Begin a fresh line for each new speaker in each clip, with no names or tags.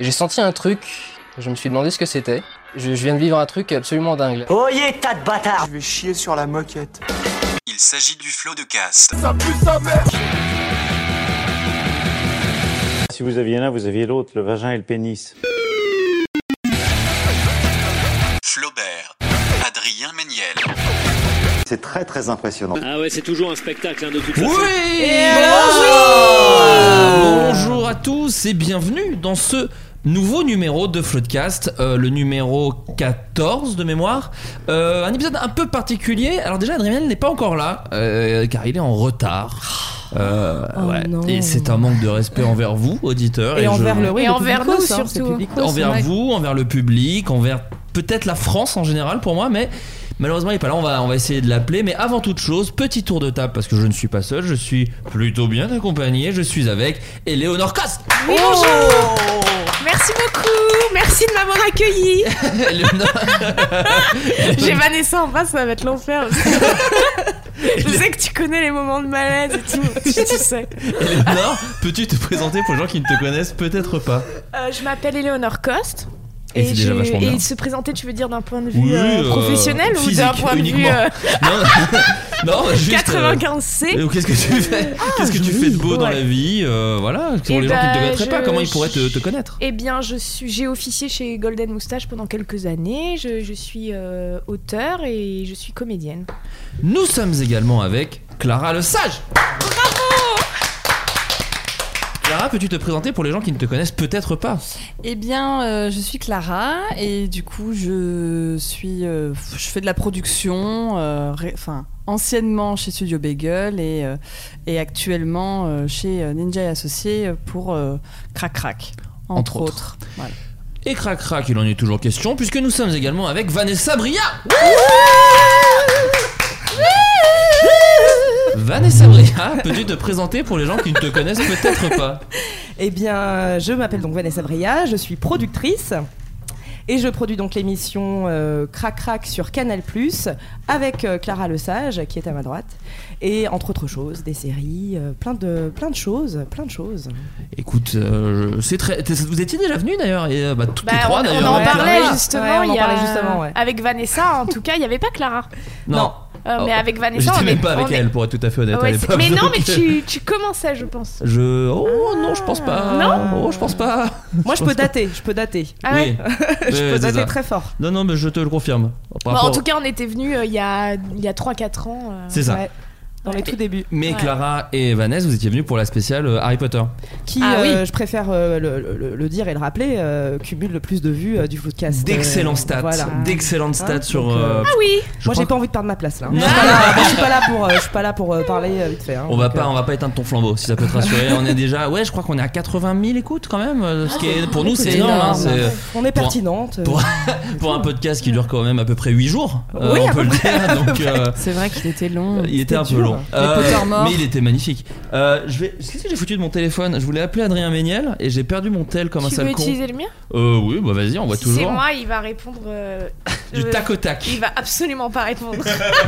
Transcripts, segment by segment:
J'ai senti un truc, je me suis demandé ce que c'était. Je, je viens de vivre un truc absolument dingue.
Oyez, tas de bâtards
Je vais chier sur la moquette.
Il s'agit du flot de cast.
Si vous aviez l'un, vous aviez l'autre, le vagin et le pénis.
Flaubert. Adrien Méniel.
C'est très très impressionnant.
Ah ouais, c'est toujours un spectacle hein, de toute façon.
Bonjour à tous et bienvenue dans ce nouveau numéro de Floodcast, euh, le numéro 14 de mémoire. Euh, un épisode un peu particulier. Alors déjà, Adrien n'est pas encore là, euh, car il est en retard. Euh,
Oh
ouais.
non.
Et c'est un manque de respect envers vous, auditeurs.
Et
je-
envers le oui,
Et
le
envers
publicos,
nous,
hein,
surtout.
c'est publicos,
envers
ouais.
vous, envers le public, envers peut-être la France en général pour moi, mais malheureusement il est pas là, on va, on va essayer de l'appeler. Mais avant toute chose, petit tour de table parce que je ne suis pas seul, je suis plutôt bien accompagné, je suis avec Eleonore Coste.
Oui, bonjour
Oh.
Merci beaucoup Merci de m'avoir accueilli
Éléonore-
J'ai Vanessa en bras, ça va être l'enfer. Je sais que tu connais les moments de malaise et tout, tu, tu sais.
Éléonore, peux-tu te présenter pour les gens qui ne te connaissent peut-être pas
Euh, je m'appelle Eleonore Coste.
Et c'est déjà
je-
vachement bien.
et se présenter, tu veux dire d'un point de vue
Oui,
euh,
euh,
professionnel ou
physique,
d'un point de vue
uniquement.
euh,
Non, non juste. euh,
95C
euh, Qu'est-ce que tu fais
Ah,
Qu'est-ce que tu fais de beau dans la vie Euh, Voilà, pour
Eh
les gens qui ne te
ben,
connaîtraient pas,
je-
comment ils pourraient te, te connaître
Eh bien, je suis, j'ai officié chez Golden Moustache pendant quelques années. Je, je suis euh, auteur et je suis comédienne.
Nous sommes également avec Clara le Sage. Bravo Clara, peux-tu te présenter pour les gens qui ne te connaissent peut-être pas
Eh bien, euh, je suis Clara et du coup, je suis, euh, je fais de la production, euh, ré- enfin anciennement chez Studio Bagel et, euh, et actuellement euh, chez euh, Ninja et Associés pour euh, Crac Crac, entre,
Entre autres.
autres. Voilà.
Et crac crac, il en est toujours question, puisque nous sommes également avec Vanessa Bria Vanessa Bria, peux-tu te présenter pour les gens qui ne te connaissent peut-être pas
Eh bien, je m'appelle donc Vanessa Bria, je suis productrice et je produis donc l'émission euh, Crac Crac sur Canal avec euh, Clara Lesage qui est à ma droite et entre autres choses des séries, euh, plein de plein de choses, plein de choses.
Écoute, euh, c'est très... t'es- vous étiez déjà venu d'ailleurs, et euh, bah, toutes les
Bah, on,
trois
on
d'ailleurs.
en
hein,
ouais.
parlait
Clara.
justement,
Ouais, on en
il y a-
parlait justement, ouais.
avec Vanessa en tout cas, il n'y avait pas Clara.
Non,
Euh, mais
Oh,
avec
je
Vanessa, on
n'étais
est
même pas avec
on est- Ah
elle, pour être tout à fait honnête. à
Ouais, c'est-
l'époque,
mais non,
donc,
mais
euh,
tu, tu commençais, je pense.
Je. Oh non, je pense pas.
Non
Oh, je pense pas.
Moi, je peux
pense pas.
dater, je peux dater,
Ah ouais.
Oui.
je
Ouais,
peux
c'est ça.
dater très fort. Bah,
Non, non, mais je te le confirme. Par
Bon, Bah, en
rapport-
tout cas, on était venus euh, il y a, il y a 3-4 ans. euh.
c'est ça.
Ouais, dans les
Ouais.
tout débuts.
Mais
Ouais.
Clara et Vanessa, vous étiez venus pour la spéciale euh, Harry Potter.
Qui,
Ah oui.
euh, je préfère euh, le, le- le dire et le rappeler, euh, cumule le plus de vues euh, du podcast.
D'excellentes stats.
Voilà.
D'excellentes stats
Hein,
sur.
donc, euh,
euh,
Ah oui,
je
Moi, j'ai pas
crois
envie de perdre ma place là.
Non.
Je suis pas là- moi, je suis pas là pour, euh, je suis pas là pour euh, parler euh, vite fait. hein.
que- On va
Donc,
pas,
euh,
on va pas éteindre ton flambeau si ça peut te rassurer. on est déjà, ouais, je crois qu'on est à 80 000 écoutes quand même. euh, Ce qui est, pour nous, c'est
écoute,
énorme. hein,
Ah, énorme.
c'est-
On est
Pour un-
pertinente. euh,
pour- pour un podcast qui dure quand même à peu près 8 jours. euh,
Oui,
on
à
peut
peu
le dire. Donc, euh,
C'est vrai qu'il était long.
Il était un peu
dur.
long. Euh,
Les poteurs morts.
mais il était magnifique. Euh, je vais... Qu'est-ce que j'ai foutu de mon téléphone Je voulais appeler Adrien Méniel et j'ai perdu mon tel comme un
tu veux
sale con.
utiliser le mien
Euh, oui, bah vas-y, on voit
Si c'est
toujours.
moi, il va répondre. euh,
Du
euh,
tac au tac.
Il va absolument pas répondre.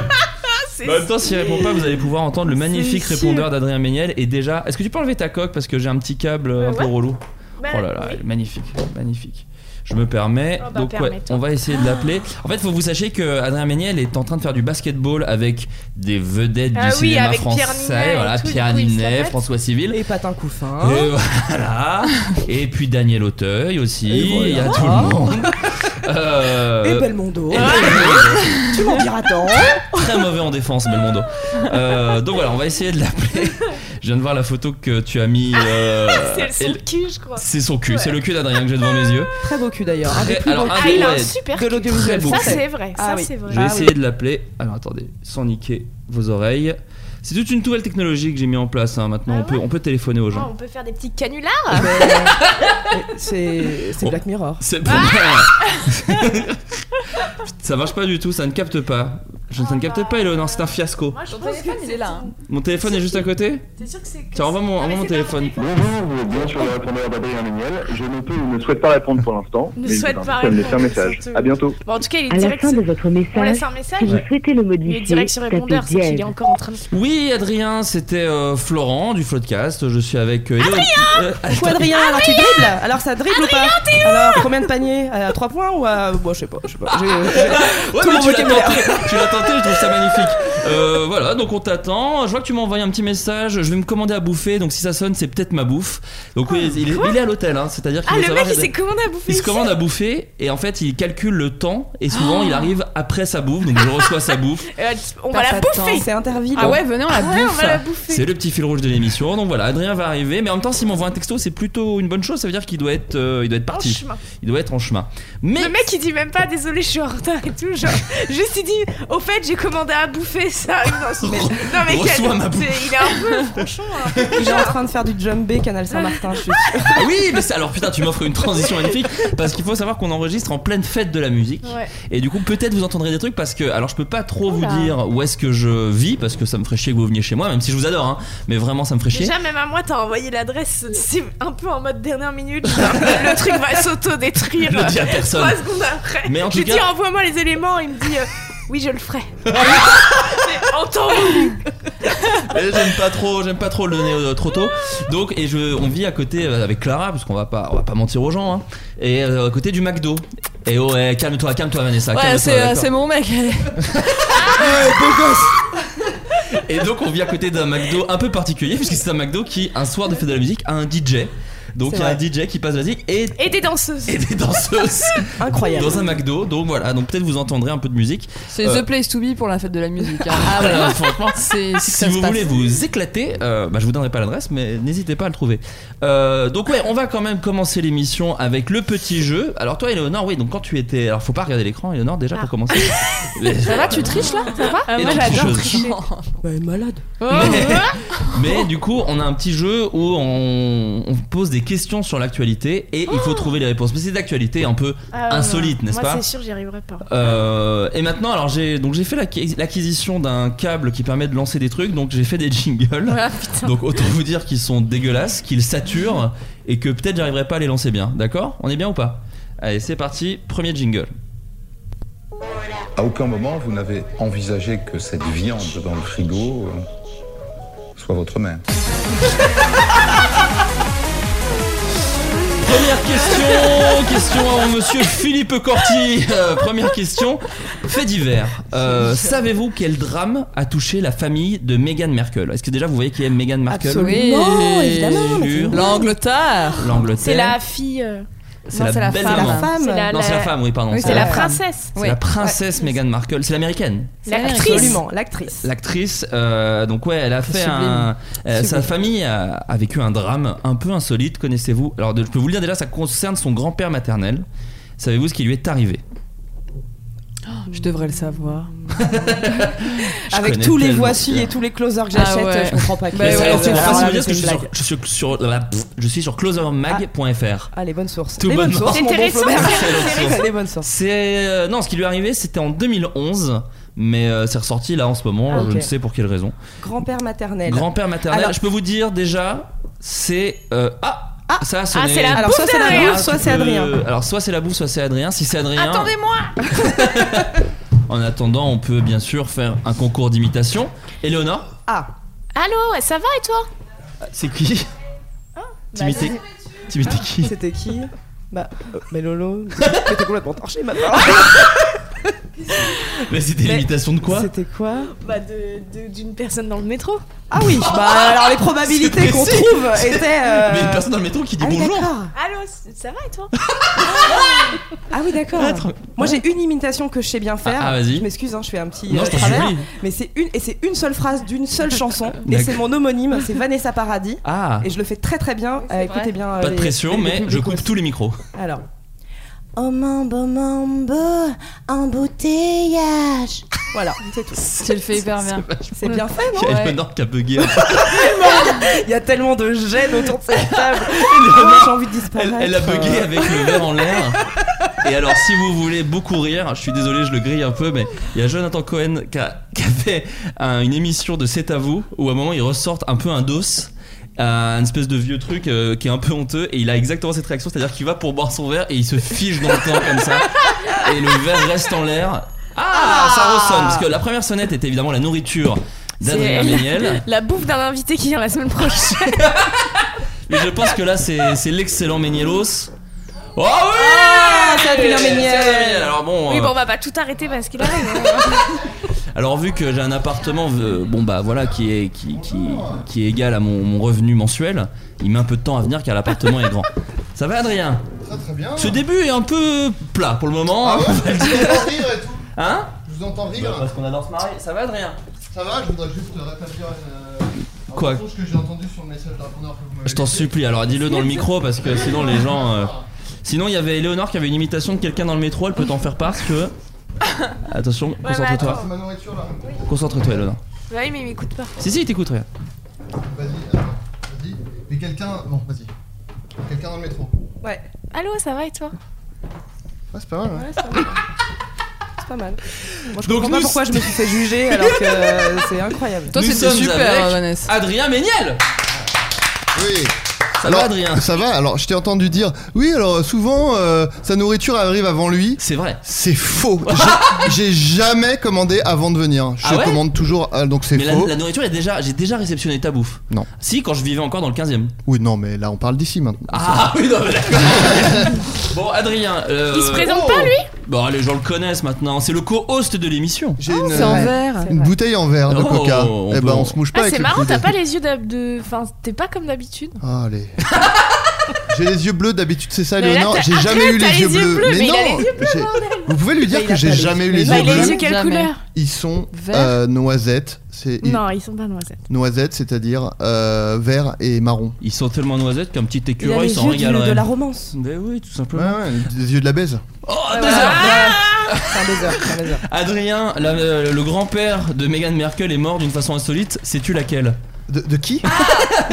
C'est-
En même temps, Bah, s'il répond pas, vous allez pouvoir entendre le magnifique
sûr.
Bah
répondeur d'Adrien Méniel. Et déjà, est-ce que tu peux enlever ta coque parce que j'ai un petit câble euh, un
Euh,
peu
ouais.
relou Oh là là, elle est magnifique, magnifique. Je me permets,
Oh bah,
donc ouais,
permets-toi.
on va essayer de l'appeler.
Ah.
En fait, faut que vous sachiez que Adrien Méniel est en train de faire du basketball avec des vedettes du
Ah oui,
cinéma
avec Pierre
français,
Ninet et
voilà,
tout, du
Pierre
coup, il se la
Ninet,
pète.
François Civil.
Et Patin Couffin.
Et voilà. Et puis Daniel Auteuil aussi.
Et voilà.
Il y a tout le monde. Euh,
Et Belmondo.
et Belmondo.
tu m'en diras tant.
Très mauvais en défense, Belmondo. Euh, donc voilà, on va essayer de l'appeler. Je viens de voir la photo que tu as mis. euh,
C'est son
elle-
cul, je crois.
C'est son cul,
Ouais.
c'est le cul d'Adrien que j'ai devant mes yeux.
Très beau cul d'ailleurs. Ah,
Très-
un des plus
alors,
beaux
un
culs
des-
de
ouais,
super
de l'audiovisuel.
très beau.
Ça,
français.
c'est vrai.
Ah
ça,
oui.
c'est vrai.
Je vais essayer de l'appeler. Alors attendez, sans niquer vos oreilles. C'est toute une nouvelle technologie que j'ai mis en place. hein, Maintenant, on, peut, on peut téléphoner aux
Ah,
gens.
on peut faire des petits canulars Oh.
C'est c'est Black Mirror.
Oh. C'est pas
Ah.
Ça marche pas du tout, ça ne capte pas. Je ne ça ne capte pas, Eleonore, c'est un fiasco.
Oh Moi, je pense que c'est là.
hein.
Mon téléphone est juste à côté
T'es sûr que c'est.
Tiens, envoie mon, envoie mon téléphone.
Bonjour, bien sûr, le répondeur d'Adrien Méniel. Je ne peux ou ne souhaite pas répondre pour l'instant.
Ne
mais je
souhaite
vous
pas
invite à me laisser un
répondre,
message.
surtout.
À bientôt.
Bon, en tout cas, il est
À la
direct.
fin de votre
On
message,
laisse un message
si vous souhaitez le
Il est
modifier,
direct sur
tapez
répondeur, c'est qu'il est
dièse.
encore en train de.
Oui, Adrien, c'était euh, Florent du Floodcast. Je suis avec. euh, Elodie- euh,
Quoi Adrien Alors tu dribbles Alors ça dribble ou pas Alors combien de paniers euh, À 3 points ou à. Bon, je sais pas, je sais pas. J'ai- j'ai-
Ouais,
Tout
mais
mon
tu l'as
vocabulaire.
tenté, tu l'as tenté, je trouve ça magnifique. Euh, voilà, donc on t'attend. Je vois que tu m'as envoyé un petit message. Je vais me commander à bouffer, donc si ça sonne, c'est peut-être ma bouffe. Donc oui, il est, il est à l'hôtel, hein, c'est-à-dire qu'il
Ah,
veut
le
savoir-
mec, il s'est commandé à bouffer.
Il se
ici. Oh
commande à bouffer et en fait il calcule le temps et souvent il arrive après sa bouffe donc je reçois sa bouffe.
Euh, On
T'as
va la
pas de temps,
bouffer.
C'est interville.
Ah ouais, venez, on la
Ouais, on
bouffe.
va la
C'est le petit fil rouge de l'émission donc voilà Adrien va arriver mais en même temps s'il m'envoie un texto c'est plutôt une bonne chose ça veut dire qu'il doit être euh, il doit être parti
chemin.
il doit être en chemin mais
Le mec il dit même pas désolé je suis en retard et tout genre juste il dit au fait j'ai commandé à bouffer ça arrive dans- mais- non mais
Reçois
quel-
ma bouffe.
c'est- il est un peu franchement hein. un peu-
Il est en train de faire du jumbé Canal Saint-Martin, je suis sûre.
Ah oui, mais c'est- alors putain, tu m'offres une transition magnifique parce qu'il faut savoir qu'on enregistre en pleine fête de la musique.
Ouais.
Et du coup, peut-être vous entendrez des trucs parce que alors je peux pas trop
Oula.
vous dire où est-ce que je vis parce que ça me ferait chier que vous veniez chez moi, même si je vous adore, hein, mais vraiment ça me ferait chier.
déjà même à moi t'as envoyé l'adresse c'est un peu en mode dernière minute genre, le truc va s'auto-détruire
Je le dis à
euh,
personne.
trois secondes après
Mais en
je
tout
dis
cas-
envoie-moi les éléments il me dit euh, oui je le ferai Mais entends-vous
Et J'aime pas trop, j'aime pas trop le donner euh, trop tôt. Donc et je, on vit à côté euh, avec Clara parce qu'on va pas, on va pas mentir aux gens. hein, et euh, à côté du McDo. Et oh, eh, calme-toi, calme-toi Vanessa.
Ouais,
calme-toi,
c'est euh,
d'accord.
c'est mon mec.
Et donc on vit à côté d'un McDo un peu particulier puisque c'est un McDo qui un soir de fête de la musique a un DJ. Donc
C'est
il y a
vrai.
un DJ qui passe la musique et
et des danseuses
et des danseuses
Incroyable.
dans un McDo. Donc voilà, donc peut-être vous entendrez un peu de musique.
C'est
Euh,
The Place to Be pour la fête de la musique. hein.
Ah ouais. Alors, franchement,
c'est c'est que
si
ça se
vous
passe.
voulez vous éclater, euh, bah, je vous donnerai pas l'adresse, mais n'hésitez pas à le trouver. Euh, donc ouais, on va quand même commencer l'émission avec le petit jeu. Alors toi, Eleonore, oui, donc quand tu étais, alors faut pas regarder l'écran, Eleonore, déjà
Ah.
pour commencer. Mais-
Ça va, tu triches là Ça va
Et Ah, moi, donc, j'adore chose. tricher.
Bah,
Oh.
elle est malade.
Mais, mais du coup, on a un petit jeu où on, on pose des questions sur l'actualité et il faut trouver les réponses. Mais c'est d'actualité un peu
Ah, ouais,
insolite,
ouais.
n'est-ce
moi
pas
c'est sûr j'y arriverai pas
Euh, et maintenant, alors j'ai donc j'ai fait l'acqui- l'acquisition d'un câble qui permet de lancer des trucs, donc j'ai fait des jingles.
Ah, putain.
donc autant vous dire qu'ils sont dégueulasses, qu'ils saturent et que peut-être j'arriverai pas à les lancer bien. D'accord On est bien ou pas Allez, c'est parti. Premier jingle.
À aucun moment, vous n'avez envisagé que cette viande dans le frigo euh, soit votre mère.
Première question, question à Monsieur Philippe Corti. Euh, première question, fait divers. Euh, Savez-vous quel drame a touché la famille de Meghan Merkel Est-ce que déjà vous voyez qui est Meghan Markle
Absolument, évidemment, mais
Sur
c'est- L'Angleterre.
L'Angleterre.
c'est la fille euh,
C'est
non,
la
c'est la
belle
femme.
maman.
C'est la femme.
Non, c'est la femme, oui, pardon.
Oui, c'est
C'est
la
la femme.
princesse.
C'est la princesse Meghan Markle, c'est l'américaine.
L'actrice.
Absolument, l'actrice.
L'actrice, euh, donc ouais, elle a fait
Sublime.
un. euh, sa
Sublime.
famille a, a vécu un drame un peu insolite, connaissez-vous Alors de- je peux vous le dire déjà, ça concerne son grand-père maternel. Savez-vous ce qui lui est arrivé
Oh, Je devrais le savoir.
Avec
connais
tous les
tellement
voici
bien.
et tous les closers que j'achète,
Ah ouais.
je comprends pas.
Bah
Mais
que-
ça, alors, c'est
Alors là,
facile de
mais
dire parce que
c'est
je suis
une
sur,
blague.
je suis sur, la- je suis sur closermag.fr.
Ah, les bonnes sources.
Tout
les bonnes
bonnement.
sources, mon bon
Intéressant,
Flaubert.
intéressant.
Ah, C'est vrai, Les bonnes sources.
C'est euh, non, ce qui lui est arrivé, c'était en 2011, mais euh, c'est ressorti là en ce moment.
Ah, ok.
Je ne sais pour quelle raison.
Grand-père maternel.
Grand-père maternel.
Alors-
je peux vous dire déjà, c'est euh, ah, ça a sonné.
c'est la Alors, bouffe soit c'est la d'Adrien. bouffe, soit c'est
Euh,
Adrien.
alors soit c'est la bouffe, soit c'est Adrien. Si c'est Adrien,
Attendez-moi
en attendant, on peut bien sûr faire un concours d'imitation. Eleonore,
Ah
Allô, ouais, ça va et toi
c'est qui
Bah,
Ah,
T'imitais
bah,
c'est-
T'imitais qui
C'était qui Bah, euh, mais Lolo, t'étais complètement torché maintenant.
Mais c'était l'imitation de quoi
C'était quoi
Bah, de- de- d'une personne dans le métro.
Ah oui, bah alors les probabilités
C'est
qu'on
précis.
trouve
C'est-
étaient. euh,
Mais une personne dans le métro qui dit
ah oui,
bonjour.
d'accord.
Allô, c- ça va et toi
Ah oui, d'accord.
Ah, trop-
Moi, j'ai une imitation que je sais bien faire.
Ah, ah, vas-y.
Je m'excuse, hein, je fais un petit
Non,
euh,
je t'en
travers.
supplie.
Mais c'est une et c'est une seule phrase d'une seule chanson. et
D'accord.
c'est mon homonyme, c'est Vanessa Paradis.
Ah.
Et je le fais très très bien. Euh, écoutez bien. euh,
Pas de
les-
pression,
les-
mais
les-
je coupe tous les micros.
Alors.
Oh mambo mambo, embouteillage.
Voilà, c'est tout.
Tu le fais hyper bien.
C'est bien fait, non
Il y a Eleanor qui a bugué.
Il y a tellement de gêne autour de cette table.
a-
Oh, J'ai envie de disparaître.
Elle, elle a bugué avec le verre en l'air. Et alors, si vous voulez beaucoup rire, je suis désolé, je le grille un peu, mais il y a Jonathan Cohen qui a, qui a fait un- une émission de C'est à vous, où à un moment ils ressortent un peu un dos, euh, une espèce de vieux truc euh, qui est un peu honteux, et il a exactement cette réaction, c'est-à-dire qu'il va pour boire son verre et il se fige dans le temps comme ça, et le verre reste en l'air. Ah, ça ressonne, parce que la première sonnette était évidemment la nourriture d'Adrien Méniel.
la, la bouffe d'un invité qui vient la semaine prochaine.
Mais je pense que là, c'est c'est l'excellent Ménielos. Oh oui
Ah, c'est Adrien Méniel.
C'est Adrien Méniel. Alors bon,
oui,
euh,
bon, bah. on va pas tout arrêter parce qu'il arrive. hein.
alors vu que j'ai un appartement, euh, bon bah voilà, qui est qui, qui, qui est égal à mon, mon revenu mensuel, il met un peu de temps à venir car l'appartement est grand. Ça va, Adrien
Très très bien.
Ce début est un peu plat pour le moment. hein,
Ah ouais
on va le
Je vous
dire.
entends rire et tout.
Hein
Je vous entends rire.
Bah, parce qu'on adore se marrer. Ça va, Adrien
Ça va, je voudrais juste rétablir euh, un
Quoi
mensonge que j'ai entendu sur le message d'Arpreneur que vous m'avez
Je t'en
laissé.
supplie, alors dis-le dans le micro parce que sinon les gens. euh, Sinon, il y avait Eleonore qui avait une imitation de quelqu'un dans le métro, elle peut t'en faire part parce que. Attention,
Ouais, bah,
concentre-toi.
mais
Ma nourriture là.
Concentre-toi, Eleonore.
Ouais, Bah mais il m'écoute pas.
Si, si, il t'écoute, regarde.
Vas-y, attends, vas-y. Mais quelqu'un. Bon, vas-y. Quelqu'un dans le métro.
Ouais.
Allô, ça va et toi
Ouais, c'est pas mal,
ouais. C'est pas mal. Moi, je
Donc,
comprends pas
nous-
pourquoi je me suis fait juger alors que euh, c'est incroyable.
Nous sommes avec Adrien Méniel
Oui
Ça
alors,
va, Adrien
Ça va, alors je t'ai entendu dire oui, alors souvent euh, sa nourriture arrive avant lui.
C'est vrai.
C'est faux. J'ai- J'ai jamais commandé avant de venir. Je
Ah ouais
commande toujours, euh, donc c'est
Mais la,
faux.
la nourriture est déjà. J'ai déjà réceptionné ta bouffe.
Non.
Si, quand je vivais encore dans le 15 e
Oui, non, mais là on parle d'ici maintenant.
Ah oui, non, mais d'accord Bon, Adrien. euh,
Il se présente pas, lui
Bon, les gens le connaissent maintenant. C'est le co-host de l'émission.
J'ai euh,
c'est en verre.
Une bouteille en verre de
Oh,
coca.
on
eh
peut-
ben on se mouche pas
Ah,
avec
c'est
le
marrant,
prix
t'as
des-
pas les yeux d'hab- de. Enfin, t'es pas comme d'habitude.
Ah, allez. j'ai les yeux bleus d'habitude, c'est ça,
Mais là,
Léonore
t'as-
J'ai
après,
jamais eu
t'as
les yeux bleus.
mais il
non
a les yeux bleus,
j'ai-
bordel.
Vous pouvez lui dire
il a
que j'ai
pas les
jamais eu
yeux
les
bleus.
yeux
Il a les
bleus.
yeux quelle Jamais. couleur
Ils sont
Vert.
euh, noisettes. C'est ils-
Non, ils sont pas noisettes.
noisettes, c'est-à-dire euh, vert et marron.
Ils sont tellement noisettes qu'un petit écureuil
les
s'en
yeux
régale.
du- de la romance. Ah,
Mais oui, tout
Ouais,
simplement.
ouais, des yeux de la baise.
Oh,
Ouais, ouais,
désordre.
ouais. C'est un baiser, c'est un baiser.
Adrien, la- euh, le, le grand-père de Meghan Merkel est mort d'une façon insolite. Sais-tu laquelle
De, de qui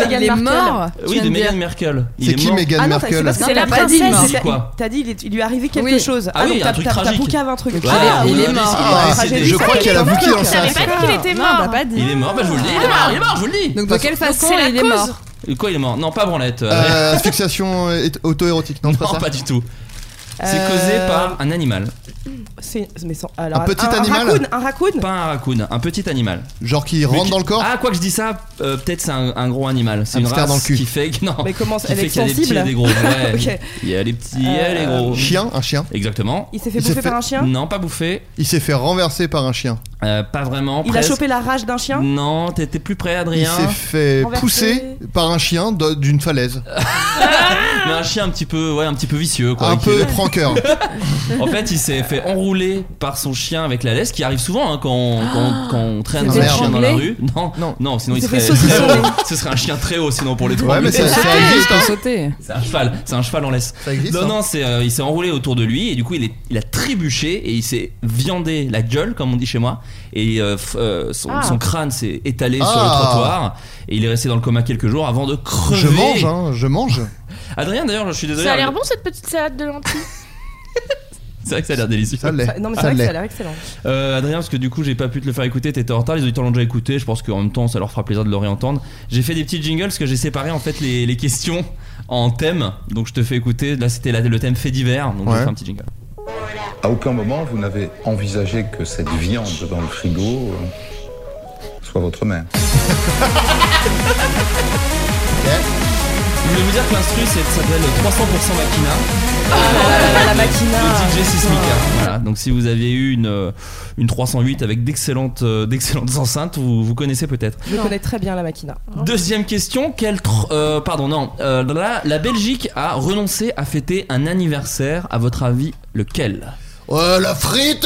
Il est mort. tu
Oui,
viens
de
de dire.
Meghan Merkel. Il
C'est
est
qui
mort.
Meghan
Ah non, t'as-
Merkel
parce que
C'est
t'as
la
pas dit,
princesse.
mais
Dis
t'as-
quoi
T'as dit, il, est- il lui est arrivé quelque
Oui.
chose.
Ah oui,
donc
un
t'as-
truc
t'as-
tragique.
T'as boucave un truc.
Donc, il est- Ah, il est oui, mort. il est
Ah,
décédé.
Je crois
Il est
qu'elle a avoué
mort.
Euh,
qu'il en
T'avais
sait.
pas dit
qu'il était mort.
Il est mort, bah je vous le dis, il est mort, il est mort, je vous le dis.
Donc de quelle façon
c'est la
il est
cause.
mort
Et Quoi, il est mort Non, pas branlette. Adrien.
Euh, Asphyxiation euh, auto-érotique, non, c'est
non,
pas ça
pas du tout. C'est causé
Euh,
par un animal.
C'est- mais sans- alors,
Un petit
Un
animal
raccoon, un raccoon.
Pas un raccoon, un petit animal.
Genre qui rentre dans le corps
Ah, quoi que je dis ça, euh, peut-être c'est un, un gros animal. C'est une
Hamster
race
dans le cul.
qui fait que. Non.
Mais comment-
qui
elle
fait
est
qu'il y a des petits et
sensible
des gros. Ouais.
Ok. Euh,
Il y a les petits, il y a les gros.
Chien, un chien.
Exactement.
Il s'est fait
Il s'est
bouffer
fait-
par un chien.
Non, pas bouffé.
Il s'est fait renverser par un chien.
Euh, pas vraiment.
Il a
presque.
chopé la rage d'un chien.
Non, t'étais plus près,
Il
Adrien.
s'est fait
Renversé.
pousser par un chien de- d'une falaise.
Mais un chien un petit peu, ouais, un petit peu vicieux, quoi.
Un
qui-
peu pranker.
En fait, il s'est fait enrouler par son chien avec la laisse, qui arrive souvent hein, quand, on, quand on- quand on traîne
C'est
un chien dans la
étranglé
rue. Non, non, sinon il
Il s'est
serait
fait
très
saucissonner.
haut. Ce serait un chien très haut, sinon pour les trois.
Ouais, mais ça, ça existe. hein.
Sauter.
C'est un cheval, c'est un cheval en laisse.
Ça existe,
non,
hein.
non, c'est, euh, il s'est enroulé autour de lui et du coup il, est, il a trébuché et il s'est viandé la gueule, comme on dit chez moi. Et euh, f- euh, son,
Ah.
son crâne s'est étalé sur le
Ah.
trottoir et il est resté dans le coma quelques jours avant de crever.
Je mange, hein, je mange.
Adrien, d'ailleurs, je suis désolé. hein,
Ça a l'air bon cette petite salade de lentilles.
C'est vrai que ça a l'air délicieux.
Ça l'est.
Ça- Non, mais c'est
Ça
vrai que ça a
l'est.
l'air excellent.
Euh, Adrien, parce que du coup j'ai pas pu te le faire écouter, t'étais en retard, les auditeurs l'ont déjà écouté, je pense qu'en même temps ça leur fera plaisir de le réentendre. J'ai fait des petits jingles parce que j'ai séparé en fait les, les questions en thèmes, donc je te fais écouter, là c'était la- le thème fait divers, donc
Ouais.
j'ai fait un petit jingle.
À aucun moment, vous n'avez envisagé que cette viande dans le frigo euh, soit votre mère.
voulais vous dire que l'instru c'est- s'appelle 300% Machina.
Ah,
la machina.
DJ Sismica. hein, Voilà, donc si vous avez eu une, euh, une 308 avec d'excellentes euh, d'excellentes enceintes, vous, vous connaissez peut-être.
Je connais très bien la Makina.
Deuxième question, quel tr- euh, pardon non, euh, la, la Belgique a renoncé à fêter un anniversaire. À votre avis, lequel
Oh la frite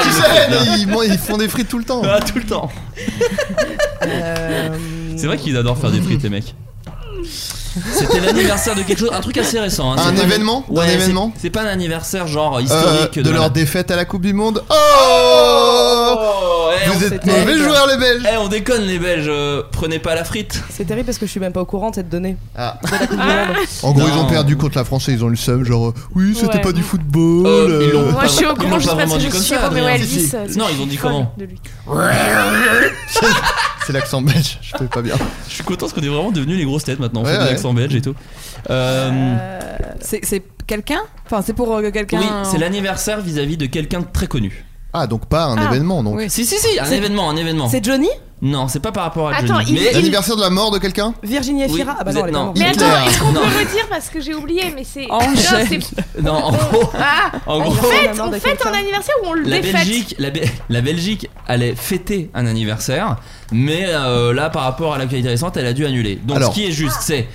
Tu sais, mais ils, moi, ils font des frites tout le temps.
Ah, tout le temps.
Euh,
C'est vrai qu'ils adorent faire des frites les mecs. C'était l'anniversaire de quelque chose, un truc assez récent. hein.
Un
C'est pas-
événement D'un
Ouais, c'est-
événement
C'est pas un anniversaire genre
Euh,
historique
de,
la-
leur défaite à la Coupe du Monde. Oh,
Eh,
Vous
on-
êtes mauvais joueurs les Belges.
Eh, on déconne les Belges, euh, prenez pas la frite.
C'est terrible parce que je suis même pas au courant de cette donnée.
Ah.
En
En
gros,
gros,
Non.
ils ont perdu contre la France et ils ont eu le seum. Genre, oui, c'était
Ouais.
pas du football.
Euh, ils l'ont
Moi,
pas
je suis au
vra- ils
courant
l'ont
juste
pas
parce
vraiment
que
dit
je
comme
suis
ça,
Roméo
Adrien.
Elvis,
Si, si.
euh,
Non,
je
ils ont
suis
dit
folle
comment
de lui.
C'est l'accent belge, je fais pas bien.
Je suis content parce qu'on est vraiment devenus les grosses têtes maintenant. On
Ouais,
fait de
ouais.
l'accent belge et tout. Euh,
C'est c'est quelqu'un Enfin, c'est pour euh, quelqu'un.
oui, c'est l'anniversaire vis-à-vis de quelqu'un de très connu.
Ah, donc pas un
Ah,
événement, donc.
oui.
Si, si, si, un
C'est-
événement, un événement.
C'est Johnny
Non, c'est pas par rapport à
Attends,
Johnny.
il- il-
L'anniversaire de la mort de quelqu'un
Virginie
Oui,
Efira Ah bah
vous
non,
êtes-
elle est
non.
pas morte.
Mais
Hitler.
attends, est-ce qu'on peut
Non.
redire parce que j'ai oublié, mais c'est.
En
Non,
chaîne.
c'est-
Non, en gros,
Ah,
en
on
gros,
fête,
Non,
on
de
fête
quelqu'un.
un anniversaire ou on le
la
défête
Belgique, la, Be- la Belgique allait fêter un anniversaire, mais euh, là, par rapport à l'actualité récente, elle a dû annuler. Donc,
Alors.
ce qui est juste, c'est.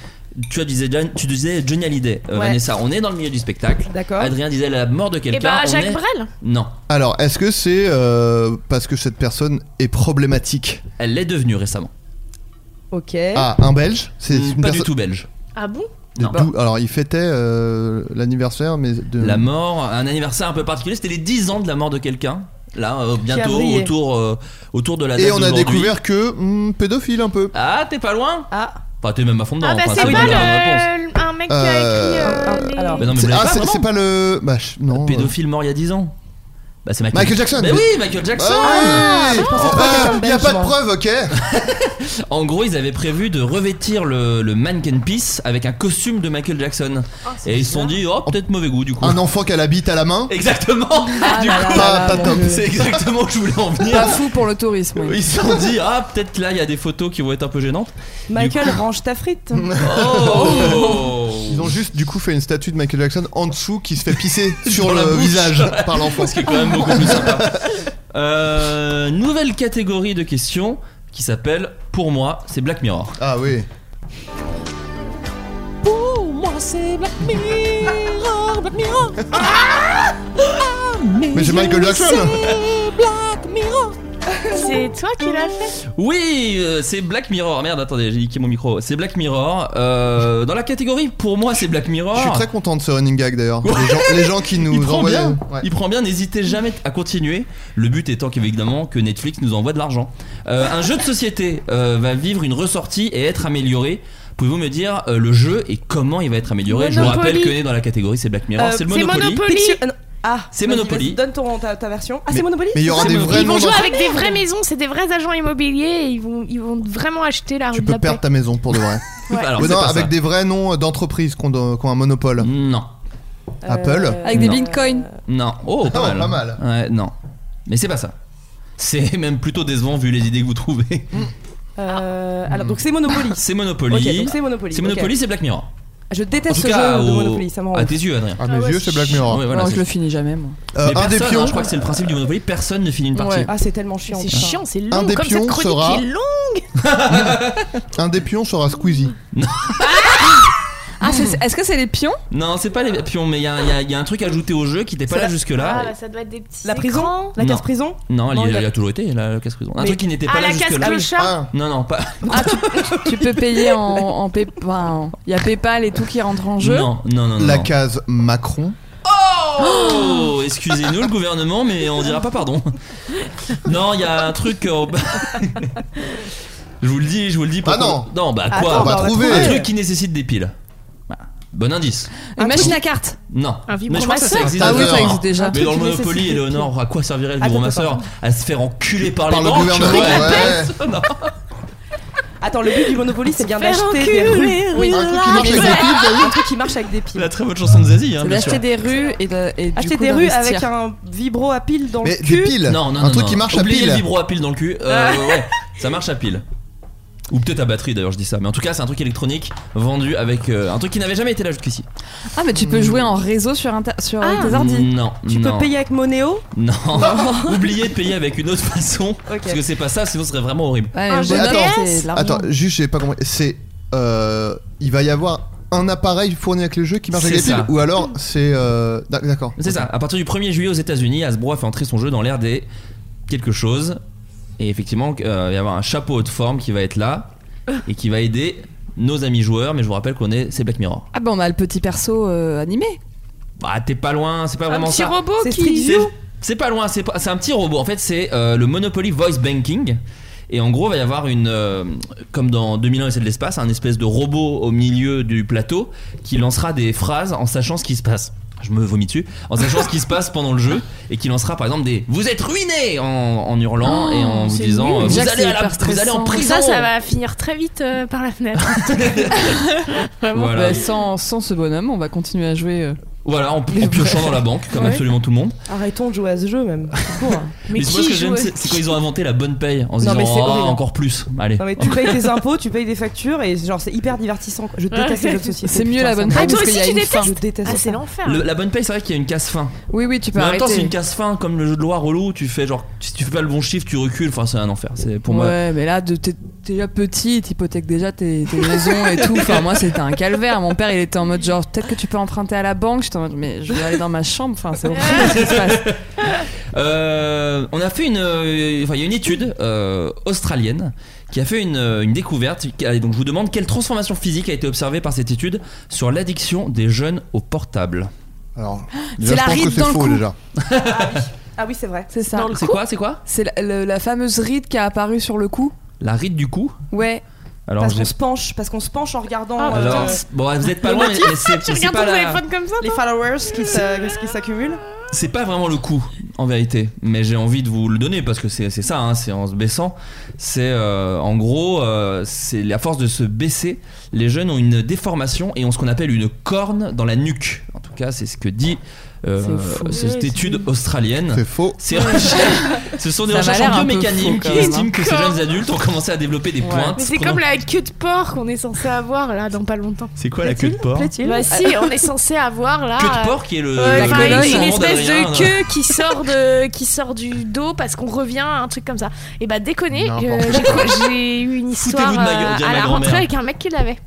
Tu as disais, John- tu disais Johnny Hallyday, euh,
Ouais.
Vanessa. On est dans le milieu du spectacle.
D'accord.
Adrien disait la mort de
Et
quelqu'un.
bah,
on
Jacques
est-
Brel
Non,
Alors, est-ce que c'est euh, parce que cette personne est problématique
elle l'est devenue récemment.
Ok.
Ah, un belge C'est
Mm,
une
Pas du
perso-
tout belge.
Ah bon
de
Non.
d'où- Alors, il fêtait euh, l'anniversaire, mais de.
La mort, un anniversaire un peu particulier, c'était les 10 ans de la mort de quelqu'un. Là, euh, bientôt,
brillé.
autour, euh, autour de la date
Et on a
d'aujourd'hui.
découvert que. hmm, pédophile un peu.
Ah, t'es pas loin
Ah,
Enfin, t'es même à fond dedans.
Ah bah,
enfin,
c'est pas
une bonne réponse.
le- un mec qui a écrit. euh,
Euh,
les-
alors-
Bah non, mais vous
C'est-
l'avez
ah,
pas,
c'est
vraiment
c'est pas le. Bah, je- non. euh,
Pédophile mort il y a 10 ans Bah, c'est Michael,
Michael Jackson.
Mais oui, Michael Jackson
Ah ouais Ah,
quelqu'un
y a
de
pas de
belge, moi.
preuve, ok
En gros, ils avaient prévu de revêtir le, le mannequin piece avec un costume de Michael Jackson. Et ils se sont dit, oh, peut-être mauvais goût du coup.
Un enfant qu'elle habite à la main
Exactement Du
là
Pas,
coup,
là là,
pas
mon
top.
Dieu.
c'est exactement où je voulais en venir.
Pas fou pour le tourisme. oui.
Ils se sont dit, ah, peut-être que là, il y a des photos qui vont être un peu gênantes.
Michael, range ta frite.
Oh
Ils ont juste du coup fait une statue de Michael Jackson en dessous qui se fait pisser sur
Dans la
le
bouche.
visage par l'enfant.
Ce qui est quand même beaucoup plus sympa. Euh, nouvelle catégorie de questions qui s'appelle Pour moi, c'est Black Mirror.
Ah oui.
Pour moi, c'est Black Mirror, Black Mirror.
Mais c'est Michael Jackson
C'est toi qui l'as fait
Oui, euh, c'est Black Mirror. Merde, attendez, j'ai niqué mon micro. C'est Black Mirror. Euh, dans la catégorie Pour moi, c'est Black Mirror.
Je suis très content de ce running gag d'ailleurs. Les, gens, les gens qui
il
nous
prend,
envoient.
bien,
Ouais.
il prend bien, n'hésitez jamais à continuer. Le but étant qu'évidemment que Netflix nous envoie de l'argent. Euh, un jeu de société euh, va vivre une ressortie et être amélioré. Pouvez-vous me dire euh, le jeu et comment il va être amélioré Je vous
Monopoly.
rappelle que dans la catégorie c'est Black Mirror,
Euh,
c'est le
c'est
Monopoly.
Monopoly.
Picture- euh, non. Ah,
C'est
vas-y,
Monopoly.
vas-y, Donne ton, ta, ta version. Ah, c'est Monopoly
Mais il y aura
C'est
des
Monopoly.
vrais
Ils
Ils vont
noms
jouer
dans-
avec des vraies maisons, c'est des vrais agents immobiliers et ils vont, ils vont vraiment acheter la rue
Tu
de la
peux
paix.
perdre ta maison pour de vrai.
Ouais.
Alors,
Mais
c'est
non,
pas
avec
ça.
des vrais noms euh, d'entreprises qui ont de- qui ont un monopole.
Non,
Euh,
Apple.
Avec des
Non.
bitcoins.
non. Oh, pas
Ah,
mal.
pas mal.
Ouais, non. Mais c'est pas ça. C'est même plutôt décevant vu les idées que vous trouvez.
euh, alors, donc c'est Monopoly.
Ah, C'est Monopoly.
Ok, donc c'est Monopoly.
c'est
ok.
Monopoly, c'est Black Mirror.
Je
En
déteste
tout
ce
cas,
jeu de
au-
Monopoly, ça me rend
à
ouf.
tes yeux, Adrien.
À Ah, mes yeux, c'est Black
Ouais,
Mirror.
voilà,
non,
c'est-
je le finis jamais, moi.
Euh, un
Mais
des
personne,
pions.
hein, je crois que c'est le principe du Monopoly, personne ne finit une partie.
Ouais.
Ah, c'est tellement chiant.
C'est
putain.
chiant, c'est long,
Un des
comme cette
pions
chronique
sera-
est longue
Un des pions sera Squeezie.
Ah, c'est- est-ce que c'est les pions
Non, c'est pas les pions, mais il y a, il y a- il y a un truc ajouté au jeu qui n'était pas
C'est
là
la-
jusque-là.
Ah, bah, ça doit être des petits.
La prison
écrans.
La
Non.
case prison
Non,
Non,
il,
il y
il
a-
a toujours été, la, la casse-prison. Un
Mais-
truc qui n'était pas
Ah,
là
la casse
jusque-là.
clochard
Non, non, pas.
Ah, tu, tu peux payer en, en Pay- enfin, Il y a PayPal et tout qui rentre en jeu.
Non, non, non. non,
La
non.
case Macron.
Oh, excusez-nous le gouvernement, mais on dira pas pardon. Non, il y a un truc. euh, je vous le dis, je vous le dis. pour
Ah non.
qu'on- Non, bah quoi
Attends,
on va
bah, on va
trouver.
Un
trouver.
truc qui nécessite des piles. Bah, bon indice.
Une machine à carte.
Non.
Un
mais je crois que ça, ça
vibromasseur.
existe
Ah oui,
déjà.
ça
existe déjà.
Mais
Un
dans le
truc qui
Monopoly,
nécessite des
Éléonore, à quoi servirait le
Attends,
gouvernement
attends,
À se faire enculer par,
Par
les
le
banques
gouvernement,
Ouais. Non.
Attends, le but du Monopoly, c'est bien
Faire
d'acheter
enculer
des rues.
les
Oui.
rues.
Un truc qui marche avec des piles, t'as vu
Un truc qui marche avec des piles.
La très bonne chanson de Zazie, hein,
C'est
bien sûr.
d'acheter des rues et de. et du
Acheter
coup,
des rues
d'investir.
avec un vibro à pile dans
Mais
le
des
cul. Ah.
piles.
Non, non,
Un
non,
truc
non.
qui marche à
Oubliez le
pile.
vibro à pile dans le cul. Euh, ouais, ça marche à pile. Ou peut-être à batterie d'ailleurs, je dis ça. Mais en tout cas, c'est un truc électronique vendu avec euh, un truc qui n'avait jamais été là jusqu'ici.
Ah, mais tu peux jouer en réseau sur, inter- sur
Ah.
tes ordi.
Non.
Ah, Tu
non.
peux payer avec Monéo
Non. Oubliez de payer avec une autre façon. Parce que c'est pas ça, sinon ce serait vraiment horrible.
Ah, j'ai- attends, attends, juste, j'ai pas compris. C'est. euh, il va y avoir un appareil fourni avec le jeu qui marche avec les
C'est
piles
ça.
ou alors c'est. euh, d'ac- D'accord.
C'est ça. À partir du 1er juillet aux États-Unis, Hasbro a fait entrer son jeu dans l'ère des quelque chose. Et effectivement, euh, il va y avoir un chapeau haute forme qui va être là et qui va aider nos amis joueurs. Mais je vous rappelle qu'on est, c'est Black Mirror.
Ah, bah on a le petit perso euh, animé.
Bah, t'es pas loin, c'est pas vraiment
petit
ça.
robot C'est qui- Street
C'est,
View.
c'est pas loin, c'est, pas- c'est un petit robot. En fait, c'est euh, le Monopoly Voice Banking. Et en gros, il va y avoir une. euh, comme dans 2001 et c'est de l'espace, un espèce de robot au milieu du plateau qui lancera des phrases en sachant ce qui se passe. Je me vomis dessus. En sachant ce qui se passe pendant le jeu et qui lancera par exemple des Vous êtes ruinés en, en hurlant et en vous
c'est
disant
nul.
euh, vous,
Jack,
allez
c'est
à la,
hyper
vous allez en
stressant.
prison
Ça, ça va finir très vite euh, par la fenêtre. Vraiment.
Voilà.
Bah, sans, sans ce bonhomme, on va continuer à jouer. euh.
Voilà, en, en piochant dans la banque, comme
Ouais.
absolument tout le monde.
Arrêtons de jouer à ce jeu même. hein. tout court.
Mais, moi, ce que j'aime, c'est, c'est quand ils ont inventé la bonne paye en se
Non, mais
disant
c'est
Ah,
horrible.
encore plus. Allez.
Non mais tu payes tes impôts, tu payes des factures et genre c'est hyper divertissant. quoi. Je déteste les jeux de société. putain, ça me-
Ah, toi aussi, tu
fin.
détestes
Je déteste
Ah,
ça.
c'est l'enfer.
Le- la bonne paye, c'est vrai qu'il y a une casse fin.
Oui, oui, tu peux
Mais en même
arrêter.
temps, c'est une casse fin comme le jeu de loi relou. où Tu fais genre, si tu fais pas le bon chiffre, tu recules. Enfin, c'est un enfer. C'est pour moi.
Ouais, mais là, de- t'es t'es déjà petit, t'hypothèques déjà tes, tes maisons et tout. Enfin, moi, c'était un calvaire. Mon père, il était en mode genre, peut-être que tu peux emprunter à la banque. J'étais en mode, mais je vais aller dans ma chambre. Enfin, c'est horrible ce qui se passe.
Euh, on a fait une, euh, enfin, il y a une étude euh, australienne qui a fait une, euh, une découverte. qui a- Donc, je vous demande quelle transformation physique a été observée par cette étude sur l'addiction des jeunes au portable.
Alors,
déjà, C'est je la pense que ride c'est dans le faux, cou. déjà.
Ah oui, c'est vrai.
C'est ça.
Dans le C'est cou quoi, c'est quoi
C'est la, le- la fameuse ride qui a apparu sur le cou.
La ride du cou.
Ouais.
Alors,
parce
j'ai-
qu'on se penche, parce qu'on se penche en regardant.
Ah,
euh,
Alors, c'est- bon, vous êtes pas loin, mais, mais c'est
Tu
mais c'est
regardes
pas
ton
la-
téléphone
comme ça
Les followers qui s'a- qui s'accumulent.
C'est pas vraiment le coup en vérité, mais j'ai envie de vous le donner parce que c'est c'est ça, hein, c'est en se baissant. C'est euh, en gros, euh, c'est à force de se baisser, les jeunes ont une déformation et ont ce qu'on appelle une corne dans la nuque. En tout cas, c'est ce que dit euh,
C'est fou.
cette
Ouais,
étude australienne.
C'est faux.
C'est recherche- ce sont des
Ça m'a
recherches
l'air
en
un peu faux,
biomécanique
quand
qui
même, hein.
estiment que ces
Corne.
jeunes adultes ont commencé à développer des pointes.
Mais c'est
pendant-
comme la queue de porc qu'on est censé avoir là dans pas longtemps.
C'est quoi la queue de porc
Bah si, on est censé avoir là.
Queue de
euh,
porc qui est le-
euh,
la
enfin,
colonne
une, une
sûrement
espèce
d'Adrien,
de
là.
queue qui sort de qui sort du dos parce qu'on revient à un truc comme ça. Et bah déconné,
N'importe
euh,
quoi.
j'ai cru- j'ai eu une histoire
Foutez-vous de ma gueule,
euh,
dirait
à
ma
la
grand-mère.
rentrée avec un mec qui l'avait.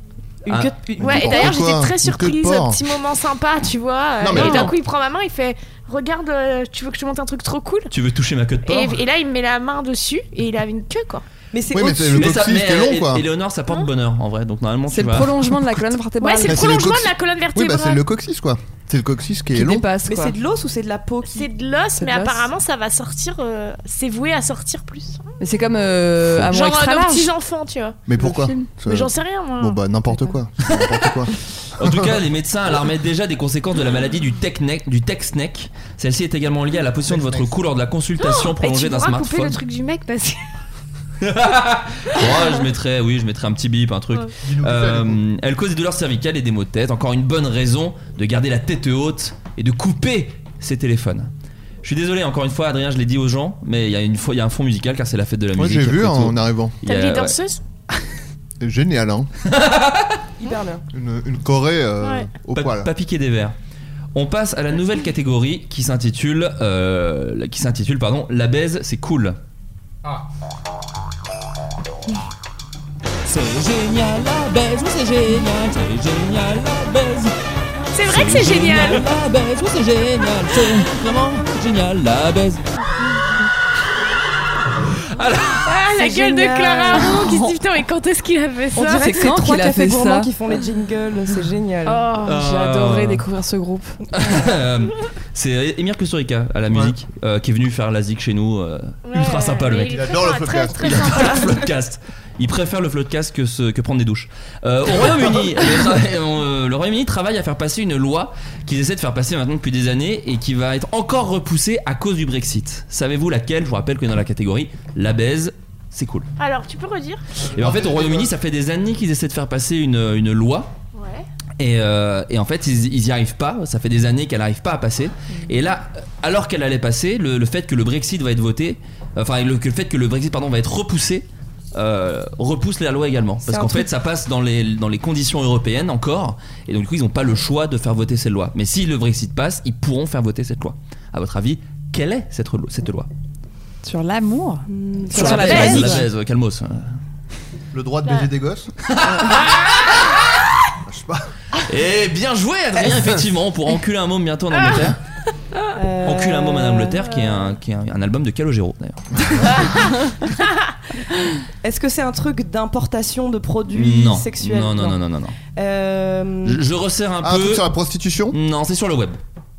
Une Ah. queue de- une
Ouais,
queue
et
de
d'ailleurs
porc.
j'étais
Une queue
très
de
surprise,
porc.
petit moment sympa, tu vois. euh,
Non, mais
et d'un
attends.
coup il prend ma main, il fait Regarde, euh, tu veux que je te montre un truc trop cool
Tu veux hein. toucher ma queue de porc
et, et là il me met la main dessus et il avait une queue quoi.
Mais
Oui, mais
c'est Hein le
ça-
coccyx qui est long,
euh,
quoi.
Éléonore, ça porte bonheur en vrai, donc normalement
C'est
tu
le
vas-
prolongement de la colonne vertébrale.
Ouais, c'est le
Bah, c'est le
prolongement
coccyx.
de la colonne
Oui, bah
vertébrale.
c'est le coccyx quoi. C'est le coccyx qui est
Qui
long.
dépasse,
Mais c'est de l'os ou c'est de la peau qui...
C'est de l'os,
C'est
mais
de l'os.
apparemment ça va sortir. euh, c'est voué à sortir plus.
Mais c'est comme euh, à mon
Genre
extra
euh, nos
large.
petits enfants, tu vois.
Mais pourquoi
film.
Ça-
Mais j'en sais rien, moi.
Bon bah n'importe quoi.
En tout cas, les médecins alarmaient déjà des conséquences de la maladie du tech neck, du tech neck. Celle-ci est également liée à la position de votre cou lors de la consultation
Oh,
prolongée
et tu
d'un
pourras couper
smartphone.
le truc du mec parce que.
Ouais, je mettrais, oui, je mettrais un petit bip, un truc.
Ouais.
Euh, elle cause des douleurs cervicales et des maux de tête. Encore une bonne raison de garder la tête haute et de couper ses téléphones. Je suis désolé, encore une fois, Adrien, je l'ai dit aux gens, mais il y a une fois, il y a un fond musical car c'est la fête de la
Moi
musique.
j'ai vu hein,
après tout.
en arrivant.
Il y a- ouais.
Génial hein.
Hyper bien.
Une, une Corée euh, au
pas,
poil.
pas piquer des verres. On passe à la nouvelle catégorie qui s'intitule euh, la- qui s'intitule pardon la baise c'est cool. C'est génial la baise, oui, c'est génial, c'est génial la baise.
C'est vrai que c'est génial.
La baise, oui, c'est génial, c'est vraiment génial la baise.
Ah, la
C'est
gueule
génial.
de Clara Aron qui se dit putain, mais quand est-ce qu'il a fait ça
On dirait que c'est
quand
trois
qu'il a fait
cafés gourmands
ça
qui font les jingles, c'est génial.
Oh,
Ah, J'ai
Euh.
adoré découvrir ce groupe.
Euh, c'est Emir Kusturica à la musique euh, qui est venu faire la zik chez nous. euh, ultra sympa le
mais
mec.
il est Il adore très le sympa, floodcast. très, très
Il adore
sympa.
le floodcast. Il préfère le floodcast que, ce- que prendre des douches. Euh, au Royaume-Uni, le, tra- euh, le Royaume-Uni travaille à faire passer une loi qu'ils essaient de faire passer maintenant depuis des années et qui va être encore repoussée à cause du Brexit. Savez-vous laquelle Je vous rappelle que dans la catégorie la baise, c'est cool.
Alors, tu peux redire
Et en fait, au Royaume-Uni, ça fait des années qu'ils essaient de faire passer une, une loi.
Ouais.
Et, euh, et en fait, ils, ils y arrivent pas. Ça fait des années qu'elle n'arrive pas à
Mm.
passer. Et là, alors qu'elle allait passer, le, le fait que le Brexit va être voté, enfin le, que le fait que le Brexit pardon va être repoussé, euh, repousse la loi également.
C'est
Parce
un
qu'en fait,
truc-
ça passe dans les, dans les conditions européennes encore. Et donc, du coup, ils n'ont pas le choix de faire voter cette loi. Mais si le Brexit passe, ils pourront faire voter cette loi. À votre avis, quelle est cette, lo- cette loi
Sur l'amour
Hmm,
La baise, ouais, calmos.
Le droit de
Bah.
baiser des gosses Ah,
Et Eh, bien joué, Adrien, effectivement, pour enculer un môme bientôt en
Ah.
Angleterre.
Euh,
Euh,
Encule un môme en Angleterre, qui est un, qui est un, un album de Calogero, d'ailleurs.
Est-ce que c'est un truc d'importation de produits
Non.
sexuels
Non, non, non, non, non, non.
Euh,
Je, je resserre un
Ah, un
peu.
truc sur la
prostitution
Non, c'est sur le web.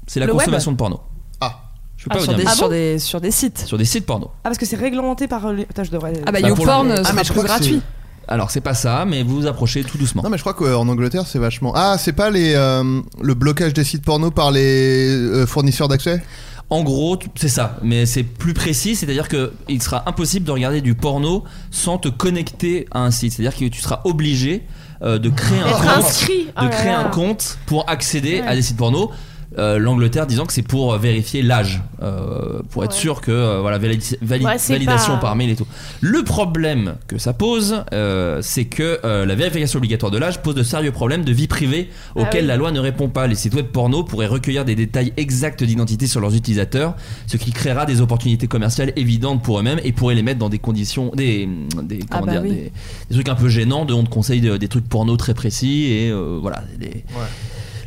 C'est la
Le web
consommation de porno.
Ah.
Je peux
Ah,
pas vous
sur,
dire.
des,
mieux.
sur, des, sur des sites.
Sur des sites porno.
Ah, parce que c'est réglementé par. les- Attends, je devrais.
Ah bah,
Bah, pour
YouPorn
le-
euh,
Ah,
sera
mais je
plus
crois que
gratuit.
Alors, c'est pas ça, mais vous vous approchez tout doucement.
Non, mais je crois qu'en Angleterre, c'est vachement. Ah, c'est pas les, euh, le blocage des sites porno par les euh, fournisseurs d'accès
En gros, tu- c'est ça, mais c'est plus précis, c'est-à-dire que il sera impossible de regarder du porno sans te connecter à un site, c'est-à-dire que tu seras obligé euh, de créer un
D'être
compte,
inscrit.
de
Oh là
créer
là.
un compte pour accéder
Ouais.
à des sites porno. Euh, L'Angleterre disant que c'est pour vérifier l'âge, euh, pour être sûr que euh, voilà validi- vali-
Ouais, c'est
validation
pas-
par mail et tout. Le problème que ça pose, euh, c'est que euh, la vérification obligatoire de l'âge pose de sérieux problèmes de vie privée
Ah
auxquels
oui.
la loi ne répond pas. Les sites web porno pourraient recueillir des détails exacts d'identité sur leurs utilisateurs, ce qui créera des opportunités commerciales évidentes pour eux-mêmes et pourrait les mettre dans des conditions, des, des,
Ah
comment
bah
dire,
oui.
des, des trucs un peu gênants, de on te conseille de- des trucs porno très précis et euh, voilà. des-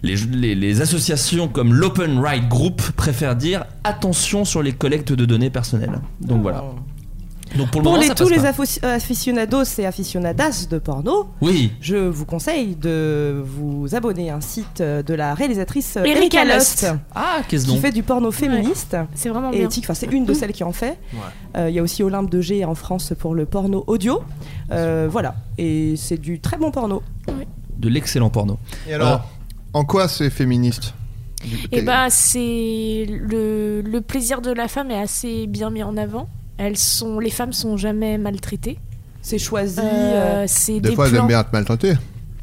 les, les- les associations comme l'Open Right Group préfèrent dire attention sur les collectes de données personnelles. Donc
Oh.
voilà. Donc pour
Pour,
le moment,
les,
ça
tous
passe pas.
les affo- aficionados et aficionadas de porno,
Oui.
je vous conseille de vous abonner à un site de la réalisatrice
Erika
Erika
Lust.
Lust.
Ah, qu'est-ce
Qui
donc
fait du porno féministe.
C'est vraiment
et
bien.
éthique. Enfin, c'est une de celles qui en fait. Euh, Il y a aussi Olympe de G en France pour le porno audio. Euh, voilà. Et c'est du très bon porno.
de l'excellent porno.
Et alors En quoi c'est féministe
Et bah, c'est le, le plaisir de la femme est assez bien mis en avant. Elles sont, les femmes sont jamais maltraitées.
C'est choisi.
Euh,
euh,
c'est
Des
des,
fois, j'aime
plans-
bien être maltraité.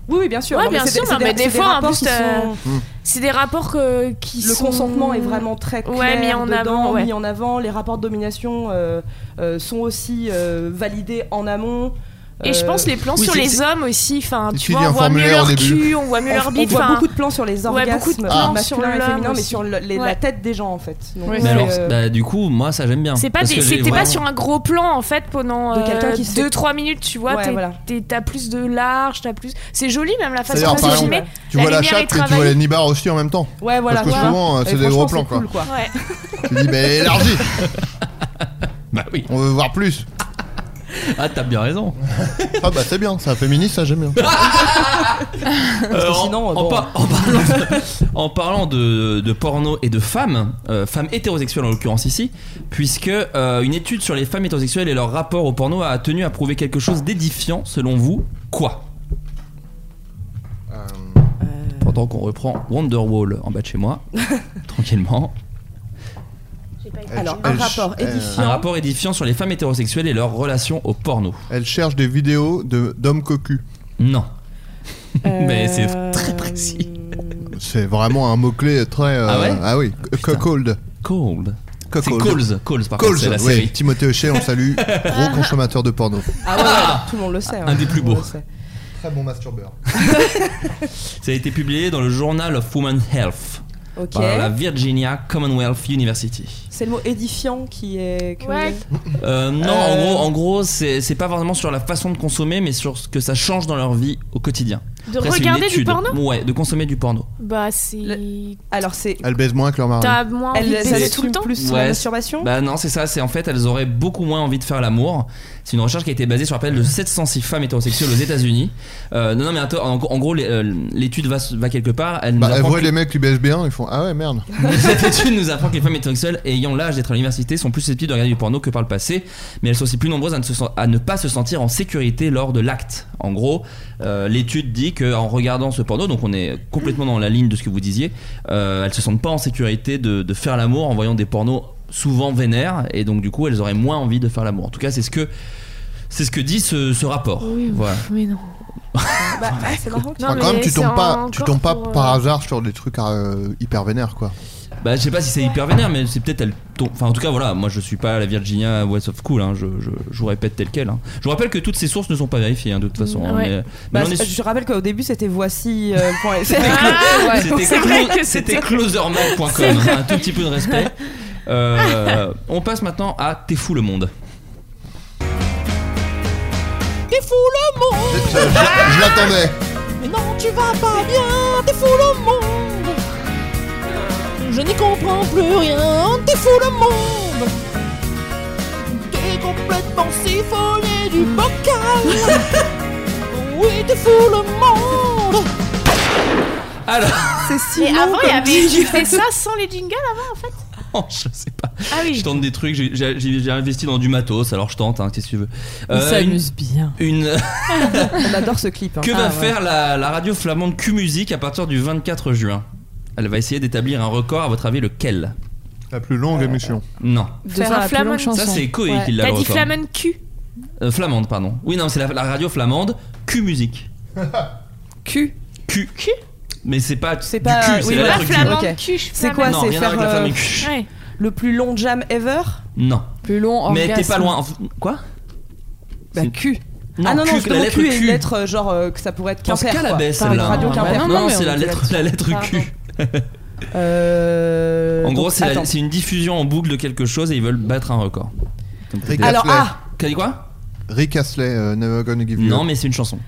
Oui, oui, bien sûr.
Ouais,
Non, mais
bien
c'est
sûr,
des- c'est
mais
des-
des
c'est des
fois, en
rapports
plus,
qui
t'as-
sont-
Mmh.
c'est des rapports que- qui
le
sont-
consentement est vraiment très clair
Ouais, mis en
dedans,
avant, ouais.
mis en avant. Les rapports de domination euh, euh, sont aussi euh, validés en amont. Euh,
Et je pense les plans sur les hommes aussi. Enfin, tu
suffit
vois,
d'un
on voit mieux
formulaire
leur
au début.
cul, on voit mieux
On-
leur
on
bite.
voit
enfin,
beaucoup de plans sur les
Ouais, beaucoup de
orgasmes,
plans
masculins
sur
et
l'homme
féminins, mais
aussi.
sur le- les- la
Ouais.
tête des gens en fait. Donc,
Ouais.
c'est,
Mais alors,
euh,
bah, du coup, moi, ça j'aime bien.
C'est pas
Parce
des-
que j'ai
c'était pas
vraiment-
sur un gros plan en fait pendant
De quelqu'un qui se fait-
2-3 minutes, tu vois.
Ouais,
t'es-
voilà.
t'es- T'as plus de large, t'as plus. C'est joli même la façon
C'est-à-dire,
dont
par
c'est
exemple,
filmé.
tu vois la
lumière est
chatte et tu vois
travaillée.
les nibards aussi en même temps.
Ouais, voilà,
Parce que
voilà.
souvent, euh,
Et
c'est des gros plans
franchement, c'est
quoi.
cool, quoi. Ouais.
Tu dis, mais élargis
Bah oui.
On veut voir plus.
Ah, t'as bien raison.
Ah bah c'est bien, c'est un féministe, ça j'aime bien.
Euh, en- en, par- en parlant, de, en parlant de- de porno et de femmes, euh, femmes hétérosexuelles en l'occurrence ici, puisque euh, une étude sur les femmes hétérosexuelles et leur rapport au porno a tenu à prouver quelque chose d'édifiant selon vous. Quoi Pendant qu'on reprend Wonderwall Oh en bas de chez moi, tranquillement.
Alors, un rapport
euh,
Un
édifiant.
rapport édifiant sur les femmes hétérosexuelles et leur relation au porno.
Elle cherche des vidéos de- d'hommes cocus.
Non. Mais c'est
Euh,
très précis.
C'est vraiment un mot-clé très. euh,
Ah ouais
Ah oui, cold.
Cold. C'est
Cold.
Calls, Calls par contre, c'est la
oui.
série.
Timothée Hochet, on salue, gros consommateur de porno.
Ah ouais, ouais, tout le monde le sait.
Un des plus beaux.
Très bon masturbeur.
Ça a été publié dans le Journal of Women's Health
Ok.
par la Virginia Commonwealth University.
C'est le mot édifiant qui est. que-
Euh, non, en
Euh.
gros, en gros c'est c'est pas vraiment sur la façon de consommer, mais sur ce que ça change dans leur vie au quotidien.
De
c'est une
regarder du
étude.
porno
Ouais, de consommer du porno.
Bah, c'est.
Alors, c'est.
Elle baise moins que leur mari.
T'as moins envie de
Elle
baiser
s'assume
tout le temps.
plus sur
Ouais,
la masturbation
Bah non, c'est ça, c'est en fait, elles auraient beaucoup moins envie de faire l'amour. C'est une recherche qui a été basée sur l'appel de 706 femmes hétérosexuelles aux États-Unis. Euh, non, non, mais attends, en, en gros, les- euh, l'étude va, va quelque part. Elle nous
Bah, elle
apprend
voit
que-
les mecs qui baissent bien, ils font Ah ouais, merde.
Cette étude nous apprend que les femmes hétérosexuelles ayant l'âge d'être à l'université sont plus susceptibles de regarder du porno que par le passé, mais elles sont aussi plus nombreuses à ne, se sen- à ne pas se sentir en sécurité lors de l'acte. En gros, euh, l'étude dit qu'en regardant ce porno, donc on est complètement dans la ligne de ce que vous disiez, euh, elles se sentent pas en sécurité de, de faire l'amour en voyant des pornos souvent vénères, et donc du coup elles auraient moins envie de faire l'amour. En tout cas, c'est ce que, c'est ce que dit ce, ce rapport.
Oh, Oui,
Voilà.
Mais non.
Bah, ah, c'est marrant que
Non,
Enfin, quand
mais
même, tu
c'est
tombes pas,
encore
tu tombes pas
pour, euh,
par hasard sur des trucs euh, hyper vénères quoi.
Bah, je sais pas si c'est hyper vénère, mais c'est peut-être elle. tombe- Enfin, en tout cas, voilà, moi je suis pas la Virginia West of Cool, hein, je, je, je vous répète tel quel. hein. Je vous rappelle que toutes ces sources ne sont pas vérifiées, hein, de toute façon. hein,
Ouais.
mais- mais
Bah,
on est
je-
su-
Je rappelle qu'au début c'était voici. euh, point-
C'était
Ah,
clo-
Ouais.
c'était clo- c'était
C'est
closerman.com.
vrai.
Un tout petit peu de respect. Euh, on passe maintenant à T'es fou le monde.
T'es fou le monde
Je l'attendais.
Mais non, tu vas pas bien, t'es fou le monde Je n'y comprends plus rien, t'es fou le monde T'es complètement siphonné du bocal Oui, t'es fou le monde
Alors
C'est si Mais avant, il y avait. Tu fais ça sans les jingles avant, en fait
Oh, je sais pas.
Ah oui.
Je tente des trucs, j'ai- j'ai j'ai investi dans du matos, alors je tente, hein, qu'est-ce que tu veux.
Il s'amuse bien.
Une...
On adore ce clip. hein.
Que va
Ah, ouais.
faire la, la radio flamande Q-Music à partir du 24 juin Elle va essayer d'établir un record, à votre avis, lequel
La plus longue émission.
euh, Non.
Faire un flamand.
Ça, c'est Koé qui l'a
T'as dit
record.
flamand cul.
Euh, flamande, pardon. Oui, non, c'est la, la radio flamande Q-Music.
Cul.
Q. Mais c'est pas. C'est
Pas-
Du cul, c'est
oui,
la
voilà.
lettre Q.
Flamand
Ok.
cul, C'est quoi
Non,
C'est
rien à voir
faire
avec la flamme
euh,
et cul.
le plus long jam ever
Non.
Plus long
Mais t'es pas loin. en f- Quoi
Bah Q.
Non,
ah non,
Q,
non,
la
justement,
lettre
Q est
Q.
une lettre euh, genre euh, que ça pourrait être
Pense
Quimper.
qu'à la
quoi.
baisse,
Par
celle-là.
Radio
Non,
Quimper.
non, c'est la lettre, la lettre
Pardon.
Q.
Euh,
En gros,
donc,
c'est la-
attends.
c'est une diffusion en boucle de quelque chose et ils veulent battre un record. Comme
Rick
t'étais-
Alors,
Astley.
ah
T'as dit quoi
Rick Astley, euh, Never Gonna Give You
Non,
Up.
mais c'est une chanson.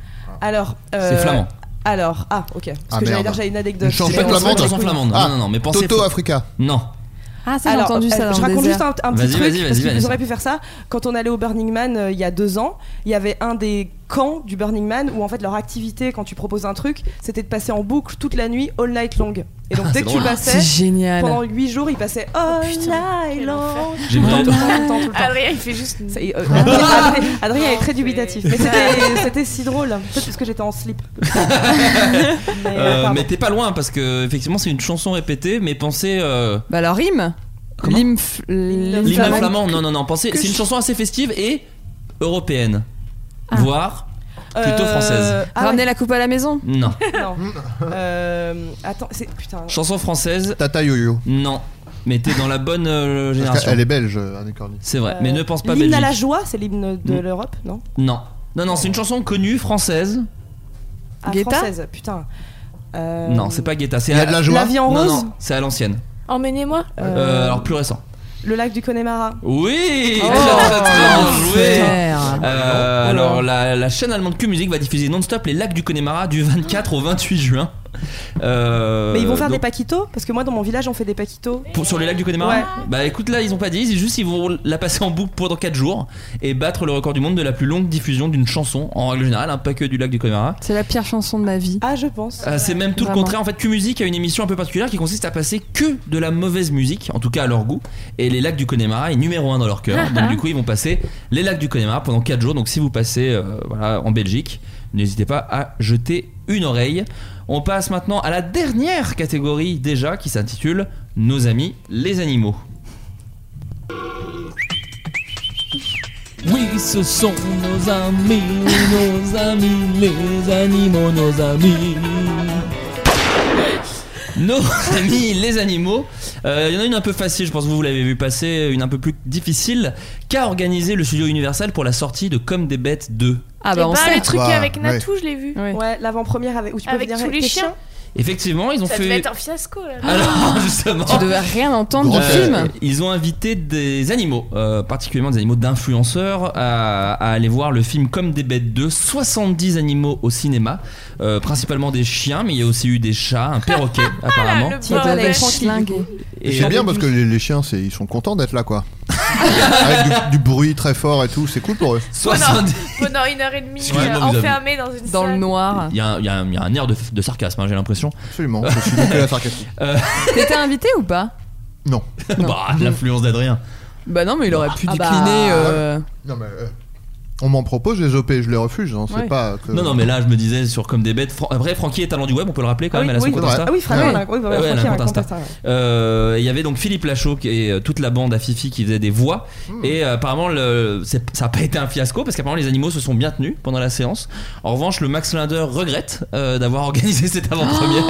Ah.
Alors. euh,
C'est flamand.
Alors, ah, ok. Parce
Ah,
que j'allais
merde.
dire, j'avais une anecdote.
Une chanson
C'est pas-
flamande.
c'est pas-
Une chanson flamande.
Ah,
non, non, non, mais pensez.
Toto Africa.
Non.
Ah, ça, j'ai
Alors,
entendu ça
euh,
dans
je
le
raconte
désert.
juste un, un petit
Vas-y,
truc
vas-y,
parce
vas-y,
que vous
Vanessa.
aurez pu faire ça quand on allait au Burning Man euh, il y a deux ans il y avait un des camps du Burning Man où en fait leur activité quand tu proposes un truc c'était de passer en boucle toute la nuit all night long et donc
Ah, c'est
dès que
drôle.
tu passais
C'est génial. Oh,
pendant huit jours ils passaient all night long
J'ai
tout
bien-
le temps, tout le temps, tout le temps.
Adrien, il fait juste.
Ça y est, euh, Adrien, Adrien- Adrien est très dubitatif mais c'était- c'était si drôle peut-être parce que j'étais en slip Mais, euh,
Euh,
pardon.
mais t'es pas loin parce que effectivement c'est une chanson répétée, mais pensez. euh,
Bah, alors, rime euh, L'hymne f-
L'hymne
flamand.
flamand, non, non, non, pensez.
que
C'est une
je-
chanson assez festive et européenne. Voire plutôt
Ah. Euh,
française.
ah ouais.
Ramener la coupe à la maison
Non.
Non. Euh, attends c'est putain
Chanson française.
Tata Yo-Yo.
Non. Mais t'es dans la bonne euh, génération.
Elle est belge, euh, Anne Corny.
C'est vrai, mais ne pense pas
L'hymne à la
Belgique.
joie, c'est l'hymne de
Mm.
l'Europe, non
Non. Non, non, c'est une chanson connue française.
Ah,
Guetta
française, putain. Euh,
Non, c'est pas Guetta. C'est
Il y a
à-
de la joie
La vie en
Non,
rose
non, c'est à l'ancienne.
Emmenez-moi.
Euh,
Euh,
alors plus récent.
Le lac du Connemara.
Oui
Oh,
Très, très, très joué.
super.
Euh,
Oh.
Alors, la, la chaîne allemande Q-Music va diffuser non-stop les lacs du Connemara du 24 au 28 juin. Euh,
Mais ils vont faire des
donc,
paquitos Parce que moi, dans mon village, on fait des paquitos.
pour- sur les lacs du Connemara
Ouais.
Bah écoute, là ils ont pas dit, c'est juste ils vont la passer en boucle pendant 4 jours et battre le record du monde de la plus longue diffusion d'une chanson en règle générale, hein, pas que du lac du Connemara.
C'est la pire chanson de ma vie.
Ah, je pense.
Euh, c'est même tout
Vraiment.
le contraire. En fait, Q-Music a une émission un peu particulière qui consiste à passer que de la mauvaise musique, en tout cas à leur goût. Et les lacs du Connemara est numéro un dans leur cœur. donc, du coup, ils vont passer les lacs du Connemara pendant 4 jours. Donc, si vous passez euh, voilà, en Belgique, n'hésitez pas à jeter une oreille. On passe maintenant à la dernière catégorie déjà qui s'intitule Nos amis les animaux.
Oui, ce sont nos amis, nos amis, les animaux, nos amis.
Nos amis les animaux, Euh, il y en a une un peu facile, je pense que vous l'avez vu passer, une un peu plus difficile. Qu'a organisé le studio Universal pour la sortie de Comme des bêtes 2
Ah,
bah,
bah, on sait.
le truc avec Natou, je l'ai vu.
Ouais, l'avant-première avec, où tu peux
Avec
venir
tous les
tes Ah.
chiens.
Effectivement, ils ont
Ça
fait.
devait être un fiasco là.
Alors, justement.
Tu devais rien entendre du
Euh,
film.
Ils ont invité des animaux, euh, particulièrement des animaux d'influenceurs, à, à aller voir le film Comme des bêtes 2, 70 animaux au cinéma, euh, principalement des chiens, mais il y a aussi eu des chats, un perroquet
Ah
apparemment.
Tu vas
bordel.
être tranquille. du coup.
Et-
c'est bien parce que les, les chiens, c'est- ils sont contents d'être là, quoi. Avec du, du bruit très fort et tout, c'est cool pour eux.
70
Pendant une heure et demie,
Excusez-moi,
euh,
vous avez-
enfermé dans une
Dans le
salle.
noir.
Il y, a un- il y a un il y a un air de, de sarcasme, hein, j'ai l'impression.
Absolument, je suis Nicolas sarcastique.
Euh,
T'étais invité ou pas
Non.
bah, l'influence d'Adrien.
Bah non, mais il aurait pu
Ah bah.
décliner. euh,
Non, mais. euh, On m'en propose, je les OP, je les refuse. hein,
Ouais.
C'est pas que...
Non, non, mais là, je me disais sur Comme des bêtes. Fran- Après, Francky est talent du web, on peut le rappeler quand
Ah
même,
oui,
elle a son
oui,
compte
c'est vrai.
Insta.
Ah oui, Francky,
Ouais.
elle a- oui, voilà,
Ouais, elle a
Francky
un
a
compte
un
Insta.
compte Insta,
Euh, Il y avait donc Philippe Lachaud qui- et euh, toute la bande à Fifi qui faisait des voix.
Hmm.
Et euh, apparemment, le- c'est- ça n'a pas été un fiasco parce qu'apparemment, les animaux se sont bien tenus pendant la séance. En revanche, le Max Linder regrette euh, d'avoir organisé cette avant-première.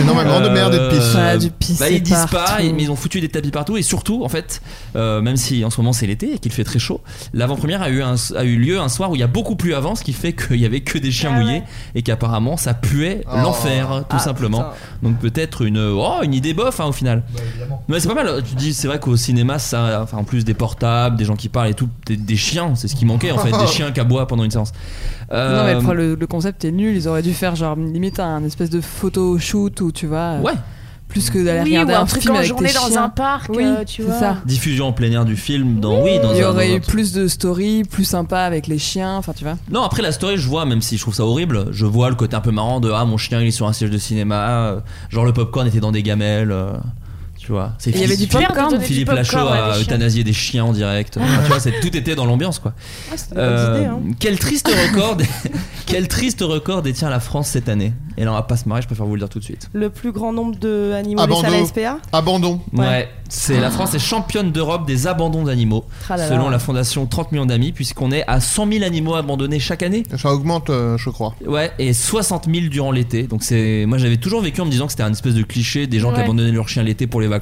Énormément de merde et de pisse.
Euh,
Ah, du pisse
bah, ils disent pas,
partout.
ils- mais ils ont foutu des tapis partout. Et surtout, en fait, euh, même si en ce moment c'est l'été et qu'il fait très chaud, l'avant-première a, eu un- a eu lieu un soir où il y a beaucoup plus avant, ce qui fait qu'il y avait que des
Ah
chiens mouillés et qu'apparemment ça puait
Oh.
l'enfer, tout
Ah,
simplement. Donc peut-être une, oh, une idée bof hein, au final. Mais c'est pas mal. Tu dis, c'est vrai qu'au cinéma, ça, enfin, en plus des portables, des gens qui parlent et tout, des, des chiens, c'est ce qui manquait en fait, des chiens qui aboient pendant une séance.
Non, mais
Euh,
le pro- le, le concept est nul. Ils auraient dû faire genre limite un espèce de photo shoot où tu vois. euh,
Ouais.
Plus que d'aller
Oui,
regarder
ou un
un
truc
film
en
avec
journée
des
dans
chiens.
un parc,
Oui,
euh, tu
c'est
vois.
ça.
Diffusion en plein air du film dans oui, dans
Il y
un-
aurait
dans un
eu plus de story, plus sympa avec les chiens. Enfin, tu vois.
Non, après la story, je vois, même si je trouve ça horrible, je vois le côté un peu marrant de Ah, mon chien, il est sur un siège de cinéma, euh, genre le popcorn était dans des gamelles. euh, Tu vois, c'est
Et il y
Philippe-
avait du
Philippe-
popcorn
Donner du
Philippe
popcorn,
Lachaud
ouais, des
a
chiens.
euthanasié des chiens en
Ah.
direct. Enfin, tu vois, c'est- tout était dans l'ambiance quoi. Euh,
c'était des bonnes idées, hein.
Quel triste record, dé- quel triste record détient la France cette année. Et là, on va pas se marrer, je préfère vous le dire tout de suite.
Le plus grand nombre d'animaux laissés à la
Abandon.
SPA
Abandon.
Ouais, c'est la France est championne d'Europe des abandons d'animaux,
Tralala.
selon la fondation 30 millions d'amis, puisqu'on est à 100 000 animaux abandonnés chaque année.
Ça augmente, euh, je crois.
Ouais, et 60 000 durant l'été. Donc c'est, moi j'avais toujours vécu en me disant que c'était un espèce de cliché des gens qui
Ouais.
abandonnaient leur chien l'été pour les vacances.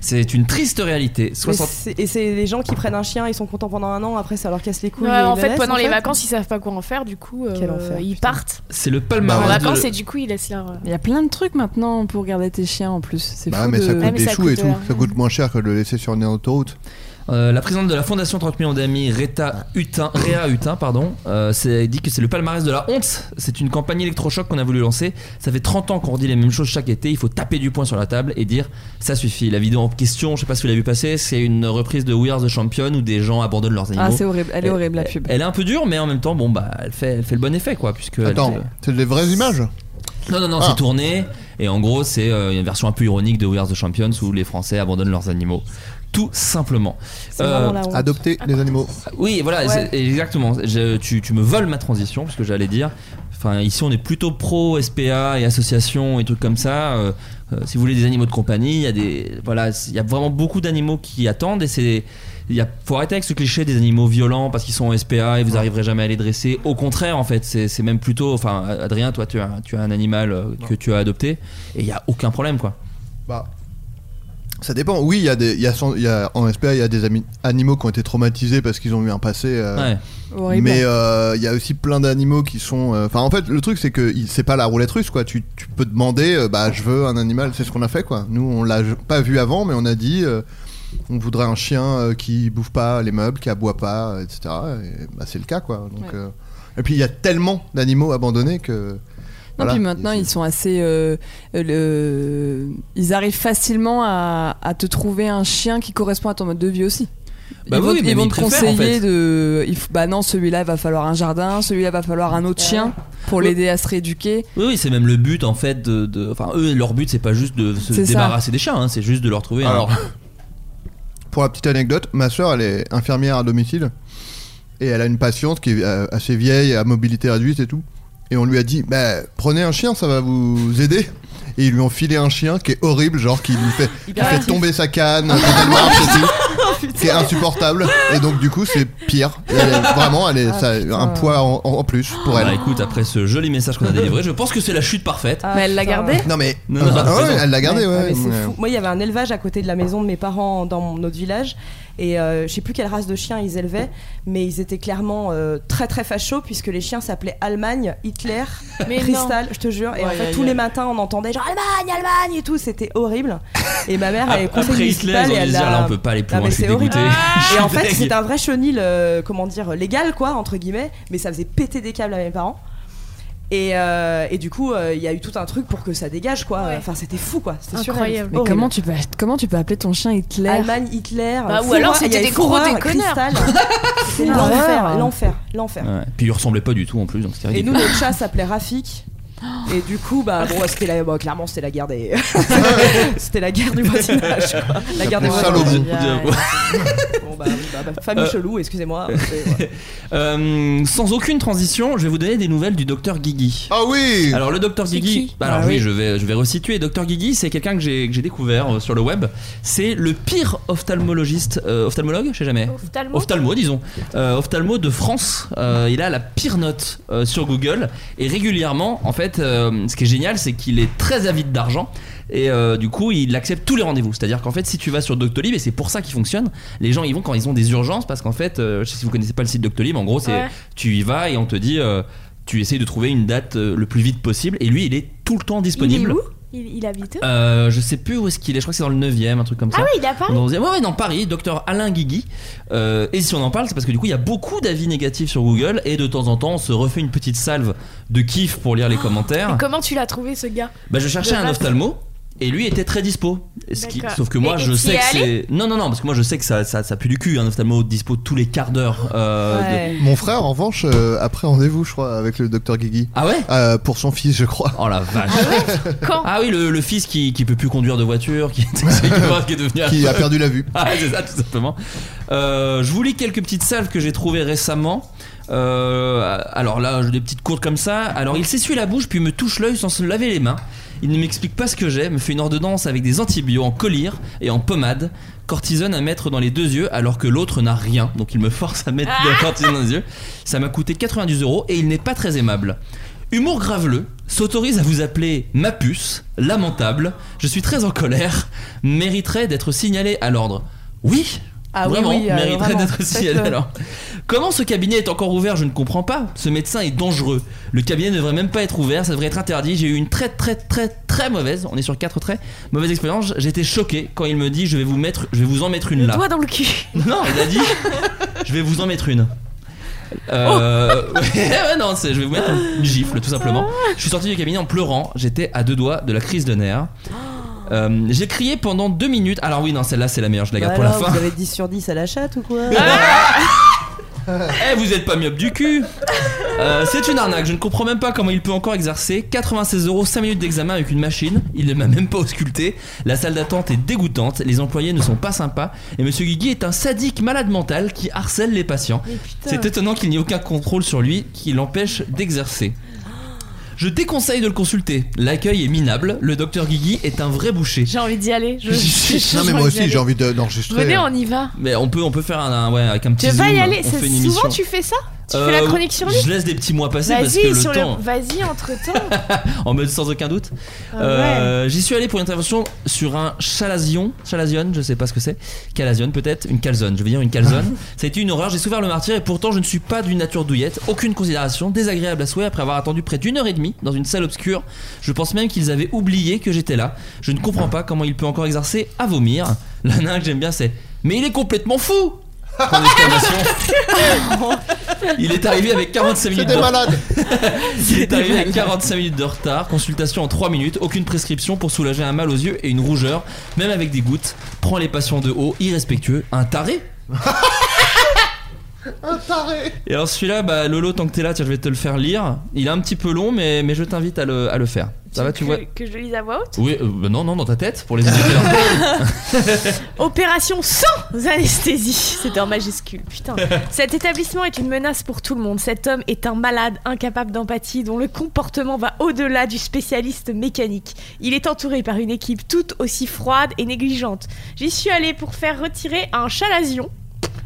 C'est une triste réalité.
Mais
60
c'est- Et c'est les gens qui prennent un chien, ils sont contents pendant un an, après ça leur casse les couilles.
Ouais,
et ils
en
le
fait,
laissent,
pendant
en
les
fait.
vacances, ils savent pas quoi en faire, du coup, euh,
Quel enfer,
ils partent
C'est le
en
palmarès.
vacances
de-
et du coup, ils laissent leur. euh,
Il y a plein de trucs maintenant pour garder tes chiens en plus. C'est
Bah,
fou
mais ça
de-
coûte des choux et tout. Ça coûte moins cher que de le laisser sur une autoroute.
Euh, la présidente de la fondation 30 millions d'amis, Rita Hutin, Réa Hutin, pardon, euh, c'est- dit que c'est le palmarès de la honte. C'est une campagne électrochoc qu'on a voulu lancer. Ça fait 30 ans qu'on redit les mêmes choses chaque été. Il faut taper du poing sur la table et dire ça suffit. La vidéo en question, je sais pas si vous l'avez vu passer, c'est une reprise de We Are the Champion où des gens abandonnent leurs animaux.
Ah, c'est horrible. Elle est
Et-
horrible la pub.
Elle est un peu dure, mais en même temps, bon, bah, elle fait, elle fait le bon effet, quoi, puisque. elle
Attends,
fait-
c'est des vraies images
Non, non, non, c'est tourné. Et en gros, c'est euh, une version un peu ironique de We Are the Champions où les Français abandonnent leurs animaux. Tout simplement. Euh,
Adopter les animaux.
oui, voilà,
Ouais.
c'est- exactement. Je- tu, tu me voles ma transition, parce que j'allais dire. Enfin, ici, on est plutôt pro SPA et associations et trucs comme ça. Euh, euh, si vous voulez des animaux de compagnie, il y a des voilà, il y a vraiment beaucoup d'animaux qui attendent et c'est il y a, faut arrêter avec ce cliché des animaux violents parce qu'ils sont en SPA et vous arriverez jamais à les dresser. Au contraire, en fait, c'est c'est même plutôt. Enfin, Adrien, toi, tu as, tu as un animal euh, que tu as adopté et il y a aucun problème, quoi.
Bah, ça dépend. Oui, il y a des, il y a cent- il y a- en SPA, il y a des ami- animaux qui ont été traumatisés parce qu'ils ont eu un passé. euh,
Ouais.
Horrible.
Mais euh, il y a aussi plein d'animaux qui sont. euh, Enfin, en fait, le truc c'est que il- c'est pas la roulette russe, quoi. Tu, tu peux demander, euh, bah, je veux un animal. C'est ce qu'on a fait, quoi. Nous, on l'a pas vu avant, mais on a dit, euh, on voudrait un chien euh, qui bouffe pas les meubles, qui aboie pas, euh, etc. Et, bah, c'est le cas, quoi. Donc,
Ouais.
euh, et puis il y a tellement d'animaux abandonnés que.
Non,
voilà.
puis maintenant, ils sont assez. euh, euh, le- Ils arrivent facilement à, à te trouver un chien qui correspond à ton mode de vie aussi.
Bah
ils vont,
oui, mais
ils vont
ils
te
préfèrent,
conseiller
en fait.
de. il faut- bah non, celui-là, il va falloir un jardin, celui-là, il va falloir un autre chien pour l'aider à se rééduquer.
Oui, oui, c'est même le but en fait de. de- Enfin, eux, leur but, c'est pas juste de se
C'est ça.
débarrasser des chiens, hein, c'est juste de leur trouver. un-
Alors, pour la petite anecdote, ma soeur, elle est infirmière à domicile. Et elle a une patiente qui est euh, assez vieille, à mobilité réduite et tout. Et on lui a dit, bah, prenez un chien, ça va vous aider. Et ils lui ont filé un chien qui est horrible, genre qui lui fait, qui
Hyper
fait
actif.
tomber sa canne, dont
Oh,
elle marche et tout, qui est insupportable. Et donc du coup, c'est pire. Et elle est- vraiment, elle est,
Ah,
ça, un poids en, en plus pour elle.
Bah écoute, après ce joli message qu'on a délivré, je pense que c'est la chute parfaite.
mais elle l'a
putain.
gardé
Non mais,
Non, non,
Ah bah,
c'est
ouais,
bon.
elle l'a gardé, ouais.
Ah, mais c'est
Ouais.
fou. Moi, il y avait un élevage à côté de la maison de mes parents dans mon- notre village. Et euh, je sais plus quelle race de chiens ils élevaient, mais ils étaient clairement euh, très très fachos puisque les chiens s'appelaient Allemagne, Hitler,
Mais non.
Cristal, je te jure. Et en
Ouais,
fait,
ouais,
tous
ouais.
les matins, on entendait genre Allemagne, Allemagne et tout. C'était horrible. Et ma mère, elle est
Après
conseillère
Hitler,
municipale
ils ont
et
dû
elle
se dire,
a-
là, on peut pas aller plus
Non,
loin,
mais
je suis
c'est horrible. Ah,
dégoûté.
Ah,
Je
Et en
suis
fait,
dingue.
c'était un vrai chenil, euh, comment dire, légal quoi, entre guillemets, mais ça faisait péter des câbles à mes parents. Et, euh, et du coup, euh, il y a eu tout un truc pour que ça dégage, quoi. Enfin, c'était fou, quoi. C'était surréaliste.
Mais
Horrible.
comment tu, peux, comment tu peux appeler ton chien Hitler
Allemagne, Hitler.
Bah, ou
Fourreur,
alors,
hein. il y
c'était
avait
des gros
Fourreur,
déconneurs. hein.
Cristal. C'était
Fourreur.
l'enfer, l'enfer, l'enfer.
Ouais. Puis il ressemblait pas du tout en plus, donc c'était
Et
ridicule.
nous, notre chat s'appelait Rafik. Et du coup, bah, bon, c'était la, bah, clairement, c'était la guerre des. c'était la guerre du voisinage. quoi. La guerre des voisins. Bon, bah, oui, bah, bah, famille
Euh.
chelou, excusez-moi.
Euh, sans aucune transition, je vais vous donner des nouvelles du docteur Guigui.
Ah oui
Alors le docteur Guigui, bah, alors
Ah
oui,
oui.
je vais je vais resituer. Docteur Guigui, c'est quelqu'un que j'ai que j'ai découvert euh, sur le web. C'est le pire ophtalmologiste, euh, ophtalmologue, je sais jamais.
Ophtalmo
disons, Euh, ophtalmo de France. Euh, il a la pire note euh, sur Google et régulièrement, en fait, euh, ce qui est génial, c'est qu'il est très avide d'argent. Et euh, du coup, il accepte tous les rendez-vous. C'est-à-dire qu'en fait, si tu vas sur Doctolib, et c'est pour ça qu'il fonctionne, les gens y vont quand ils ont des urgences, parce qu'en fait, euh, je sais si vous connaissez pas le site Doctolib, en gros, c'est
Ouais.
tu y vas et on te dit, euh, tu essayes de trouver une date euh, le plus vite possible. Et lui, il est tout le temps disponible.
Il est où il, il habite où
Euh, je sais plus où est-ce qu'il est, je crois que c'est dans le 9ème, un truc comme
Ah
ça.
oui, il est à Paris
Dans le 11e. Ouais, ouais, dans Paris, docteur Alain Guigui. Euh, et si on en parle, c'est parce que du coup, il y a beaucoup d'avis négatifs sur Google et de temps en temps, on se refait une petite salve de kiff pour lire les commentaires.
Oh, Mais Comment tu l'as trouvé ce gars
Bah, je cherchais
De
un
base.
ophtalmo. Et lui était très dispo. Ce qui-
D'accord.
sauf que moi,
Et- et
je
t'y
sais
es
que
allé
c'est. Non, non, non, parce que moi, je sais que ça, ça, ça pue du cul, un ophtalmo dispo tous les quarts d'heure. euh, de-
Mon frère, en revanche, euh, après rendez-vous, je crois, avec le docteur Guigui. Euh,
Ah ouais
Pour son fils, je crois.
Oh la vache. Ah oui, le, le fils qui, qui peut plus conduire de voiture, qui, qui est devenu
Qui a perdu la vue.
Ah, c'est ça, tout simplement. Euh, je vous lis quelques petites salves que j'ai trouvées récemment. Euh, alors là, j'ai des petites courtes comme ça. Alors, il s'essuie la bouche puis me touche l'œil sans se laver les mains. Il ne m'explique pas ce que j'ai, me fait une ordonnance avec des antibiotiques en collyre et en pommade. Cortisone à mettre dans les deux yeux alors que l'autre n'a rien. Donc il me force à mettre de la cortisone dans les yeux. Ça m'a coûté 90 euros et il n'est pas très aimable. Humour graveleux s'autorise à vous appeler ma puce, lamentable, je suis très en colère, mériterait d'être signalé à l'ordre. Oui
Ah oui,
Vraiment,
oui, euh,
mériterait
vraiment.
d'être signalé à
Faites-le.
l'ordre. Comment ce cabinet est encore ouvert, je ne comprends pas. Ce médecin est dangereux. Le cabinet ne devrait même pas être ouvert, ça devrait être interdit. J'ai eu une très très très très mauvaise, on est sur quatre traits, mauvaise expérience. J'étais choqué quand il me dit je vais vous mettre, je vais vous en mettre une là.
Doigt dans le cul.
Non, il a dit je vais vous en mettre une. Euh, ouais, ouais, non, c'est- je vais vous mettre une gifle tout simplement. Je suis sorti du cabinet en pleurant, j'étais à deux doigts de la crise de nerfs. Euh, j'ai crié pendant deux minutes. Alors oui, non, celle-là c'est la meilleure, je la garde pour la fin.
Bah Vous avez 10 sur 10 à la chatte ou quoi
Eh, vous êtes pas myope du cul Euh, C'est une arnaque, je ne comprends même pas comment il peut encore exercer. 96 euros, 5 minutes d'examen avec une machine, il ne m'a même pas ausculté. La salle d'attente est dégoûtante, les employés ne sont pas sympas, et Monsieur Guigui est un sadique malade mental qui harcèle les patients. C'est étonnant qu'il n'y ait aucun contrôle sur lui qui l'empêche d'exercer. Je déconseille de le consulter. L'accueil est minable. Le docteur Guigui est un vrai boucher.
J'ai envie d'y aller. Je, je- je-
non, mais moi aussi, j'ai envie de- d'enregistrer. hein.
Venez, on y va.
Mais on peut, on peut faire un, un- ouais, avec un hein. petit
Je vais y
zoom, hein.
aller.
on
C'est-
fait une
Souvent
émission.
tu fais ça Tu fais la
Euh,
chronique sur lui
Je laisse des petits mois passer parce que
Vas-y,
le
sur
temps.
le. Vas-y, entre temps.
en mode sans aucun doute.
Ah
Euh, J'y suis allé pour une intervention sur un chalazion, chalazion, je sais pas ce que c'est, calazion peut-être, une calzone, je vais dire une calzone. ça a été une horreur, j'ai souffert le martyr et pourtant je ne suis pas d'une nature douillette, aucune considération, désagréable à souhait après avoir attendu près d'une heure et demie dans une salle obscure. Je pense même qu'ils avaient oublié que j'étais là. Je ne comprends pas comment il peut encore exercer à vomir. La nain que j'aime bien c'est Mais il est complètement fou Point d'exclamation. Il est arrivé avec 45 minutes
des
de-
malades.
il est arrivé à 45 minutes de retard, consultation en 3 minutes, aucune prescription pour soulager un mal aux yeux et une rougeur, même avec des gouttes. Prend les patients de haut, irrespectueux, un taré.
Un taré
Et alors celui-là, bah, Lolo, tant que t'es là, tiens, je vais te le faire lire. Il est un petit peu long, mais, mais je t'invite à le, à le faire. Ça va, tu
que,
vois
que je lise à voix haute.
Oui, euh, bah non, non, dans ta tête, pour les auditeurs.
Opération sans anesthésie. C'est en majuscule, putain. Cet établissement est une menace pour tout le monde. Cet homme est un malade, incapable d'empathie, dont le comportement va au-delà du spécialiste mécanique. Il est entouré par une équipe toute aussi froide et négligente. J'y suis allée pour faire retirer un chalazion.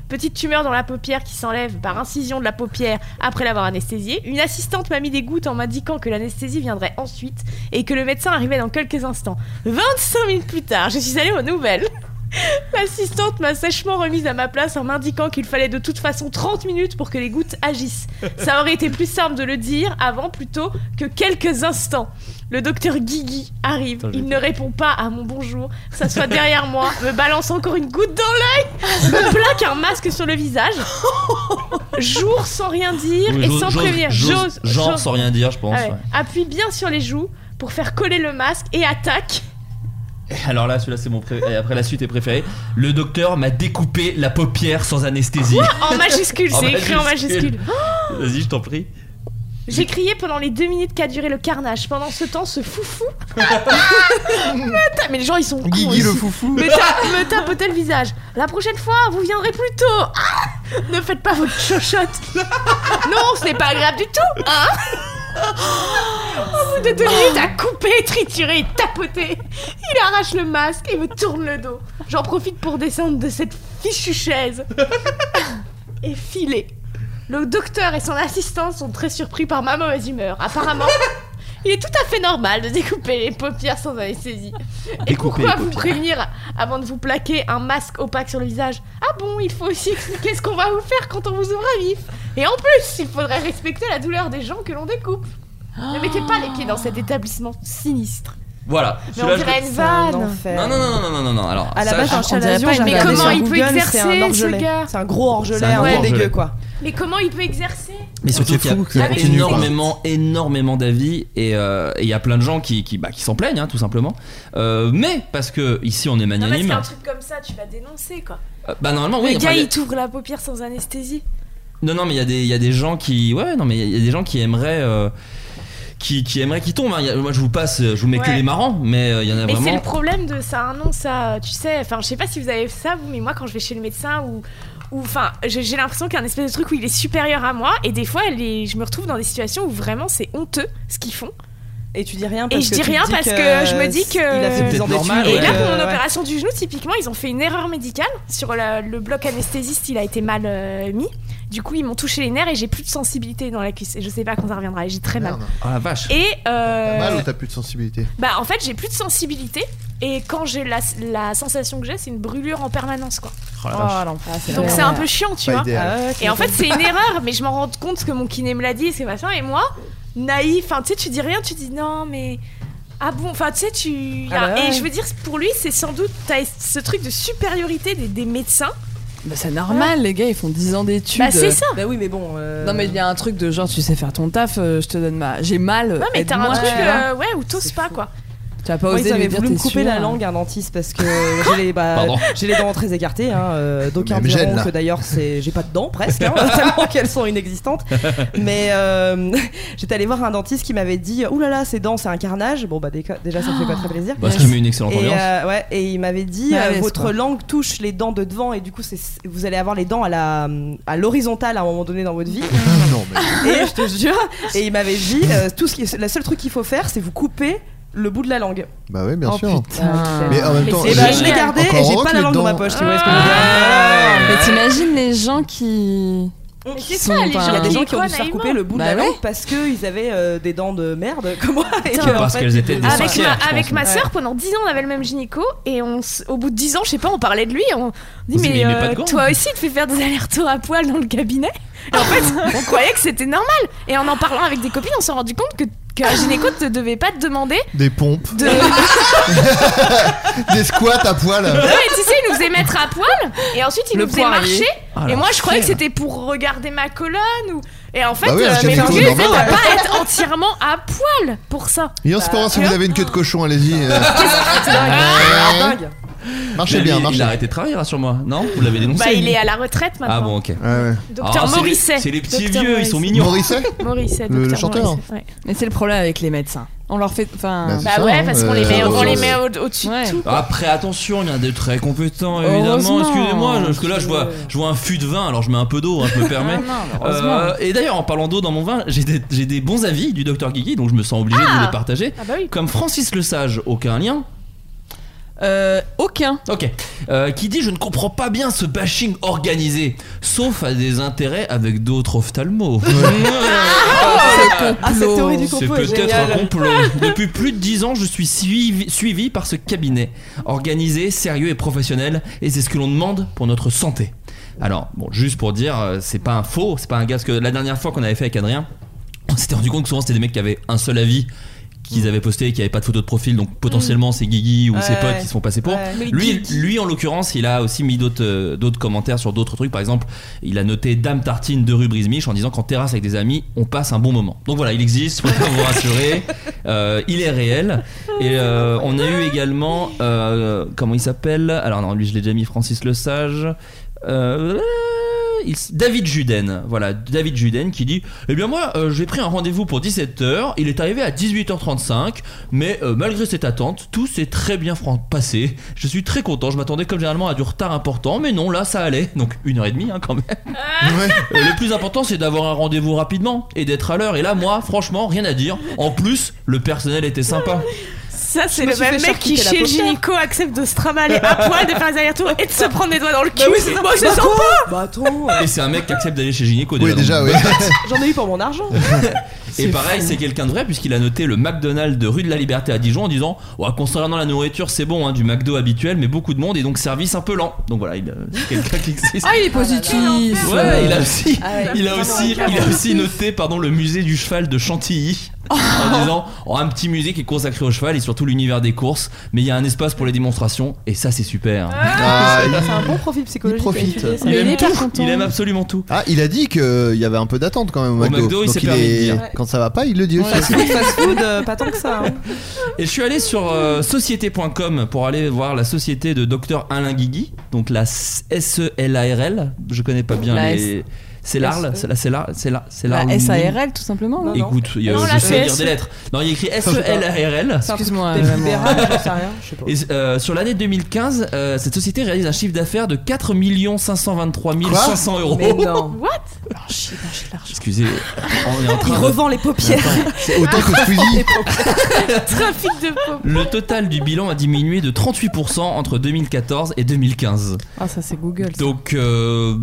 Petite tumeur dans la paupière qui s'enlève par incision de la paupière après l'avoir anesthésiée. Une assistante m'a mis des gouttes en m'indiquant que l'anesthésie viendrait ensuite et que le médecin arrivait dans quelques instants. 25 minutes plus tard, je suis allée aux nouvelles. L'assistante m'a sèchement remise à ma place en m'indiquant qu'il fallait de toute façon 30 minutes pour que les gouttes agissent. Ça aurait été plus simple de le dire avant plutôt que quelques instants. Le docteur Guigui arrive,
Putain, je
il
l'ai
ne répond pas à mon bonjour, s'assoit derrière moi, me balance encore une goutte dans l'œil, me plaque un masque sur le visage, jour sans rien dire
Oui,
et
j'ose-
sans
j'ose-
prévenir,
j'ose-
j'ose,
genre
j'ose.
sans rien dire, je pense,
Ah ouais.
ouais.
Appuie bien sur les joues pour faire coller le masque et attaque.
Alors là, celui-là, c'est mon pré- et Après, la suite est préférée. Le docteur m'a découpé la paupière sans anesthésie.
En majuscule,
En
c'est écrit en
majuscule.
majuscule. Oh
Vas-y, je t'en prie.
J'ai crié pendant les deux minutes qu'a duré le carnage. Pendant ce temps, ce foufou. Putain, mais les gens ils sont. cons
Guigui le
aussi.
foufou.
Me, ta- me tapotait le visage. La prochaine fois, vous viendrez plus tôt. Ah ne faites pas votre chochotte. non, ce n'est pas agréable du tout. Hein Au bout Oh,
Ah.
de deux minutes, à couper, triturer, tapoter, il arrache le masque et me tourne le dos. J'en profite pour descendre de cette fichue chaise et filer. Le docteur et son assistant sont très surpris par ma mauvaise humeur. Apparemment, il est tout à fait normal de découper les paupières sans anesthésie. Et
Découper
pourquoi
les
vous
paupières.
prévenir avant de vous plaquer un masque opaque sur le visage Ah bon, il faut aussi expliquer ce qu'on va vous faire quand on vous ouvre à vif. Et en plus, il faudrait respecter la douleur des gens que l'on découpe. Ne mettez pas les pieds dans cet établissement sinistre.
Voilà.
Mais on
Celui-là, je
dirait
le-
une vanne.
Non, non, non, non, non, non, non. Alors,
À la
ça,
base,
je-
un chalazion,
Bah,
pas, mais
j'avais regardé
comment
sur
il peut
Google, c'est un
exercer, ce
orgelet.
gars
C'est un gros
C'est
orgelet,
un
un
gros
peu
orgelet.
dégueu quoi.
Mais comment il peut exercer
Mais surtout qu'il y a,
fou que ça
il y a
continue, quoi.
énormément, énormément d'avis et euh, et il y a plein de gens qui, qui, bah, qui s'en plaignent, hein, tout simplement. Euh, mais parce que ici on est
Non, parce
magnanime,
qu'un truc comme ça, tu vas dénoncer quoi.
euh, bah normalement oui.
le
enfin,
gars,
il y a-
il t'ouvre la paupière sans anesthésie.
Non, non, mais il y, a des- il y a des gens qui, ouais, non, mais il y a des gens qui aimeraient. euh, qui, qui aimeraient qu'ils tombent. hein. Il y a- Moi, je vous passe, je vous mets que
Ouais.
les marrants, mais euh, il y en a
Mais c'est
vraiment.
le problème de ça, a un nom, ça, tu sais. Enfin, je sais pas si vous avez ça, vous, mais moi, quand je vais chez le médecin ou. ou, Enfin, j'ai j'ai l'impression qu'il y a un espèce de truc où il est supérieur à moi, et des fois, les- je me retrouve dans des situations où vraiment c'est honteux ce qu'ils font.
Et tu dis rien
Et
parce
je
que
dis
tu
rien
dis
parce que,
que
je me dis que.
il a fait C'est plus peut-être d'embêtudes normal,
Et
ouais.
là, pour mon
Ouais.
opération du genou, typiquement, ils ont fait une erreur médicale. Sur le, le bloc anesthésiste, il a été mal euh, mis. Du coup, ils m'ont touché les nerfs et j'ai plus de sensibilité dans la cuisse. Et je sais pas quand ça reviendra, et j'ai très mal.
Merde.
Ah la vache.
Et. euh,
Mal ou t'as plus de sensibilité
bah en fait j'ai plus de sensibilité et quand j'ai la, la sensation que j'ai c'est une brûlure en permanence quoi.
Oh la vache.
Oh, l'enfer, c'est
Donc
vrai.
c'est un peu chiant tu
Pas
vois.
idéal. Ah ouais,
et en fait
t'imagines.
c'est une erreur mais je m'en rends compte que mon kiné me l'a dit c'est machin et moi naïf enfin tu sais tu dis rien tu dis non mais ah bon enfin tu sais tu y a-
Ah bah ouais.
et je veux dire pour lui c'est sans doute t'as ce truc de supériorité des, des médecins.
Bah, c'est normal, les gars, ils font 10 ans d'études.
Bah, c'est ça.
Bah oui, mais bon. euh,
Non, mais il y a un truc de genre, tu sais faire ton taf, euh, je te donne ma. J'ai mal.
Ouais mais t'as un
aide-moi,
truc
tu vois.
euh, ouais où t'oses pas quoi.
Tu vas pas
Moi,
osé
ils avaient
lui dire
voulu me
t'es
couper
sûr,
la
hein.
langue, un dentiste, parce que j'ai les, bah,
Pardon.
j'ai les dents très écartées. Hein, euh, d'aucuns
elle me
diront
gêne, là.
que d'ailleurs, c'est, j'ai pas de dents presque, hein, tellement qu'elles sont inexistantes. Mais euh, j'étais allée voir un dentiste qui m'avait dit Ouh là là, ces dents, c'est un carnage. Bon, bah déco- déjà, ça me fait pas très plaisir.
Bah, ce qui met une excellente
et,
ambiance.
euh, ouais, et il m'avait dit
Mal à
euh,
l'aise,
Votre
quoi.
langue touche les dents de devant, et du coup, c'est, vous allez avoir les dents à, la, à l'horizontale à un moment donné dans votre vie.
Ah,
Et je te jure, et il m'avait dit, euh, tout ce qui, la seule truc qu'il faut faire, c'est vous couper le bout de la langue.
Bah oui, bien
Oh,
sûr.
putain.
Mais en même temps,
Et bah, je l'ai gardé
Encore
et j'ai
heureux
pas
que
la
les
langue dans ma
dents-
poche, tu vois ce que je veux dire
Ah
Ouais.
Mais t'imagines les gens qui.
Mais
qui
c'est ça,
sont
les gens.
pas-
Il y a des gens qui ont dû se faire
naïvement
couper le bout
Bah
de la
ouais.
langue parce qu'ils avaient euh, des dents de merde, comme moi. et
Putain.
que, en
Parce
fait,
qu'elles étaient des
Avec ma,
sorcières, je
avec
pense.
ma soeur,
Ouais.
pendant 10 ans, on avait le même gynéco. Et on, s- au bout de 10 ans, je sais pas, on parlait de lui. On dit,
On
mais,
s'est dit, mais il met pas de
euh,
gants.
toi aussi, tu fais faire des allers-retours à poil dans le cabinet. Et en fait, on croyait que c'était normal. Et en en parlant avec des copines, on s'est rendu compte que qu'un gynéco ne devait pas te demander
Des pompes,
de.
des squats à poil.
Non, mais tu sais, il nous faisait mettre à poil. Et ensuite, il
Le
nous faisait
poirier.
marcher.
Ah,
et
la
moi, je croyais que
fière.
c'était pour regarder ma colonne. Ou... Et en fait,
Bah oui, un
euh, mes
gynéco,
culs, t'as
normal.
pas à être entièrement à poil pour ça.
Et en ce moment, si
Tu
vous
vois
avez une queue de cochon, allez-y. euh,
Ah,
Ah,
Dingue.
Marchez
Mais
bien,
lui,
marchez.
Il a arrêté de travailler, rassure-moi, non Vous l'avez dénoncé
Bah, il est à la retraite maintenant.
Ah bon, ok.
Docteur
Ah, c'est les-
Morisset.
C'est les petits
Docteur
vieux, ils sont
Morisset.
mignons.
Morisset,
Le- le
docteur
chanteur.
Morisset, ouais.
Mais c'est le problème avec les médecins. On leur fait. Enfin.
Bah ouais,
hein,
parce
euh,
qu'on les met, on les met au- au-dessus
Ouais.
de tout. quoi.
Après, attention, il y en a des très compétents,
Heureusement.
évidemment. Excusez-moi, je- parce que là, je vois, je vois un fût de vin, alors je mets un peu d'eau, hein, je me permets. Euh,
heureusement.
et d'ailleurs, en parlant d'eau dans mon vin, j'ai des, j'ai des bons avis du docteur Guigui, donc je me sens obligé de vous les partager.
Ah bah oui.
Comme Francis Le Sage, aucun lien.
aucun.
Ok. Euh, qui dit Je ne comprends pas bien ce bashing organisé, sauf à des intérêts avec d'autres ophtalmos.
Ah, cette théorie du
C'est
complot est
peut-être
géniale.
un complot. Depuis plus de 10 ans, je suis suivi, suivi par ce cabinet. Organisé, sérieux et professionnel. Et c'est ce que l'on demande pour notre santé. Alors, bon, juste pour dire, euh, c'est pas un faux, c'est pas un gars. Parce que la dernière fois qu'on avait fait avec Adrien, on s'était rendu compte que souvent c'était des mecs qui avaient un seul avis qu'ils avaient posté et qui avaient pas de photo de profil. Donc potentiellement, c'est Guigui ou ses
Ouais,
potes
ouais.
qui se font passer pour.
Ouais.
Lui, lui, en l'occurrence, il a aussi mis d'autres euh, d'autres commentaires sur d'autres trucs. Par exemple, il a noté Dame Tartine de rue Brismich en disant qu'en terrasse avec des amis, on passe un bon moment. Donc voilà, il existe, faut vous rassurer. Euh, il est réel. Et euh, on a eu également. euh, comment il s'appelle Alors non, lui, je l'ai déjà mis Francis Le Sage. Euh, il s- David Juden, voilà, David Juden qui dit Eh bien, moi, euh, j'ai pris un rendez-vous pour 17h, il est arrivé à 18h35, mais euh, malgré cette attente, tout s'est très bien fran- passé. Je suis très content, je m'attendais comme généralement à du retard important, mais non, là, ça allait. Donc, une heure et demie, hein, quand même.
Ah.
Euh, le plus important, c'est d'avoir un rendez-vous rapidement et d'être à l'heure. Et là, moi, franchement, rien à dire. En plus, le personnel était sympa.
Ça, c'est
me
le
suis fait
même mec qui,
charcuter la
chez le
paupière.
gynéco, accepte de se trimballer à poil, de faire des allers-retours et de se prendre des doigts dans le cul.
oui, c'est
Moi, c'est
Bah,
sympa.
Bah attends,
Et c'est un mec qui accepte d'aller chez Gynéco déjà.
déjà,
donc,
oui.
j'en ai eu pour mon argent.
Et pareil, c'est quelqu'un de vrai puisqu'il a noté le McDonald's de rue de la Liberté à Dijon en disant ouais, concernant la nourriture, c'est bon, hein, du McDo habituel, mais beaucoup de monde et donc service un peu lent. Donc voilà, il, euh, c'est quelqu'un qui existe.
Ah, il est positif.
Ah,
Bah,
Ouais, il a aussi, il a
vraiment
aussi,
un
il a
cas
aussi noté pardon le musée du cheval de Chantilly en disant Oh, un petit musée qui est consacré au cheval et surtout l'univers des courses, mais il y a un espace pour les démonstrations et ça c'est super.
Ah,
c'est un bon profil psychologique. à
profite.
étudier, ça.
Il aime tout, il aime absolument tout.
Ah, il a dit qu'il y avait un peu d'attente quand même au McDo.
McDo, il
Donc
s'est permis de
est-
dire.
Quand ça va pas, il le dit
Ouais,
aussi.
c'est fast food, euh, pas tant que ça. hein.
Et je suis allé sur euh, société.com pour aller voir la société de Dr Alain Guigui, donc la E S-E-L-A-R-L. Je connais pas bien
La
les.
S-
C'est l'ARL,
E
S-E.
c'est la, c'est la, c'est la, c'est
La
l'ARL.
SARL, tout simplement. là.
Écoute, il y a-
Non, la
je sais
CS.
lire des lettres. Non, il y a écrit S-E-L-A-R-L.
Excuse-moi.
Des
vraiment.
libérales, j'en sais rien, hein, je sais
Et,
pas.
euh, sur l'année 2015, euh, cette société réalise un chiffre d'affaires de 4 523 500 euros.
Mais non.
What
Excusez, on est en
Il
train de-
revend les paupières.
Autant que fusil.
Trafic de peau.
Le total du bilan a diminué de 38% entre 2014 et 2015.
Ah, ça, c'est Google. ça.
Donc, euh,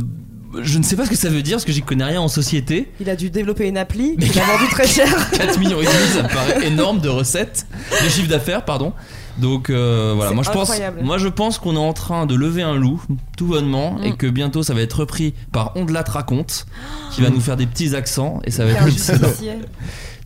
je ne sais pas ce que ça veut dire, parce que j'y connais rien en société.
Il a dû développer une appli qu'il a vendu très cher.
4 millions et demi, ça me paraît énorme de recettes, de chiffre d'affaires, pardon. Donc euh, voilà,
C'est
moi je, pense,
incroyable.
moi je pense qu'on est en train de lever un loup, tout bonnement,
Mm.
et que bientôt ça va être repris par Ondelat Raconte, qui va nous faire des petits accents, et ça va être excellent.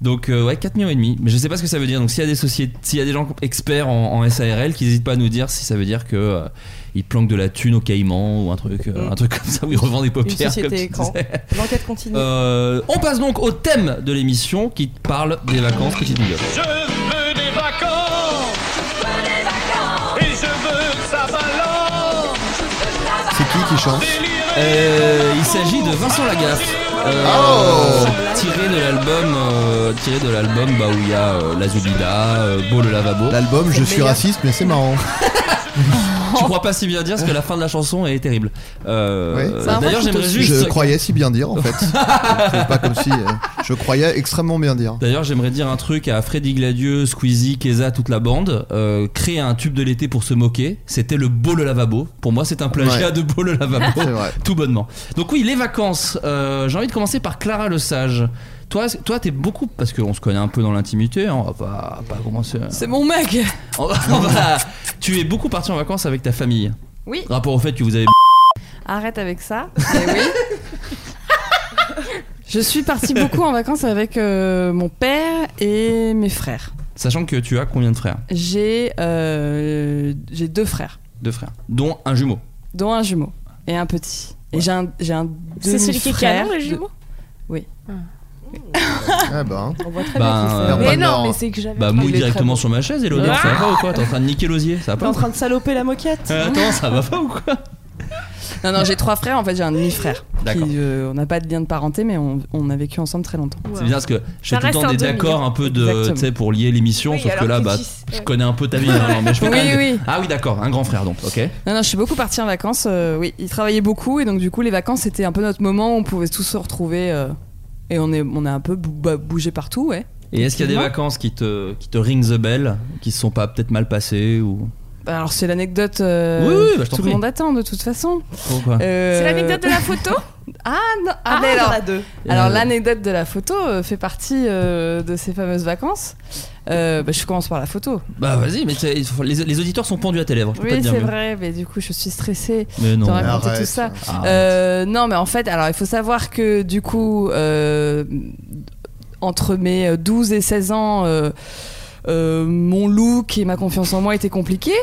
Donc euh, ouais, 4 millions et demi. Mais je sais pas ce que ça veut dire. Donc s'il y a des sociétés, s'il y a des gens experts en, en SARL qui n'hésitent pas à nous dire si ça veut dire que euh, ils planquent de la thune au Caïman ou un truc, euh,
Mm.
un truc comme ça où ils revendent des
Une
paupières. comme
société
tu
écran.
disais.
L'enquête continue.
Euh, on passe donc au thème de l'émission qui parle des vacances. Petite vidéo.
Je veux des vacances. Et je veux que ça balance.
C'est qui qui chante
Euh, il s'agit de Vincent Lagaffe. euh,
Oh
tiré de l'album euh, tiré de l'album bah, où il y a euh, La Zubida, euh, Beau le lavabo.
L'album Je suis raciste, mais c'est marrant.
Tu crois pas si bien dire parce que la fin de la chanson est terrible. Euh,
Ouais.
euh, D'ailleurs, j'aimerais juste.
Bah, Je croyais si bien dire en fait. C'est pas comme si. euh, je croyais extrêmement bien dire.
D'ailleurs, j'aimerais dire un truc à Freddy Gladieux, Squeezie, Keza, toute la bande. Euh, créer un tube de l'été pour se moquer, c'était le beau le lavabo. Pour moi, c'est un plagiat
Ouais.
de beau le lavabo.
C'est vrai.
Tout bonnement. Donc oui, les vacances. Euh, J'ai envie de commencer par Clara le Sage. Toi, c- toi, t'es beaucoup parce qu'on se connaît un peu dans l'intimité. hein, on va pas, pas commencer. à-
C'est mon mec.
On va- on va- tu es beaucoup parti en vacances avec ta famille.
Oui.
Rapport au fait que vous avez.
Arrête avec ça.
Eh
Mais oui. Je suis partie beaucoup en vacances avec euh, mon père et mes frères.
Sachant que tu as combien de frères
J'ai euh, j'ai deux frères,
Deux frères, dont un jumeau.
dont un jumeau et un petit. Et j'ai un, j'ai un
C'est celui qui est canon,
demi-frère
le
de-
jumeau
Oui.
Ah bah.
On voit très
Bah,
bien qui
euh,
c'est.
Mais
Mais
Pas de
non,
non,
mais
mais
c'est que j'avais.
Bah mouille directement sur ma chaise, Elodie.
Ah
ça va pas ou quoi T'es en train de niquer l'osier Ça va
T'es
pas
en train de saloper la moquette.
Euh, Attends, ça va pas ou quoi
Non, non, j'ai trois frères. En fait, j'ai un demi-frère.
D'accord.
qui, euh, on n'a pas de lien de parenté, mais on, on a vécu ensemble très longtemps.
C'est bizarre parce que je
Ça
fais tout le
reste
temps
un
des
demi.
accords un peu de.
Exactement.
Tu sais, pour lier l'émission,
Oui,
sauf que
alors
là,
qu'ils
bah,
disent,
je
ouais.
connais un peu ta vie. hein, non, mais je fais
Oui,
quand même des-
oui.
Ah oui, d'accord, un grand frère donc, ok.
Non, non, je suis beaucoup partie en vacances. euh, oui, il travaillait beaucoup et donc du coup, les vacances c'était un peu notre moment où on pouvait tous se retrouver euh, et on est, on a un peu bou- bah, bougé partout, ouais.
Et est-ce qu'il y a des
Effectivement.
vacances qui te, qui te ring the bell, qui se sont pas peut-être mal passées ou.
Bah, Alors c'est l'anecdote. euh,
Oui, oui, bah, je t'en
tout le
prie.
monde attend de toute façon.
Pourquoi
Euh,
C'est l'anecdote de la photo
Ah non. Ah,
Ah,
mais
il y en
alors.
a deux.
alors,
Euh,
l'anecdote de la photo euh, fait partie euh, de ces fameuses vacances. Euh, bah, je commence par la photo.
Bah vas-y, mais c'est- il faut- les, les auditeurs sont pendus à tes lèvres, je peux pas
Oui,
te dire
c'est
mieux.
vrai, mais du coup, je suis stressée.
Mais non.
de raconter
arrête.
tout ça.
Ah,
Euh, non, mais en fait, alors il faut savoir que du coup, euh, entre mes 12 et 16 ans, euh, euh, mon look et ma confiance en moi étaient compliqués.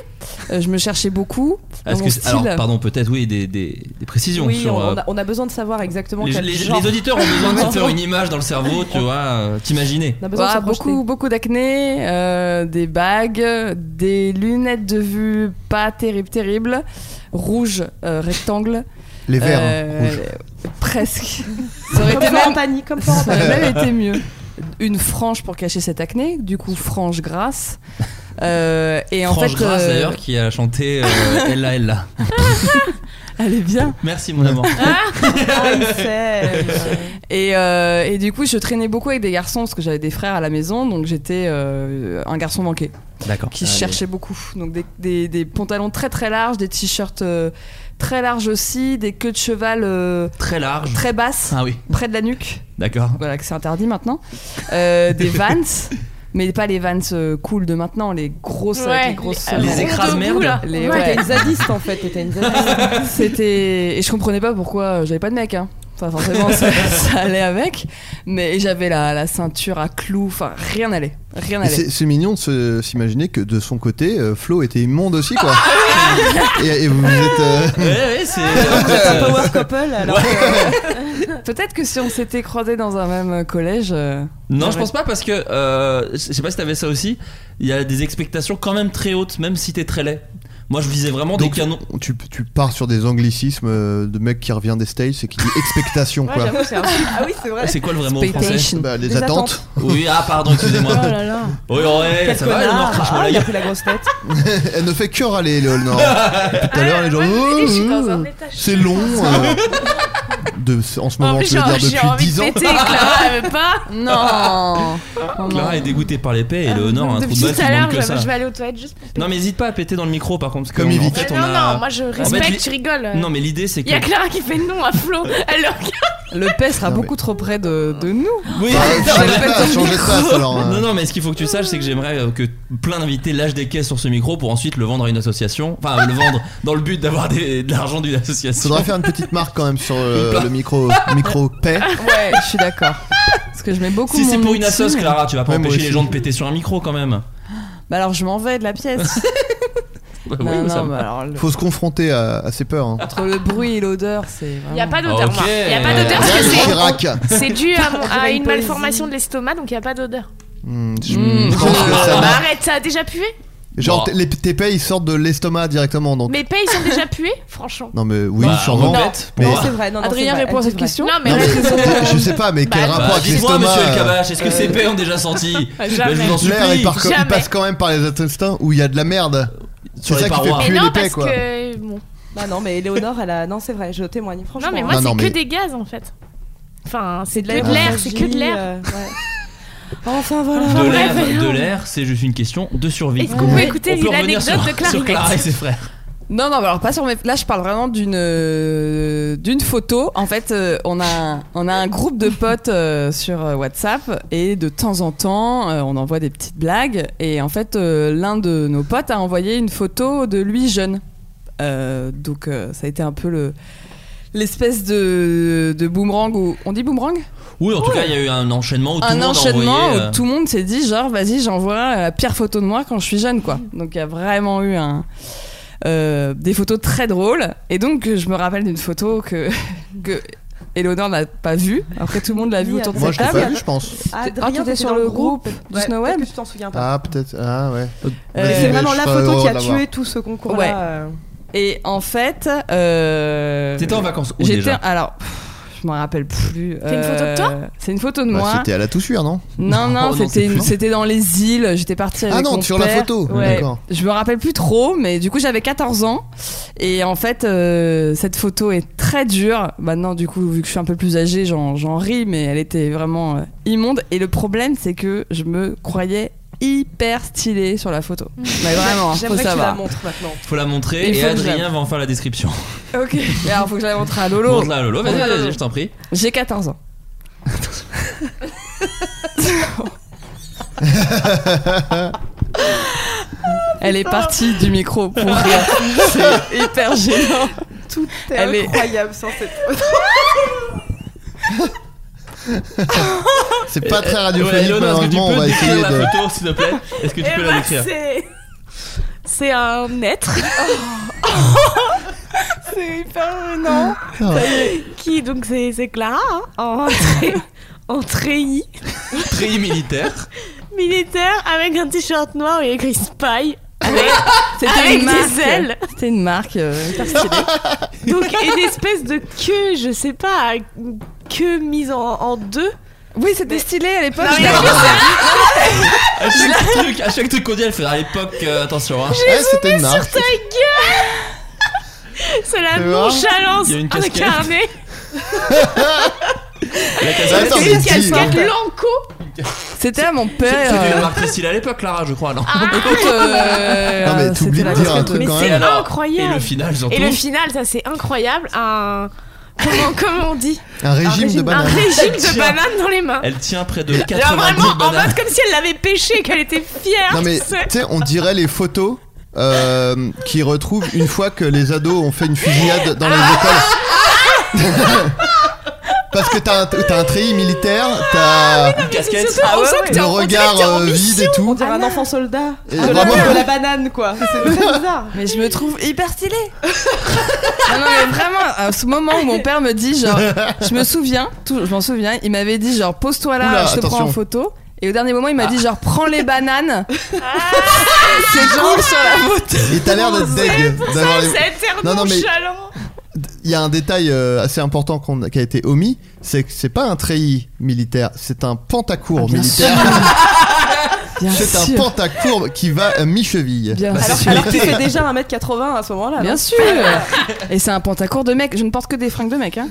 Euh, je me cherchais beaucoup. dans
Est-ce
mon
que c'est-
style.
alors, pardon, peut-être, oui, des, des, des précisions
Oui,
sur.
on,
euh,
on a, on a besoin de savoir exactement
les,
quel
les-
genre.
les auditeurs ont besoin de se faire une image dans le cerveau, tu vois, euh, t'imaginer.
On a besoin de
Voilà,
se projeter.
beaucoup, beaucoup d'acné, euh, des bagues, des lunettes de vue pas terribles, terribles, rouges, euh, rectangles.
Les verts, hein,
Euh,
rouges.
Presque. Ça aurait
Comme
été
Florent
même-
Pagny, comme Florent
ça aurait
Pagny.
même été mieux. Une frange pour cacher cette acné, du coup frange grasse. Euh, et en
Franche
fait,
Grasse
euh,
d'ailleurs qui a chanté euh, Ella Ella.
elle est bien.
Merci mon amour.
Ah.
et, euh, et du coup, je traînais beaucoup avec des garçons parce que j'avais des frères à la maison, donc j'étais euh, un garçon manqué.
D'accord.
Qui
Allez.
cherchait beaucoup. Donc des, des- des pantalons très très larges, des t-shirts euh, très larges aussi, des queues de cheval euh,
Très large.
très basses,
Ah oui.
près de la nuque.
D'accord.
Voilà, que c'est interdit maintenant. Euh, des vans. Mais pas les vans euh, cool de maintenant, les grosses, avec
Ouais,
Ah,
les grosses.
Ah, bah,
euh,
les- les écrases-merdes. Debout, là.
Les-
Ouais, t'es une zadiste, en fait, t'étais une zadiste.
C'était et je comprenais pas pourquoi euh, j'avais pas de mec. Hein. Enfin, forcément, ça, ça allait avec. Mais j'avais la, la ceinture à clous. Enfin, rien n'allait. Rien
Et
n'allait.
C'est c'est mignon de se- s'imaginer que de son côté, euh, Flo était immonde aussi, quoi. et, et vous êtes. euh,
ouais, c'est.
Ah,
euh,
un power couple alors.
Peut-être que si on s'était croisés dans un même collège. euh,
Non,
j'aurais-
je pense pas parce que euh, je sais pas si t'avais ça aussi. Il y a des expectations quand même très hautes, même si t'es très laid. Moi, je visais vraiment des canons.
Tu, tu pars sur des anglicismes euh, de mec qui revient des States et qui dit expectation, quoi.
Ah oui, c'est vrai.
C'est quoi le vrai mot en français
Bah, les attentes.
Oui, ah pardon, excusez-moi.
Oh là là.
Oui, ouais,
Quel
ça va, le
connard.
Nord crache
Ah, il a pris la grosse tête.
Elle ne fait que râler, le Nord. Tout à l'heure, les gens.
je suis
Mmh.
dans
euh,
un
euh, C'est long. euh, de, en ce
En
moment,
plus,
je veux
j'ai-
dire,
j'ai
depuis
envie de
10 ans.
péter, Clara, elle veut pas
Non Oh,
Clara est dégoûtée par l'épée et Léonore a un trou de
Ah, Depuis
balle
tout
qui
à l'heure,
manque que
je
ça.
je vais aller aux toilettes juste pour
Non, mais hésite pas à péter dans le micro par contre. Comme il
Ouais, non, non, moi, je respecte, je rigole.
Non, mais l'idée c'est
Il y a
que. Ah.
Clara qui fait non à Flo. Elle le regarde.
Le P sera beaucoup trop près de, de nous.
Oui,
Bah,
non,
je
mais-
répète ton micro.
Non, non, mais ce qu'il faut que tu saches, c'est que j'aimerais euh, que plein d'invités lâchent des caisses sur ce micro pour ensuite le vendre à une association. Enfin, le vendre dans le but d'avoir des- de l'argent d'une
Ah,
association.
Faudrait faire une petite marque quand même sur euh,
Une
le micro, micro paix.
Ouais, je suis d'accord. Parce que je mets beaucoup
Si
mon
c'est pour une
outil,
assoce,
mais-
Clara, tu vas pas
Ouais, moi
empêcher les
aussi.
gens de péter sur un micro quand même.
Bah alors, je m'en vais de la pièce.
Bah
Non,
oui, ça
non,
va.
mais alors, le-
Faut se confronter à, à ses peurs. hein.
Entre le bruit et l'odeur, c'est.
Il n'y a pas
Ah,
d'odeur,
ok.
moi. Il n'y a pas d'odeur parce que c'est.
Chirac.
C'est dû à, à
J'aurais une
une
poésie.
malformation de l'estomac, donc il n'y a pas d'odeur.
Mmh.
Hmm, je je pense que ça
Bah,
va.
arrête, ça a déjà pué
Genre, t- les- tes paix, ils sortent de l'estomac directement. Donc.
Mes paix, ils sont déjà pués Franchement.
Non, mais oui,
Bah,
sûrement.
non. Bête,
Mais-
pour moi.
vrai, non, non,
Adrien
c'est vrai,
répond à cette question.
Non, mais
Non, mais
reste-
je sais pas, mais quel
Bah,
rapport avec
Dites-moi,
l'estomac
monsieur El
euh,
Kabache, est-ce que ces paix ont déjà senti Bah, Je vous en
L'air, il,
supplie.
part quand- il passe quand même par les intestins où il y a de la merde.
Sur
c'est
les
ça qui fait
parois.
Mais
puer
non,
les paix,
parce
quoi.
que. Bon.
Bah non, mais Léonore, elle a. Non, c'est vrai, je témoigne. Franchement,
Non, mais
hein.
moi, c'est que
mais-
des gaz en fait. Enfin, c'est
de
de l'air, c'est que de l'air.
euh, ouais. Enfin voilà.
De
Ouais,
l'air,
voyons.
de l'air, c'est juste une question de survie.
Est-ce qu'on peut
Ouais.
écouter
On peut revenir
l'anecdote
sur-
de Clarisse
Sur Clara et ses frères.
Non, non, alors pas sur mes. Là, je parle vraiment d'une euh, d'une photo. En fait, euh, on a un- on a un groupe de potes euh, sur euh, WhatsApp et de temps en temps, euh, on envoie des petites blagues. Et en fait, euh, l'un de nos potes a envoyé une photo de lui jeune. Euh, donc, euh, ça a été un peu le l'espèce de, de boomerang où on dit boomerang
Oui, en tout cas, il y a eu un enchaînement où tout le
un
monde a
enchaînement
envoyé, euh,
où tout le monde s'est dit genre vas-y j'envoie la pire photo de moi quand je suis jeune quoi donc il y a vraiment eu un euh, des photos très drôles et donc je me rappelle d'une photo que que Eleonore n'a pas vue après tout le monde l'a vue autour de
Moi,
cette
je l'ai
table
pas vu, je pense.
Ah,
Adrien,
t'étais sur
dans
le groupe du
Ouais,
Snow
peut-être
Web
que tu t'en souviens pas.
Ah, peut-être. Ah, ouais.
Euh,
Euh,
Mais
Mais
c'est vraiment
je
la
serais
photo
heureux
qui a
de l'avoir.
tué tout ce concours-là.
Ouais.
euh.
et en fait euh,
T'étais en vacances où
j'étais
déjà
alors pff, je me rappelle plus euh,
C'est une photo de toi
c'est une photo de
Bah,
moi
C'était à la toussure, non
Non, non,
Oh non,
c'était,
c'est plus.
c'était dans les îles. J'étais partie avec
Ah non,
mon
sur la
père.
photo.
Ouais.
D'accord.
Je me rappelle plus trop, mais du coup, j'avais 14 ans. Et en fait, euh, cette photo est très dure. Maintenant, du coup, vu que je suis un peu plus âgée, j'en, j'en ris, mais elle était vraiment euh, immonde. Et le problème, c'est que je me croyais hyper stylée sur la photo. Mais vraiment, faut
Mmh. J'aimerais que tu la
savoir.
montres maintenant.
Faut la montrer
Il
et
faut que je la-
Adrien va en faire la description.
Ok. Mais alors, faut que je la montre à Lolo.
Montre-la à Lolo, vas-y,
Montre-la à
vas-y,
Lolo.
je t'en prie.
J'ai 14 ans. Elle est partie du micro pour
Ah.
rien. C'est hyper gênant.
Tout est
Elle est-
incroyable sans cette photo.
C'est pas très
Ouais,
radiophonique,
Léonore, Euh, est-ce que tu
malheureusement, on
peux
va
décrire
essayer
la
de.
photo, s'il te plaît Est-ce que tu
Eh
peux
ben,
la décrire
c'est- C'est un être. c'est hyper gênant.
Ah.
Ça y est. Qui, donc, c'est c'est Clara, hein, en, tré- en treillis
Très militaire.
militaire avec un t-shirt noir et écrit Spy. Avec
une
des
marque.
ailes.
C'était une marque. euh, hyper
stylée. Donc une espèce de queue, je sais pas, une queue mise en, en deux.
Oui, c'était stylé à l'époque.
À chaque truc, à chaque truc qu'on dit, elle fait à l'époque, euh, attention. Hein.
Eh,
J'ai zoomé sur ta gueule C'est la
Tu vois
nonchalance
Il y a une casquette.
incarnée
La casquette.
C'est une casquette Lanco
C'était à mon
C'est-
père.
C'était
euh, Ah.
une marque très stylée à l'époque, Lara, je crois, non
écoute, euh,
Non, mais t'oublies de dire un truc
Mais
quand
c'est
même.
incroyable
et le final, surtout.
Et le final, ça c'est incroyable Un... Comment, comment on dit
Un régime de
Un
banane.
régime de
Tiens.
bananes dans les mains
Elle tient près de
Genre
90
vraiment en
bananes.
mode comme si elle l'avait pêché, qu'elle était fière
Non mais
tu
tu
sais.
sais, on dirait les photos euh, qui retrouvent une fois que les ados ont fait une fusillade dans les écoles. Parce que t'as un, t'as un treillis militaire,
Ah
t'as
Une casquette.
surtout, on sent que t'es
le
en- on dirait que t'es
regard
en
euh, vide et
mission.
On
tout.
dirait un enfant soldat.
Et
de, la,
vraiment-
de la banane, quoi. C'est très bizarre.
Mais je me trouve hyper stylée. non, non, mais vraiment, à ce moment où mon père me dit, genre, je me souviens, tout, je m'en souviens, il m'avait dit, genre, pose-toi là,
Oula,
je te prends en
attention.
photo. Et au dernier moment, il m'a dit, genre, prends les bananes. C'est genre sur la photo.
Et t'as l'air d'être deg. d'avoir les-
C'est air
Non, non, mais-
nonchalant
Il y a un détail euh, assez important qu'on- qui a été omis, c'est que c'est pas un treillis militaire, c'est un pentacourt
Ah, bien
militaire.
Bien
C'est un
sûr.
pentacourt qui va à mi-cheville.
Bien
Bah,
sûr.
c'est
Alors que tu fais déjà 1m80 à ce moment-là.
Bien
non
sûr. Et c'est un pantacourt de mec. Je ne porte que des fringues de mec, hein.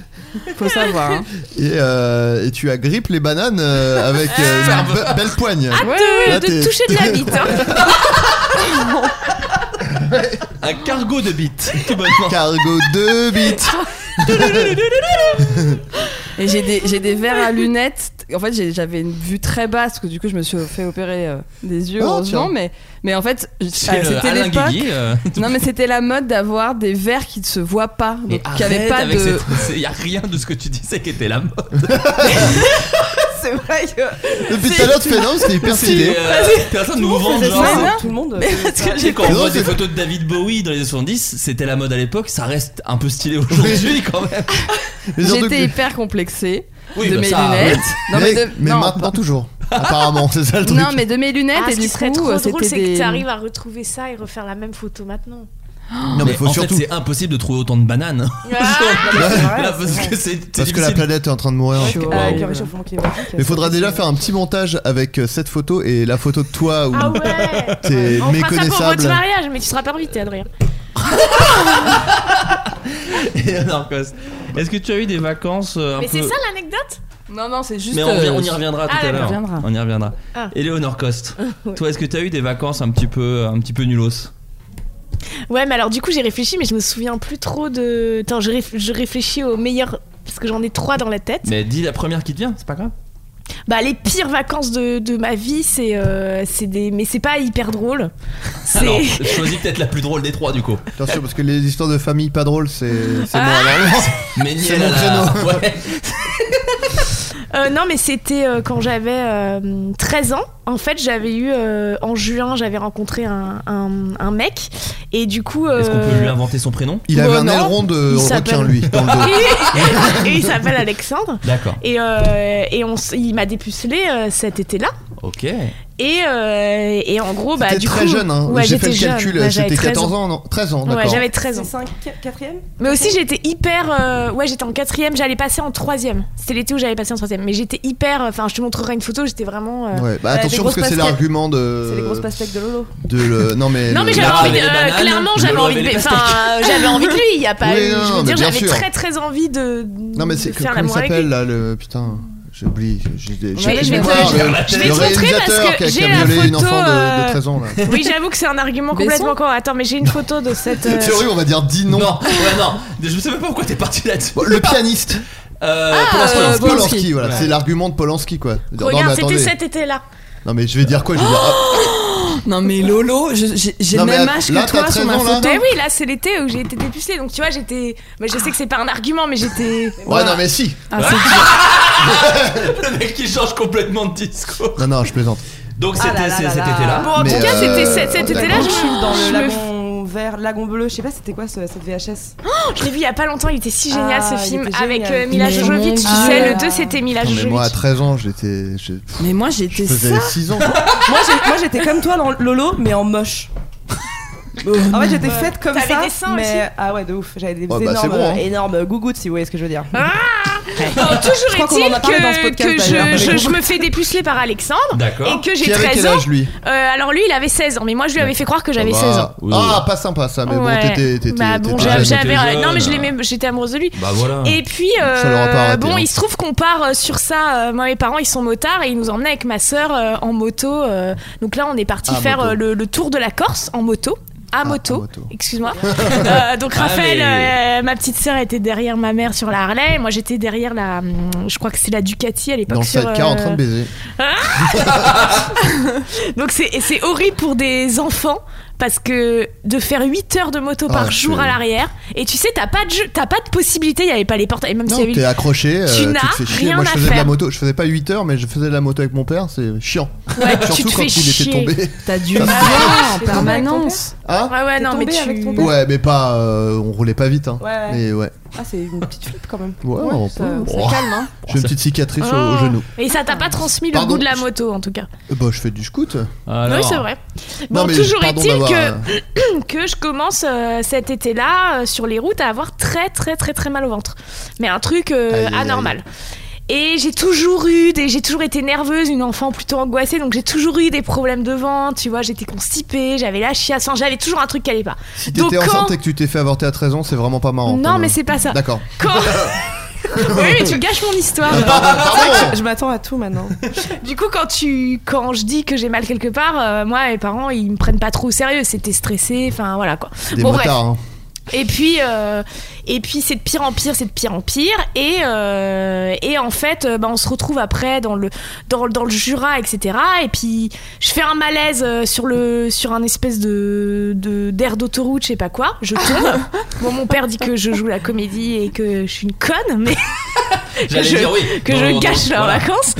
Faut savoir. hein.
Et, euh, et tu agrippes les bananes euh, avec
Ah,
euh, une be- belle poigne.
Ah,
Hâte
ouais. Là,
de, de
t'es-
toucher de la bite hein.
Un cargo de bites, tout bonnement.
Cargo 2 bits.
Et j'ai des, j'ai des verres à lunettes. En fait, j'ai- j'avais une vue très basse, parce que du coup, je me suis fait opérer euh, des yeux,
Oh,
heureusement.
tiens.
Mais, mais en fait, j-
C'est,
ah,
euh,
c'était
Alain
l'époque.
Guigui, euh,
Non, mais c'était la mode d'avoir des verres qui ne se voient pas.
Mais
Donc, qui
arrête
n'avaient pas
avec
de.
cette... Il y a rien de ce que tu disais qui était la mode.
C'est vrai que.
Depuis tout à l'heure, tu fais non, c'était hyper stylé.
C'est, euh, personne nous vend
faisait
genre.
ça,
Ouais,
non
non.
Tout le
euh,
monde.
Mais
faisait
parce
ça.
que
Tu sais,
j'ai
quand on
Non,
voit des
c'est-
photos de David Bowie dans les années 70, c'était la mode à l'époque, ça reste un peu stylé aujourd'hui quand même.
Mais surtout
J'étais
que-
hyper complexée
Oui,
de
bah
mes
ça,
lunettes. Non,
mais
mais, de-
mais
non,
maintenant, toujours. Apparemment, c'est ça le truc.
non, mais de mes lunettes
Ah,
et
ce
du
qui serait
coup, euh,
trop drôle,
c'était
c'est
des-
que t'arrives à retrouver ça et refaire la même photo maintenant.
Non, mais
Mais
faut
en
surtout.
fait, c'est impossible de trouver autant de bananes. Là, parce que c'est, c'est Ah,
parce que la
difficile.
planète est en train de mourir.
Tu vois,
Euh, Avec
euh,
le réchauffement climatique.
Mais faudra déjà faire un petit montage avec euh, cette photo et la photo de toi où
Ah ouais
t'es
On fera ça pour votre
méconnaissable.
mariage, mais tu seras pas invité, Adrien.
Et alors, quoi, c'est- Est-ce que tu as eu des vacances euh, un
Mais
peu
c'est ça l'anecdote
Non, non, c'est juste.
Mais on,
euh,
revient- on y reviendra tout
Ah,
à
d'accord.
l'heure.
On y reviendra.
On y reviendra.
Ah.
Éléonore Coste, toi, est-ce que tu as eu des vacances un petit peu, un petit peu nulos
Ouais, mais alors du coup, j'ai réfléchi, mais je me souviens plus trop de. Attends, je, réf- je réfléchis aux meilleurs. Parce que j'en ai trois dans la tête.
Mais dis la première qui te vient, c'est pas grave.
Bah, les pires vacances de, de ma vie, c'est euh, c'est des. Mais c'est pas hyper drôle.
Alors,
C'est.
choisis peut-être la plus drôle des trois du coup.
Attention, parce que les histoires de famille pas drôles, c'est
Ah.
c'est moi. alors.
Mais
C'est
Niel,
mon
elle a- Ouais.
Euh, non, mais c'était euh, quand j'avais euh, 13 ans. En fait, j'avais eu. euh, en juin, j'avais rencontré un, un- un mec. Et du coup.
Est-ce qu'on peut
euh,
lui inventer son prénom
Il
Bon,
avait un
non.
aileron de
Il s'appelle-
requin, lui, dans le dos.
Et- et il s'appelle Alexandre.
D'accord.
Et, euh, et on, s- il m'a dépucelé euh, cet été-là.
Ok.
Et, euh, et en gros, bah,
T'étais
du
très
coup.
jeune, hein.
ouais,
j'ai fait le
j'étais jeune.
calcul,
Ouais, j'avais
c'était
13
14 ans, non 13 ans,
Ouais,
Oh, d'accord.
j'avais 13 ans.
5 4ème
Mais aussi, j'étais hyper. euh, ouais, j'étais en quatrième, j'allais passer en troisième. C'était l'été où j'allais passer en troisième. Mais j'étais hyper. euh, Enfin, je te montrerai une photo, j'étais vraiment. euh,
Ouais, bah
des
attention
grosses
parce que c'est
pastèques.
l'argument euh, de.
C'est les grosses pastèques de Lolo.
de le- Non mais.
Non,
le-
mais j'avais
Lara
envie.
avait
de-
les
euh,
bananes,
clairement, j'avais
Lolo
envie
avait
de.
les
Enfin, euh, j'avais envie de lui, il y a pas
Oui,
eu.
non,
Je
mais
veux dire,
bien
j'avais
sûr.
très très envie de.
Non mais
euh, de
c'est que-
faire
comment il
l'amour avec lui.
s'appelle là le putain j'oublie j'ai des j'ai
Mais
plus
je
de
vais te-
mémoire,
je-
le-
je vais
le
te montrer parce
réalisateur
que
qui a, qui
j'ai
a
la
violé une
photo,
enfant de, de
euh,
13 ans là.
Oui, j'avoue que c'est un argument
Besson
complètement con. Attends, mais j'ai une photo de cette. euh,
Théorie on va dire dis non.
Non, ouais, non. Je sais même pas pourquoi t'es parti là-dessus.
Bon, Oh, le pianiste
Ah,
Euh,
Polanski.
Polanski.
euh, Polanski.
Polanski voilà
Ouais.
c'est l'argument de Polanski quoi. Dire, non mais
Regarde, c'était
attendez
cet été-là.
non mais je vais dire quoi je vais dire ah,
Non, mais Lolo, je- j'ai j'ai
Non,
le
mais
même
à-
âge
là,
que toi
t'as
sur ma
13 ans, là.
photo.
Mais Eh oui, là, c'est l'été où j'ai été dépucelée. Donc, tu vois, j'étais. Mais je sais que c'est pas un argument, mais j'étais.
ouais non mais si
Ah, c'est-
Le mec qui change complètement de discours.
non non je plaisante
Donc
Ah
c'était
là là
c'est-
là
cet
là.
été-là.
Bon, en
Mais,
tout cas,
euh,
c'était cet, cet
la
été-là. Je,
Je suis dans le
je, me...
lagon vert, lagon bleu, je sais pas c'était quoi ce- cette VHS.
je l'ai vu il y a pas longtemps. Il était Oh, si génial
Ah,
ce
il
film
était génial.
avec euh, Mila
Mais mon
Jojovic. Tu
Dieu.
sais, le 2, c'était Mila
non mais
Jojovic.
moi à 13 ans j'étais je
Mais moi,
je
j'étais
faisais
ça.
6 ans
Moi j'ai- moi, j'étais comme toi dans Lolo mais en moche.
Oh,
En fait, j'étais faite comme
T'avais
ça.
des seins
mais
aussi
ah ouais, de ouf. J'avais des
Ouais, bah, c'est
énormes,
bon, hein.
énormes gougouttes, si vous voyez ce que je veux dire.
Bon,
Je crois
Oh, toujours
qu'on
est-il
en a parlé dans ce
que,
podcast,
que
d'ailleurs.
je, je- je me fais dépuceler par Alexandre
D'accord.
et que j'ai
Qui avait
13
quel
ans.
âge, lui
Euh, alors lui, il avait 16 ans, mais moi je lui avais fait croire que j'avais
Ah
16 ans.
bah, Ah, pas sympa ça, mais
Ouais.
bon, t'étais. t'étais-
Bah bon,
t'étais
j'avais-
jeune.
j'avais-
T'étais jeune.
non mais je l'aimais, j'étais amoureuse de lui.
Bah voilà.
Et puis
Ça l'aura
euh,
pas arrêté,
bon,
hein.
il se trouve qu'on part euh, sur ça. euh, moi, mes parents, ils sont motards et ils nous emmenaient avec ma sœur euh, en moto. euh, donc là, on est parti
Ah,
faire
moto. Ah,
euh, le, le tour de la Corse en moto. À moto, excuse-moi. Euh, donc
Ah,
Raphaël,
mais-
euh, ma petite sœur était derrière ma mère sur la Harley, moi j'étais derrière la, hum, je crois que c'est la Ducati à l'époque.
Dans le
sur,
sidecar en
euh,
train de baiser.
donc c'est et c'est horrible pour des enfants parce que de faire 8 heures de moto
Ah,
par
c'est-
jour à l'arrière et tu sais t'as pas de jeu, t'as pas de possibilité, il y avait pas les portes et même
Non,
s'il y avait
t'es
une-
accroché, euh,
Tu
te
n'as
fais chier.
rien
Moi je
à
faisais de la
faire.
moto, je faisais pas 8 heures, mais je faisais de la moto avec mon père, c'est chiant.
Ouais,
Surtout
tu te
quand
fais
il
chier.
était tombé.
T'as dû
Ça,
voir
Ah, c'est- Hein
en permanence.
ouais ouais non mais tu
Ouais, mais pas. euh, on roulait pas vite, hein.
Ouais, ouais.
Mais ouais.
Ah, c'est une petite flippe quand même.
Ouais, on
ça,
peut.
ça
Oh.
calme, hein.
J'ai une petite cicatrice au, au
Oh.
genou.
Et ça t'a pas transmis le
Pardon,
goût de la
je-
moto en tout cas.
Euh, Bah, je fais du scout.
oui c'est vrai.
Ah, Non,
Bon
mais
toujours
pardon
est-il
d'avoir,
que que je commence euh, cet été-là euh, sur les routes à avoir très très très très mal au ventre. Mais un truc euh,
Aïe, aïe, aïe.
anormal. Et j'ai toujours eu des, j'ai toujours été nerveuse, une enfant plutôt angoissée, donc j'ai toujours eu des problèmes de ventre, tu vois, j'étais constipée, j'avais la chiasse, enfin, j'avais toujours un truc qui allait pas.
Si t'étais
Donc, quand-
enceinte et que tu t'es fait avorter à 13 ans, c'est vraiment pas marrant.
Non,
comme- euh,
mais c'est pas ça.
D'accord.
Quand... oui, mais tu gâches mon histoire.
Ah,
Je m'attends à tout maintenant.
Du coup, quand tu, quand je dis que j'ai mal quelque part, euh, moi, mes parents, ils me prennent pas trop au sérieux. C'était stressé, enfin voilà quoi.
Des
bon
motards.
bref.
hein.
Et puis, euh, et puis c'est de pire en pire, c'est de pire en pire. Et, euh, et en fait, euh, bah, on se retrouve après dans le, dans, le- dans le Jura, etc. Et puis, je fais un malaise euh, sur, le, sur un espèce de de- d'air d'autoroute, je sais pas quoi. Je tombe. bon, mon père dit que je joue la comédie et que je suis une conne, mais.
J'allais
que Eh je-
dire oui.
Que
Non,
je
non,
gâche
non,
leurs
voilà.
vacances.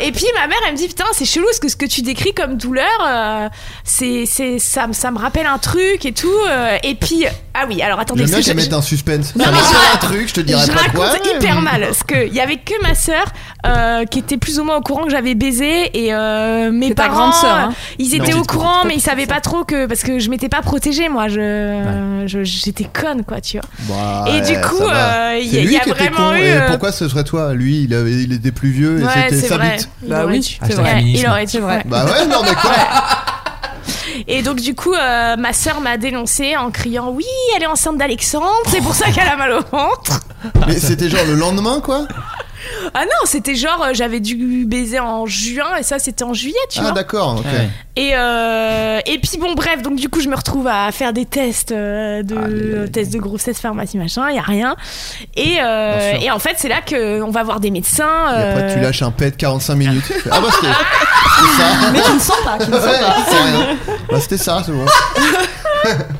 Et puis ma mère, elle me dit Putain, c'est chelou, ce que ce que tu décris comme douleur, euh, c'est, c'est, ça, me- ça me rappelle un truc et tout. euh, et puis, ah oui, alors attendez,
J'aime bien
parce que
qu'elle
je-
mette un suspense.
Non,
Ça
mais
me
je-
rappelle un truc, je te dirais
je
pas
raconte
quoi.
hyper mal parce que il y avait que ma sœur euh, qui était plus ou moins au courant que j'avais baisé et euh, mes
C'est ta
parents
grande sœur, hein.
ils
Non,
étaient au
petite
courant mais ils savaient pas trop que parce que je m'étais pas protégée moi je je- j'étais conne quoi tu vois
Bah,
Et du
ouais,
coup,
ça va.
euh, il y
C'est
a-
lui
il y a
qui était
vraiment
con,
eu,
et
euh,
pourquoi ce serait toi Lui, il, avait- il était plus vieux et
Ouais,
c'était
c'est
sa
vrai.
bite. Ah,
Il Bah aurait oui. dû. C'est
Hashtag
vrai.
féminisme.
Il aurait dû. Ouais.
Bah ouais, non mais quoi
Et donc du coup, euh, ma sœur m'a dénoncé en criant oui, elle est enceinte d'Alexandre, c'est pour ça qu'elle a mal au ventre.
Mais c'était genre le lendemain quoi
Ah non, c'était genre euh, j'avais dû baiser en juin et ça c'était en juillet, tu
Ah
vois.
d'accord, ok.
Et euh, et puis bon bref, donc du coup je me retrouve à faire des tests euh,
Ah,
de tests de grossesse, pharmacie machin, y a rien. Et euh,
Bien sûr.
et en fait c'est là que on va voir des médecins.
Et après
euh,
tu lâches un pet 45 minutes. Tu fais, Ah bah c'était c'était ça.
Mais tu ne sens pas, tu ne sens
Ouais,
pas.
c'est rien. Bah c'était ça, c'est bon.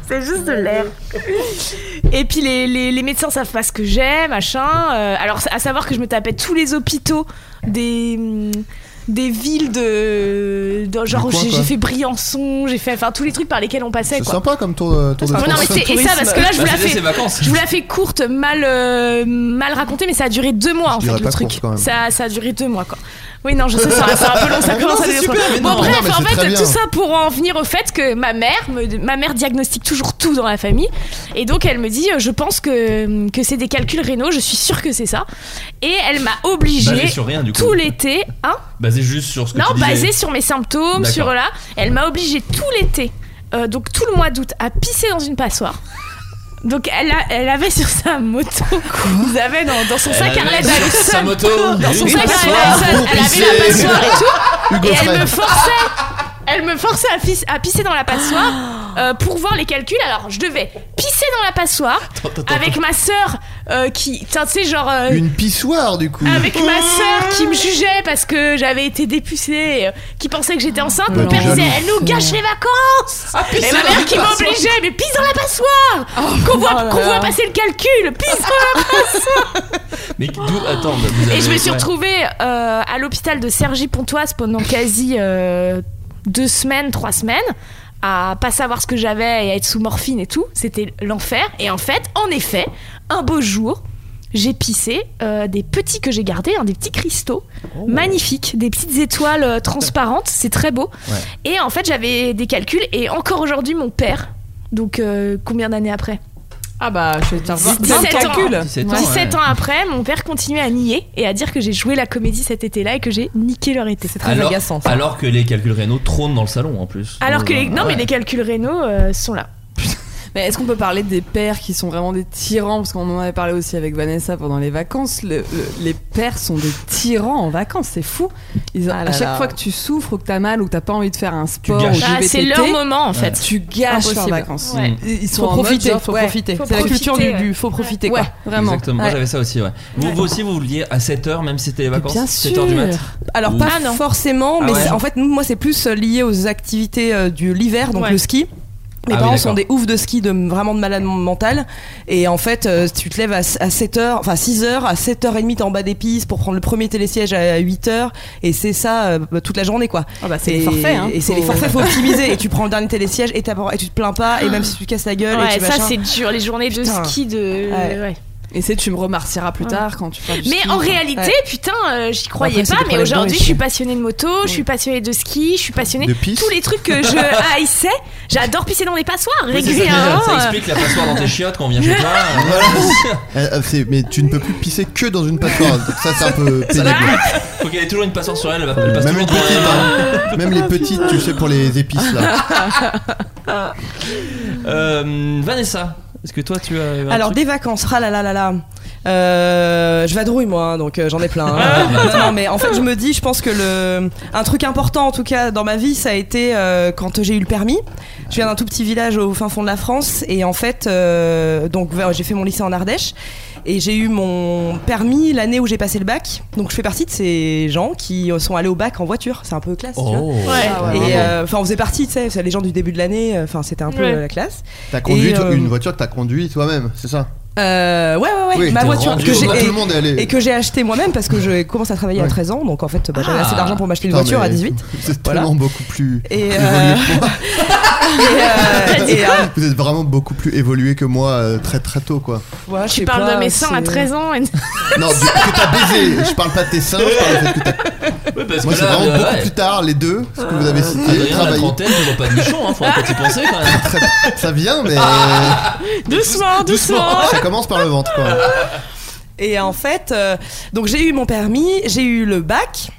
C'est juste de l'air. Et puis les, les, les médecins savent pas ce que j'ai, machin. Euh, alors, à savoir que je me tapais tous les hôpitaux des. hum, des villes de, de- genre
Du coin,
j'ai
quoi.
j'ai fait Briançon j'ai fait enfin tous les trucs par lesquels on passait
C'est
quoi
sympa comme tour, euh, tour de
Ouais, Ah, non, mais
France.
c'est- et ça parce que là je vous
Bah,
la
c'est
fais
ses vacances.
je vous la fais courte mal euh, mal racontée mais ça a duré deux mois en
dirais
fait le
pas
truc
courte, quand même.
ça, ça a duré deux mois quoi oui non je sais ça c'est un peu long ça
Mais
commence
non,
à
c'est
devenir
super,
trop long.
mais
bon
non.
bref
Non, mais
en
c'est très
fait
bien.
tout ça pour en venir au fait que ma mère me- ma mère diagnostique toujours tout dans la famille et donc elle me dit euh, je pense que que c'est des calculs rénaux je suis sûre que c'est ça et elle m'a obligée
Basé sur rien, du coup.
tout l'été hein
Basé juste sur ce que
non,
tu disais.
basé sur mes symptômes,
D'accord.
sur là. Elle m'a obligée tout l'été, euh, donc tout le mois d'août, à pisser dans une passoire. Donc elle, a- elle avait sur sa moto, vous avez dans, dans son
Elle
sac
avait
à l'aile
sur
à Hudson.
sa moto
dans son
une
sac à l'aile à
passoire
Hudson,
pour
elle avait la
pisser.
passoire et tout,
Hugo
et elle
Frey.
me forçait, elle me forçait à, pis- à pisser dans la passoire euh, pour voir les calculs. Alors je devais pisser dans la passoire avec ma sœur euh, qui, tiens, tu sais genre euh,
Une pissoire du coup.
avec
Oh.
ma sœur qui me jugeait parce que j'avais été dépucée, euh, qui pensait que j'étais enceinte.
Bah,
Mon père
t'es
disait
jalouse.
Elle nous gâche les vacances
pisse
Et
Ah, dans
ma
la
mère qui
passoire. Oh
m'obligeait Mais pisse dans la passoire Qu'on voit,
là
qu'on
là.
voit passer le calcul Pisse dans la passoire
Mais d'où Attends, bah, vous
Et je
avez-
me suis
ouais.
retrouvée euh, à l'hôpital de Cergy-Pontoise pendant quasi euh, deux semaines, trois semaines à pas savoir ce que j'avais et à être sous morphine et tout, c'était l'enfer. Et en fait, en effet, un beau jour, j'ai pissé euh, des petits que j'ai gardés, hein, des petits cristaux
Oh.
magnifiques, des petites étoiles euh, transparentes, c'est très beau.
Ouais.
Et en fait, j'avais des calculs et encore aujourd'hui, mon père Donc, euh, combien d'années après
Ah bah, je vais te
17 ans.
17 ans,
17
ouais.
ans après, mon père continuait à nier et à dire que j'ai joué la comédie cet été-là et que j'ai niqué leur été. C'est
alors, alors que les calculs rénaux trônent dans le salon en plus.
Alors que les... Non,
Ah
mais
ouais.
les calculs rénaux euh, sont là.
Mais est-ce qu'on peut parler des pères qui sont vraiment des tyrans Parce qu'on en avait parlé aussi avec Vanessa pendant les vacances. Le- le- les pères sont des tyrans en vacances, c'est fou. Ils- à
Ah là
chaque
là.
fois que tu souffres ou que t'as mal ou que t'as pas envie de faire un sport,
gâches.
ou du
Ah, c'est
VTT,
leur moment, en fait.
Tu gâches leurs
Impossible.
vacances.
Ouais.
Ils ils sont
Faut
en mode
profiter, hein,
genre,
faut
ouais,
profiter. C'est la culture
profiter,
du- du
ouais.
faut profiter, quoi.
Ouais, vraiment.
Exactement,
Ouais.
moi j'avais ça aussi, ouais. Vous, vous aussi, vous vouliez à 7h, même si c'était les vacances
Bien
7h du mat
sûr. Alors pas
Ouf.
forcément,
Ah
mais
ouais.
c'est- en fait nous, moi c'est plus euh, lié aux activités euh, de l'hiver, donc
Ouais.
le ski. Mes
Ah oui,
parents sont des
d'accord.
oufs de ski, de, vraiment de malade mental. Et en fait, euh, tu te lèves à, 7h, enfin 6h, à 7h30 t'es en bas des pistes pour prendre le premier télésiège à 8h. Et c'est ça euh, toute la journée, quoi.
c'est
Et-
les forfaits, hein.
Et c'est les
Faut-
forfaits, faut optimiser. et tu prends le dernier télésiège et, t'as- et tu te plains pas. Et même si tu te casses la gueule. et
Ouais,
tu
ça
machin.
c'est dur, les journées
Putain.
de ski de.
Ouais.
ouais.
Et c'est tu me remercieras plus
Ouais.
tard quand tu feras du
Mais
ski,
en
enfin.
réalité,
Ouais.
putain, euh, j'y croyais
Après, c'est des
pas, mais
problèmes
aujourd'hui,
d'origine.
je suis passionnée de moto, je suis passionnée de ski, je suis passionnée
De pisse.
tous les trucs que je haïssais. J'adore pisser dans les passoires
Oui, c'est ça, déjà,
régulièrement.
ça explique la passoire dans tes chiottes quand on vient chez toi.
Ah,
euh, voilà.
Euh, euh, c'est- mais tu ne peux plus pisser que dans une passoire. Donc ça, c'est un peu
Ça
pénible.
la- Faut qu'elle ait toujours une passoire sur elle, elle, va- elle passe
Même les
toujours devant
petites,
elle.
hein. Même les petites, tu sais, pour les épices là.
Euh, Vanessa, est-ce que toi tu as. eu un
Alors
truc
des vacances, ah là là là là. Euh, je vadrouille moi, hein, donc euh, j'en ai plein. hein. non, mais en fait, je me dis, je pense que le un truc important en tout cas dans ma vie, ça a été euh, quand j'ai eu le permis. Je viens d'un tout petit village au fin fond de la France et en fait, euh, donc voilà, j'ai fait mon lycée en Ardèche et j'ai eu mon permis l'année où j'ai passé le bac. Donc je fais partie de ces gens qui euh, sont allés au bac en voiture. C'est un peu classe. tu vois.
Oh. Ouais.
Et
Ouais.
euh, enfin, on faisait partie, tu sais, c'est les gens du début de l'année. euh, Enfin, c'était un peu
Ouais.
euh, la classe.
T'as
Et,
conduit toi-
euh,
une voiture que t'as conduit toi-même, c'est ça
euh, ouais, ouais, ouais,
Oui,
ma
t'es
voiture
rendu
que
au
j'ai
bas.
et,
Tout le monde est allé.
et que j'ai acheté moi-même parce que je commence à travailler à 13 ans, donc en fait bah, j'avais
Ah.
assez d'argent pour m'acheter une
Putain,
voiture à
mais
18.
Vous êtes
Voilà.
tellement beaucoup plus
Et,
évolué
euh,
que moi.
Et, euh, et, euh,
Vous êtes vraiment beaucoup plus évolué que moi euh, très très tôt quoi.
ouais, je
Tu
sais
parles
pas,
de mes seins à
c'est-
13 ans. et-
Non, du- que t'as baisé. Je parle pas de tes seins, je parle du fait que t'as.
Ouais, parce
Moi,
que
c'est
là,
vraiment
euh,
beaucoup
ouais.
plus tard, les deux, ce que vous avez cité,
Adrien, la
travaillé.
trentaine, ils ont pas de nichon, hein, faut un petit penser quand même.
Ça vient, mais.
Doucement, doucement.
Ça commence par le ventre, quoi.
Et en fait, euh, donc j'ai eu mon permis, j'ai eu le bac.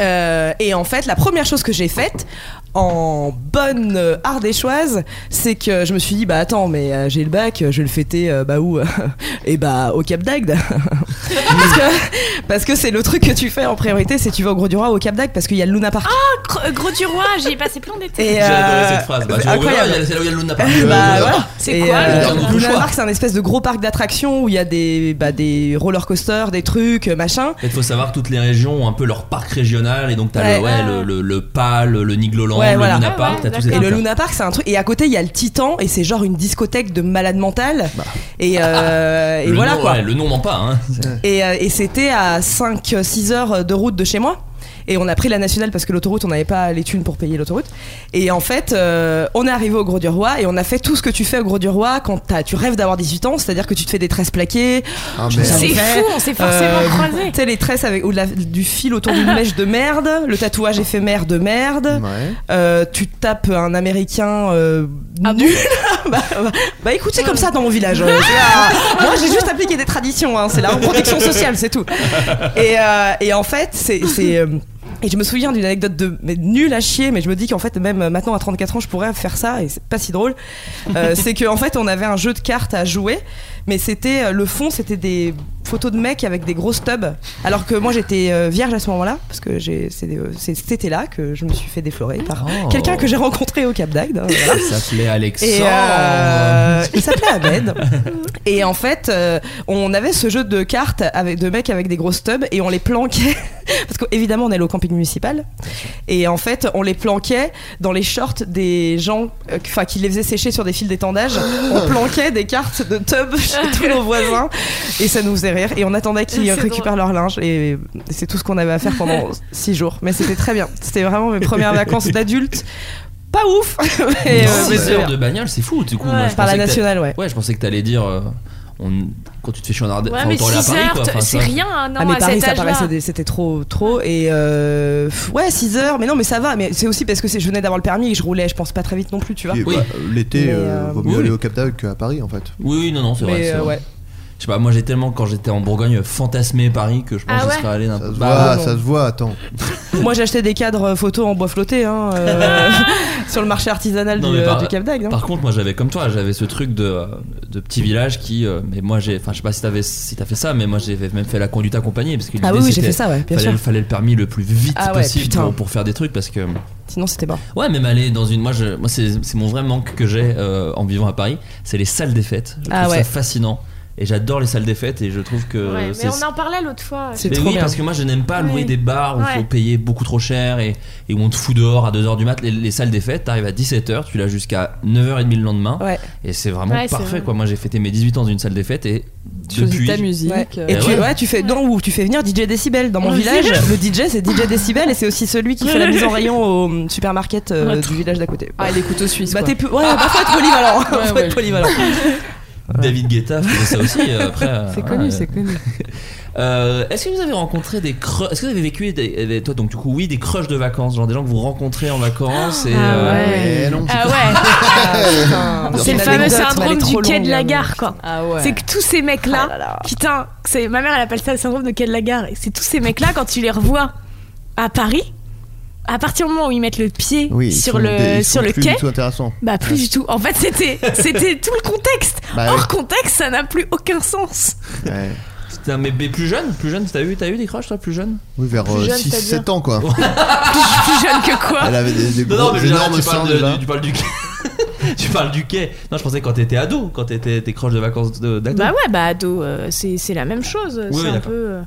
euh, et en fait, la première chose que j'ai faite en bonne euh, ardéchoise, c'est que je me suis dit bah attends, mais euh, j'ai le bac, euh, je vais le fêter euh, bah où Et bah au Cap d'Agde. parce que parce que c'est le truc que tu fais en priorité, c'est tu vas au Gros du Roi ou au Cap d'Agde parce qu'il y a le Luna Park.
Ah, Gr- Gros du roi, j'y ai passé plein d'été.
Et,
J'ai adoré
euh,
cette phrase. Bah,
c'est
tu vois,
incroyable.
il y a- c'est là où il y a le Luna Park.
Bah, voilà.
C'est
Et,
quoi, le
euh,
Luna Park
Luna Park, c'est un espèce de gros parc d'attractions où il y a des, bah, des roller coasters, des trucs, euh, machin.
Il faut savoir que toutes les régions ont un peu leur parc régional et donc t'as
Ouais.
le, ouais, le, le, le PAL, le Nigloland,
Ouais,
le
voilà.
Luna Park, t'as tous ces
Et le
trucs-là.
Luna Park, c'est un truc. Et à côté, il y a le Titan, et c'est genre une discothèque de malade mental.
Bah.
Et, euh, et
Le
voilà
nom,
quoi.
ouais, le nom ment pas. Hein.
Et, euh, et c'était à 5-6 heures de route de chez moi. Et on a pris la nationale parce que l'autoroute, on n'avait pas les thunes pour payer l'autoroute. Et en fait, euh, on est arrivé au Gros du Roi et on a fait tout ce que tu fais au Gros du Roi quand t'as- tu rêves d'avoir 18 ans, c'est-à-dire que tu te fais des tresses plaquées.
Ah,
je
merde.
savais
C'est
faire.
fou, on s'est forcément croisés.
Euh, Tu sais, les tresses avec ou de la- du fil autour d'une mèche de merde, le tatouage éphémère de merde. Euh, tu tapes un américain euh,
Ah
nul. bah, bah- bah, écoute, c'est comme ça dans mon village. euh, c'est là. Moi, j'ai juste appliqué des traditions. hein, c'est la protection sociale, c'est tout. Et, euh, et en fait, c'est. c'est, euh, et je me souviens d'une anecdote de mais nulle à chier, mais je me dis qu'en fait, même maintenant à 34 ans, je pourrais faire ça, et c'est pas si drôle. Euh, c'est qu'en fait, on avait un jeu de cartes à jouer, mais c'était euh, le fond, c'était des photos de mecs avec des grosses tubs. Alors que moi, j'étais euh, vierge à ce moment-là, parce que j'ai- c'est des- euh, c'est cet été-là que je me suis fait déflorer par
Oh.
quelqu'un que j'ai rencontré au Cap d'Agde. hein, voilà.
Ça s'appelait
Et
Alexandre.
euh, il s'appelait Ahmed. Et en fait, euh, on avait ce jeu de cartes avec de mecs avec des grosses tubs et on les planquait. Parce qu'évidemment, on allait au camping municipal. Et en fait, on les planquait dans les shorts des gens euh, enfin, qui les faisaient sécher sur des fils d'étendage. On planquait des cartes de tubs chez tous nos voisins. Et ça nous faisait rire. Et on attendait qu'ils
C'est drôle.
récupèrent leur linge. Et c'est tout ce qu'on avait à faire pendant six jours. Mais c'était très bien. C'était vraiment mes premières vacances d'adulte. Pas ouf, mais, euh, mais
Six
c'était
heures
bien.
de bagnole, c'est fou. Du coup,
Ouais.
moi, je
Par
pensais
la
que t'a-
nationale, ouais.
Ouais, je pensais que t'allais dire. euh, on, quand tu te fais chier en Ardèche,
Ouais,
enfin,
mais
autant aller à
six
Paris,
heures,
quoi.
t-
Enfin,
c'est
ça-
rien, hein, non,
ah mais
à
Paris
cet
ça
âge-là.
paraissait c'était trop trop et euh, pff, ouais 6 heures mais non mais ça va mais c'est aussi parce que c'est- je venais d'avoir le permis et je roulais je pense pas très vite non plus tu vois.
Puis, bah, L'été,
Mais,
euh,
euh,
vaut mieux
oui.
aller au Cap d'Agde qu'à Paris en fait.
Oui, oui, non, non, c'est
Mais,
vrai. c'est
euh,
vrai.
ouais.
Je sais pas, moi j'ai tellement, quand j'étais en Bourgogne, fantasmé Paris que je pense que
Ah
je
ouais Ah
serais allé d'un peu.
Ça se
Bah,
voit, ça se voit, attends.
euh, Moi j'achetais des cadres photos en bois flotté hein, euh,
Ah
sur le marché artisanal
Non,
du,
mais
euh,
par-
du Cap d'Agde. hein.
Par contre, moi j'avais comme toi, j'avais ce truc de, euh, de petit village qui. euh, mais moi j'ai. Enfin, je sais pas si t'avais si t'as fait ça, mais moi j'ai même fait la conduite accompagnée. Parce que
Ah
l'idée,
oui, oui, j'ai
c'était-
fait ça, ouais, bien
fallait,
sûr.
fallait le permis le plus vite
Ah ouais,
possible
putain.
pour, pour faire des trucs parce que.
Sinon c'était pas.
Ouais, même aller dans une. Moi, je, moi c'est c'est mon vrai manque que j'ai euh, en vivant à Paris, c'est les salles des fêtes. Je
Ah
trouve
ouais.
ça fascinant. Et j'adore les salles des fêtes et je trouve que.
Ouais, mais
c'est-
on en parlait l'autre fois.
mais oui, parce que moi je n'aime pas louer
Ouais.
des bars où il
Ouais.
faut payer beaucoup trop cher et, et où on te fout dehors à 2h du mat. Les, les salles des fêtes, t'arrives à 17h, tu l'as jusqu'à 9h30 le lendemain. Et c'est vraiment
Ouais, c'est
parfait
vrai.
quoi. Moi j'ai fêté mes 18 ans dans une salle des fêtes et.
Tu choisis
depuis-
ta musique.
Ouais.
euh,
Et
Ah
tu,
ouais.
ouais, tu fais non ou tu fais venir DJ Décibel dans mon
Ouais.
village. Le DJ c'est DJ Décibel et c'est aussi celui qui fait la mise en rayon au euh, supermarket euh,
Ouais.
du village d'à côté.
Ah, il est couteau suisse.
Bah
quoi.
t'es peu- ouais, bah, faut être polyvalent. faut être polyvalent.
David Guetta faisait ça aussi euh, après. euh,
C'est connu,
ouais.
c'est connu.
Euh, Est-ce que vous avez rencontré des crushs Est-ce que vous avez vécu des, des- toi donc du coup oui des crushs de vacances, genre des gens que vous rencontrez en vacances et euh,
Eh non.
Ah ouais.
putain.
c'est le
Cette
fameux
anecdote,
syndrome
elle est
du
trop
quai
longue,
de la
hein,
gare, quoi.
Ah
C'est que tous ces
Oh
mecs-là, putain, c'est ma mère, elle appelle ça le syndrome de quai de la gare. Et c'est tous ces mecs-là quand tu les revois à Paris, à partir du moment où ils mettent le pied
Oui, ils
sur
sont
le
des- ils
sur
sont
le
plus
quai,
du tout intéressants.
bah plus du tout. En fait, c'était c'était tout le contexte.
Bah
Hors
oui.
contexte, ça n'a plus aucun sens.
Putain, mais, mais plus jeune, plus jeune, t'as eu, t'as eu des crushs toi plus jeune
Oui, vers
Plus jeune,
6-7
c'est-à-dire
ans quoi.
Plus jeune que quoi
Elle avait des, des
Non,
gros,
non, mais je veux dire,
énormes
tu parles,
seins
de-
déjà.
du, tu parles du quai. tu parles du quai. Non, je pensais quand t'étais ado, quand t'étais tes crushs de vacances de- d'ado.
Bah ouais, bah ado, euh, c'est c'est la même chose.
Oui,
c'est
oui,
un
d'accord.
peu. euh,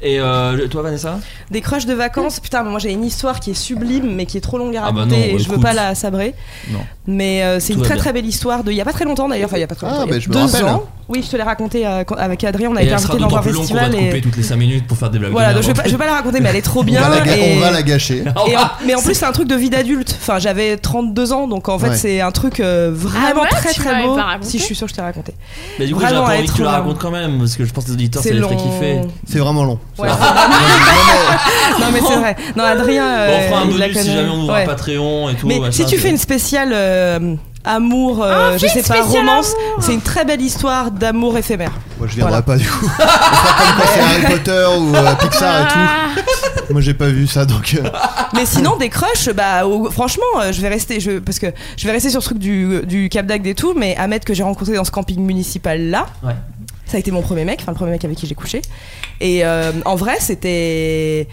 Et euh, toi Vanessa
Des crushs de vacances, putain, mais moi j'ai une histoire qui est sublime mais qui est trop longue à
Ah bah
raconter
non,
et je veux
écoute.
pas la sabrer.
Non.
Mais euh, c'est
Tout
une
va
très
bien.
très belle histoire de il y a pas très longtemps d'ailleurs, enfin il y a pas très
Ah,
longtemps, il y a
bah, je me
deux
rappelle.
ans. Oui, je te l'ai raconté euh, quand- avec Adrien, on a
Et
été
elle sera
invité dans
d'autant
un
plus longue qu'on va
festival
te couper
et
toutes les 5 minutes pour faire des blagues.
voilà,
de
donc je vais,
merde. Oh,
pas, je vais pas la raconter mais elle est trop bien
on, va la ga-
et-
on va la gâcher.
Et en- mais en plus, c'est un truc de vie d'adulte. Enfin, j'avais 32 ans, donc en fait,
Ouais.
c'est un truc euh, vraiment
Ah ouais,
très
tu
très
m'avais
beau.
pas raconté.
Si je suis sûre que je t'ai raconté.
Mais du coup, j'ai
Vraiment,
pas
elle
envie
est
que tu
trop
la
longue.
racontes quand même, parce que je pense que les auditeurs, ça
C'est
les ferait
long.
kiffer.
C'est vraiment long.
Ouais, c'est vrai. non, mais c'est vrai. Non, Adrien.
Bon, on fera un
euh, il la
bonus si
connaît.
jamais on ouvre
Ouais.
un Patreon et tout.
Mais
machin,
si tu
c'est-
fais une spéciale euh, amour, euh, je sais pas,
spécial
romance, c'est une très belle histoire d'amour éphémère.
Moi je viendrai pas du coup. On fera comme quand c'est Harry Potter ou euh, Pixar et
Ah.
tout. Moi j'ai pas vu ça donc. euh,
Mais sinon, des crushs, bah au- franchement, euh, je vais rester, je, parce que je vais rester sur ce truc du, du Cap d'Agde et tout, mais Ahmed que j'ai rencontré dans ce camping municipal là.
Ouais.
Ça a été mon premier mec, enfin le premier mec avec qui j'ai couché. Et euh, en vrai, c'était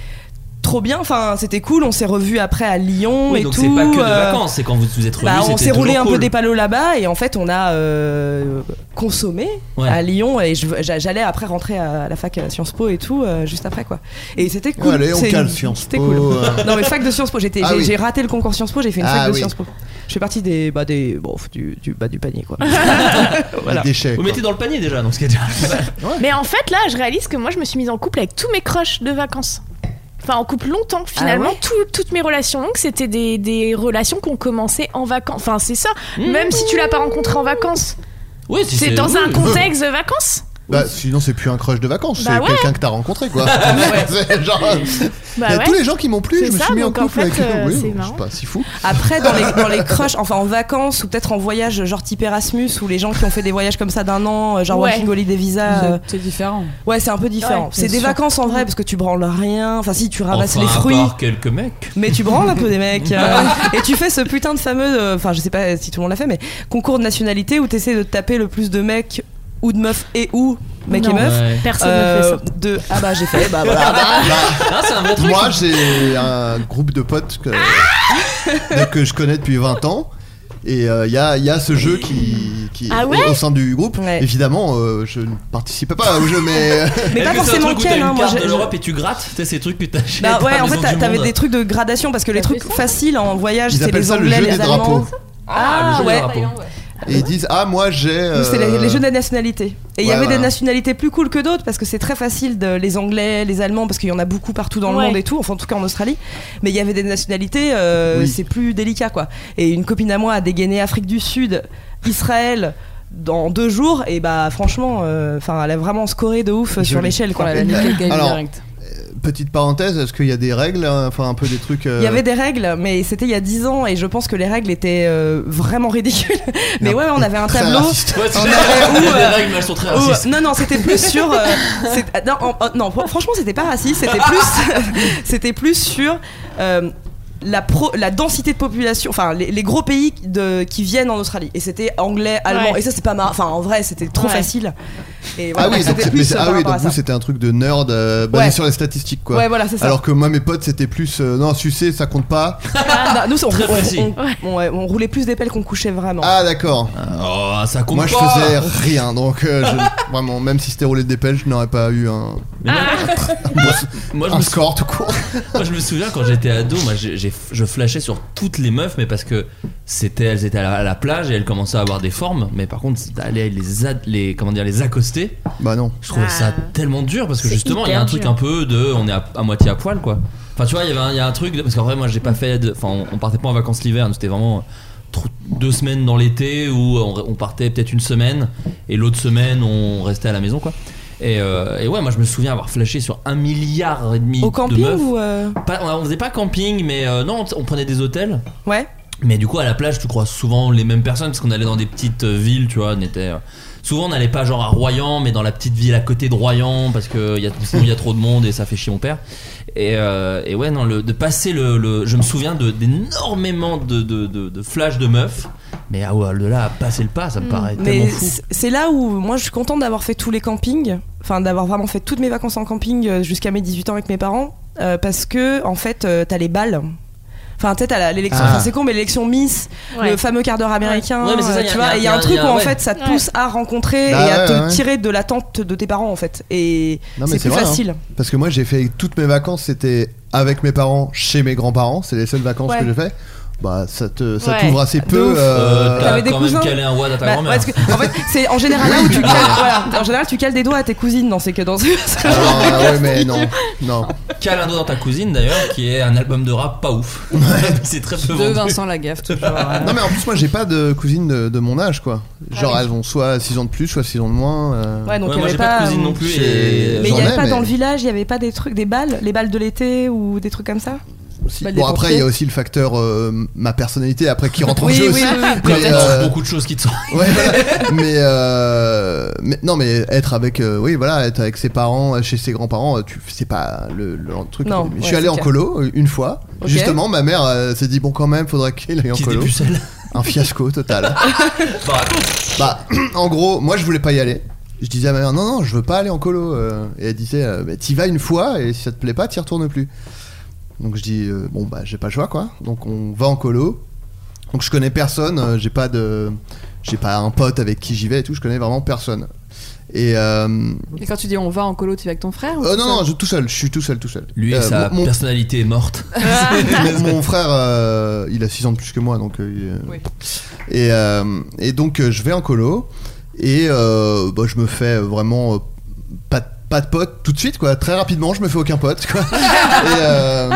trop bien, enfin c'était cool. On s'est revus après à Lyon
Oui,
et
donc
tout.
c'est pas que de
euh,
vacances, c'est quand vous vous êtes
bah,
revenus.
on
c'était
s'est roulé
toujours
un peu
cool.
des palos là-bas et en fait on a euh, consommé
Ouais.
à Lyon et je- j'a- j'allais après rentrer à la fac à Sciences Po et tout euh, juste après quoi. Et c'était cool.
allez, on
C'est-
cale Sciences
C'était
Po,
cool.
euh.
Non mais fac de Sciences Po, j'étais-
Ah
j'ai
oui.
j'ai raté le concours Sciences Po, j'ai fait une
Ah
fac de
oui.
Sciences Po. Je fais partie des bah des bon, du, du bas du panier quoi.
Les déchets.
Vous mettez dans le panier déjà, donc ce qui est déjà.
Mais en fait, là, je réalise que moi, je me suis mise en couple avec tous mes crushs de vacances. Enfin, en couple longtemps, finalement.
Ah ouais
Tout- toutes mes relations longues, c'était des, des relations qu'on commençait en vacances. Enfin, c'est ça. Même si tu l'as pas rencontré en vacances,
Oui, si
c'est dans un
oui.
contexte de vacances.
Bah sinon c'est plus un crush de vacances,
Bah
c'est
ouais.
quelqu'un que t'as rencontré quoi. C'est genre, euh,
Bah
il y a
ouais.
tous les gens qui m'ont plu,
C'est
je me
ça,
suis mis en
donc en
couple
fait,
avec
euh,
eux. Oui,
c'est
bon,
marrant.
c'est pas si fou.
Après, dans les, dans les crushs, enfin en vacances ou peut-être en voyage, genre type Erasmus, ou les gens qui ont fait des voyages comme ça d'un an, euh, genre
Ouais.
Working Holiday Visa.
C'est-
euh,
C'est différent.
Ouais, c'est un peu différent.
Ouais,
c'est
bien
des
sûr.
vacances en vrai, parce que tu branles rien. Enfin, si, tu ramasses
Enfin,
les fruits.
À part quelques mecs.
Mais tu branles un peu des mecs. euh, et tu fais ce putain de fameux. euh, Enfin, je sais pas si tout le monde l'a fait, mais concours de nationalité où t'essaies de taper le plus de mecs ou de meufs et ou. Mec
Non.
et meuf.
Ouais.
Personne
euh,
ne fait ça.
De... Ah bah j'ai fait, bah voilà. Bah,
Ah, c'est un vrai truc.
Moi, j'ai un groupe de potes que,
Ah
donc, que je connais depuis 20 ans. Et euh, il y, a, y a ce jeu qui, qui au-
Ah ouais
au, sein du groupe.
Ouais.
Évidemment, euh, je ne participais pas au jeu, mais
Mais
Est-ce que c'est
pas
un
forcément
truc où t'as
quel, hein,
une
moi,
carte
j'ai-
de
j'ai-
l'Europe et tu grattes, tu sais, ces trucs que t'achètes.
Bah ouais,
à
en
Maison
fait, t'a-
du
t'avais
Monde.
des trucs de gradation parce que les trucs faciles en voyage,
ils
c'est
appellent
les
ça le
Anglais,
jeu des
les Allemands.
drapeaux.
Ah, le jeu
ouais.
des drapeaux.
Et ils disent Ah, moi j'ai.
Nous, c'est les,
euh,
les jeux des nationalités. Et il y
ouais,
avait des
voilà.
nationalités plus cool que d'autres parce que c'est très facile de les Anglais, les Allemands, parce qu'il y en a beaucoup partout dans le
Ouais.
monde et tout, enfin en tout cas en Australie. Mais il y avait des nationalités, euh,
Oui.
c'est plus délicat quoi. Et une copine à moi a dégainé Afrique du Sud, Israël. dans deux jours, et bah franchement, enfin, elle a vraiment scoré de ouf euh, sur l'échelle. quoi.
Oh Alors, euh, petite parenthèse, est-ce qu'il y a des règles, hein, enfin un peu des trucs. euh,
Il y avait des règles, mais c'était il y a 10 ans et je pense que les règles étaient euh, vraiment ridicules. Mais ouais, on avait un
Très
tableau.
raciste.
on
Ouais,
avait
les
où, euh,
règles, elles sont très
où-
racistes.
Non, non, c'était plus sur. euh, c'est- ah, non, en- en- non, fr- franchement, c'était pas raciste. C'était plus, c'était plus sur. euh, la, pro- la densité de population, enfin les, les gros pays de, qui viennent en Australie. Et c'était anglais, allemand.
Ouais.
Et ça, c'est pas marrant. Enfin, en vrai, c'était trop facile. Et
Ah
voilà,
oui, donc,
c'était
c'est-
plus,
mais c'est-
euh,
ah
par
oui,
rapport à
donc vous
ça.
c'était un truc de nerd euh, basé
Ouais.
sur les statistiques quoi.
Ouais, voilà, c'est ça.
Alors que moi mes potes c'était plus euh, non sucer ça compte pas.
Ah, non, nous, on,
Très
on- on-
facile.
on- ouais, on roulait plus des pelles qu'on couchait vraiment.
Ah d'accord.
Oh, ça compte
Moi je
pas.
faisais rien donc euh, je- vraiment même si c'était roulé des pelles je n'aurais pas eu un,
Mais
Ah.
moi- moi, moi, je
un
me sou-
score tout court.
moi, je me souviens quand j'étais ado, moi, j'ai- j'ai- je flashais sur toutes les meufs, mais parce que c'était, elles étaient à la, à la plage et elles commençaient à avoir des formes, mais par contre, d'aller les, ad- les, comment dire, les accoster,
Bah non.
je trouvais ça tellement dur parce que
C'est
justement, il y
hyper
a un truc
dur.
un peu de, on est à, à moitié à poil, quoi. Enfin, tu vois, il y avait un- il y a un truc de- parce qu'en vrai, moi, j'ai pas fait, de- enfin, on, on partait pas en vacances l'hiver, nous, c'était vraiment tr- deux semaines dans l'été où on, on partait peut-être une semaine et l'autre semaine on restait à la maison quoi. Et, euh, et ouais, moi je me souviens avoir flashé sur un milliard et demi
Au
de
camping
meufs.
ou. euh,
Pas- on, on faisait pas camping, mais euh, non, on, on prenait des hôtels.
Ouais.
Mais du coup, à la plage, tu crois souvent les mêmes personnes parce qu'on allait dans des petites euh, villes, tu vois. On était, euh, souvent, on n'allait pas genre à Royan, mais dans la petite ville à côté de Royan parce que y a, sinon il y a trop de monde et ça fait chier mon père. Et, euh, et ouais, non, le, de passer le, le- Je me souviens de- d'énormément de, de, de, de flashs de meufs, mais ah ouais, de là à passer le pas, ça me paraît tellement
Mm, Mais
fou.
c'est- c'est là où moi je suis contente d'avoir fait tous les campings, enfin d'avoir vraiment fait toutes mes vacances en camping euh, jusqu'à mes 18 ans avec mes parents, euh, parce que en fait euh, t'as les balles. Enfin, peut-être à l'élection,
Ah.
enfin, c'est con, mais l'élection Miss, le fameux quart d'heure américain,
Ouais, mais c'est ça,
euh,
y a-
tu
y
vois,
a-
et il y a un
y a-
truc
y a-
où en
ouais.
fait ça te
Ouais.
pousse à rencontrer
Bah
et à
ouais,
te
ouais.
tirer de l'attente de tes parents en fait. Et
Non, mais
c'est plus
vrai, hein.
facile.
Parce que moi j'ai fait toutes mes vacances c'était avec mes parents chez mes grands-parents c'est les seules vacances
Ouais.
que j'ai fait. Bah ça te ça
Ouais.
t'ouvre assez
De
peu.
ouf.
euh,
T'avais des quand même cousins calé un watt à ta
Bah,
grand-mère.
parce que, en fait, c'est en général là où tu cales, voilà, en général tu cales des doigts à tes cousines dans ces que dans ce- ce
Ah,
genre de
ouais,
cas.
mais non non.
Cale un doigt dans ta cousine d'ailleurs, qui est un album de rap pas ouf. c'est très peu
De
vendu.
Vincent Lagaffe, toujours. euh.
Non mais en plus moi j'ai pas de cousine de, de mon âge quoi. Genre
Ah oui.
elles ont soit 6 ans de plus soit 6 ans de moins. euh.
Ouais, donc
Ouais,
il y
moi,
avait
j'ai pas de
pas,
cousine
euh,
non plus.
j'ai-
Et...
Mais il n'y
J'en
avait
ai,
pas
mais-
dans le village, il n'y avait pas des trucs, des balles, les balles de l'été ou des trucs comme ça
Bon après il y a aussi le facteur euh, ma personnalité après qui rentre en
Oui,
jeu
oui,
aussi.
oui, oui.
Mais,
Quand t'as
euh,
beaucoup de choses qui te sont.
Ouais, voilà. mais, euh, mais non, mais être avec, euh, oui, voilà, être avec ses parents, chez ses grands-parents, euh, tu, c'est pas le, le truc.
Non,
je
ouais,
suis allé
c'est
en
clair.
colo euh, une fois.
Ok.
Justement, ma mère euh, s'est dit bon, quand même, faudrait qu'elle aille en
Qui se
colo.
dépucelle.
Un fiasco total.
Bah, raconte.
bah, en gros, moi, je voulais pas y aller. Je disais à ma mère non, non, je veux pas aller en colo. euh. et elle disait, euh, bah, t'y vas une fois et si ça te plaît pas, t'y retournes plus. Donc je dis euh, bon bah j'ai pas le choix quoi. Donc on va en colo. Donc je connais personne, euh, j'ai pas de j'ai pas un pote avec qui j'y vais et tout, je connais vraiment personne. Et euh,
Et quand tu dis on va en colo, tu vas avec ton frère ou
euh,
tout
non non,
seul
je, tout seul, je suis tout seul, tout seul.
Lui,
Euh,
sa
mon, mon-
personnalité est morte.
mon- mon frère, euh, il a 6 ans de plus que moi, donc. euh, il, euh, Et, euh, et donc euh, je vais en colo et euh, bah, je me fais vraiment euh, pas de pas de pote tout de suite quoi très rapidement je me fais aucun pote quoi. et, euh,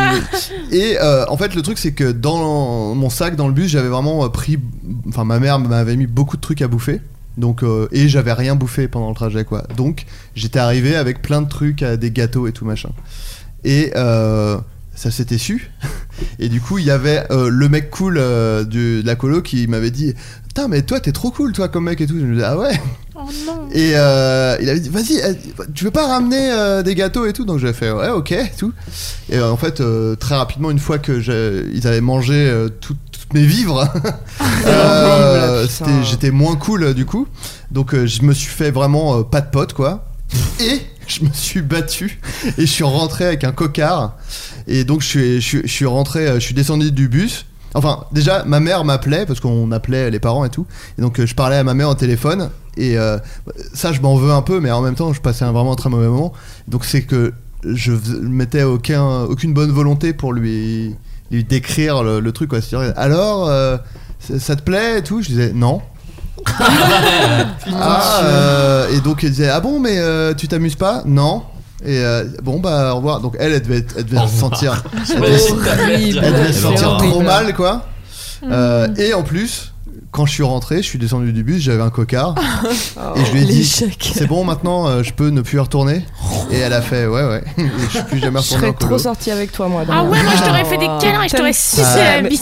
et, euh, en fait le truc c'est que dans mon sac dans le bus j'avais vraiment euh, pris enfin ma mère m'avait mis beaucoup de trucs à bouffer donc euh, et j'avais rien bouffé pendant le trajet quoi donc j'étais arrivé avec plein de trucs euh, des gâteaux et tout machin et euh, ça s'était su et du coup il y avait euh, le mec cool euh, du- de la colo qui m'avait dit putain mais toi t'es trop cool toi comme mec et tout je me disais ah ouais et euh, il avait dit vas-y euh, tu veux pas ramener euh, des gâteaux et tout donc j'ai fait ouais ok et tout et euh, en fait euh, très rapidement une fois que je- ils avaient mangé euh, tout- toutes mes vivres euh,
horrible,
c'était- j'étais moins cool euh, du coup donc euh, je me suis fait vraiment euh, pas de pote quoi et je me suis battu et je suis rentré avec un cocard et donc je suis, je, suis- je suis rentré euh, je suis descendu du bus Enfin, déjà, ma mère m'appelait parce qu'on appelait les parents et tout. Et donc, euh, je parlais à ma mère au téléphone. Et euh, ça, je m'en veux un peu, mais en même temps, je passais un vraiment très mauvais moment. Donc, c'est que je fais- mettais aucun, aucune bonne volonté pour lui, lui décrire le, le truc. Quoi. C'est-à-dire, alors, euh, ça ça te plaît et tout Je disais non. Ah, euh, et donc elle disait ah bon mais euh, tu t'amuses pas non et euh, bon bah au revoir donc elle elle devait, elle devait
Au
se
revoir.
sentir
C'est
elle devait,
horrible.
elle devait se
C'est
sentir
Hmm.
horrible.
trop mal quoi Euh, et en plus quand je suis rentré, je suis descendu du bus, j'avais un cocard. et je lui ai dit
l'échec.
C'est bon, maintenant euh, je peux ne plus y retourner.
Oh,
Et elle a fait Ouais, ouais. Et je suis plus jamais
Je
retourné
serais
en
trop
colo.
sortie avec toi, moi.
Ah
Damien.
ouais, moi je t'aurais fait des câlins et je t'aurais sucé la
Ah, mais-
bite.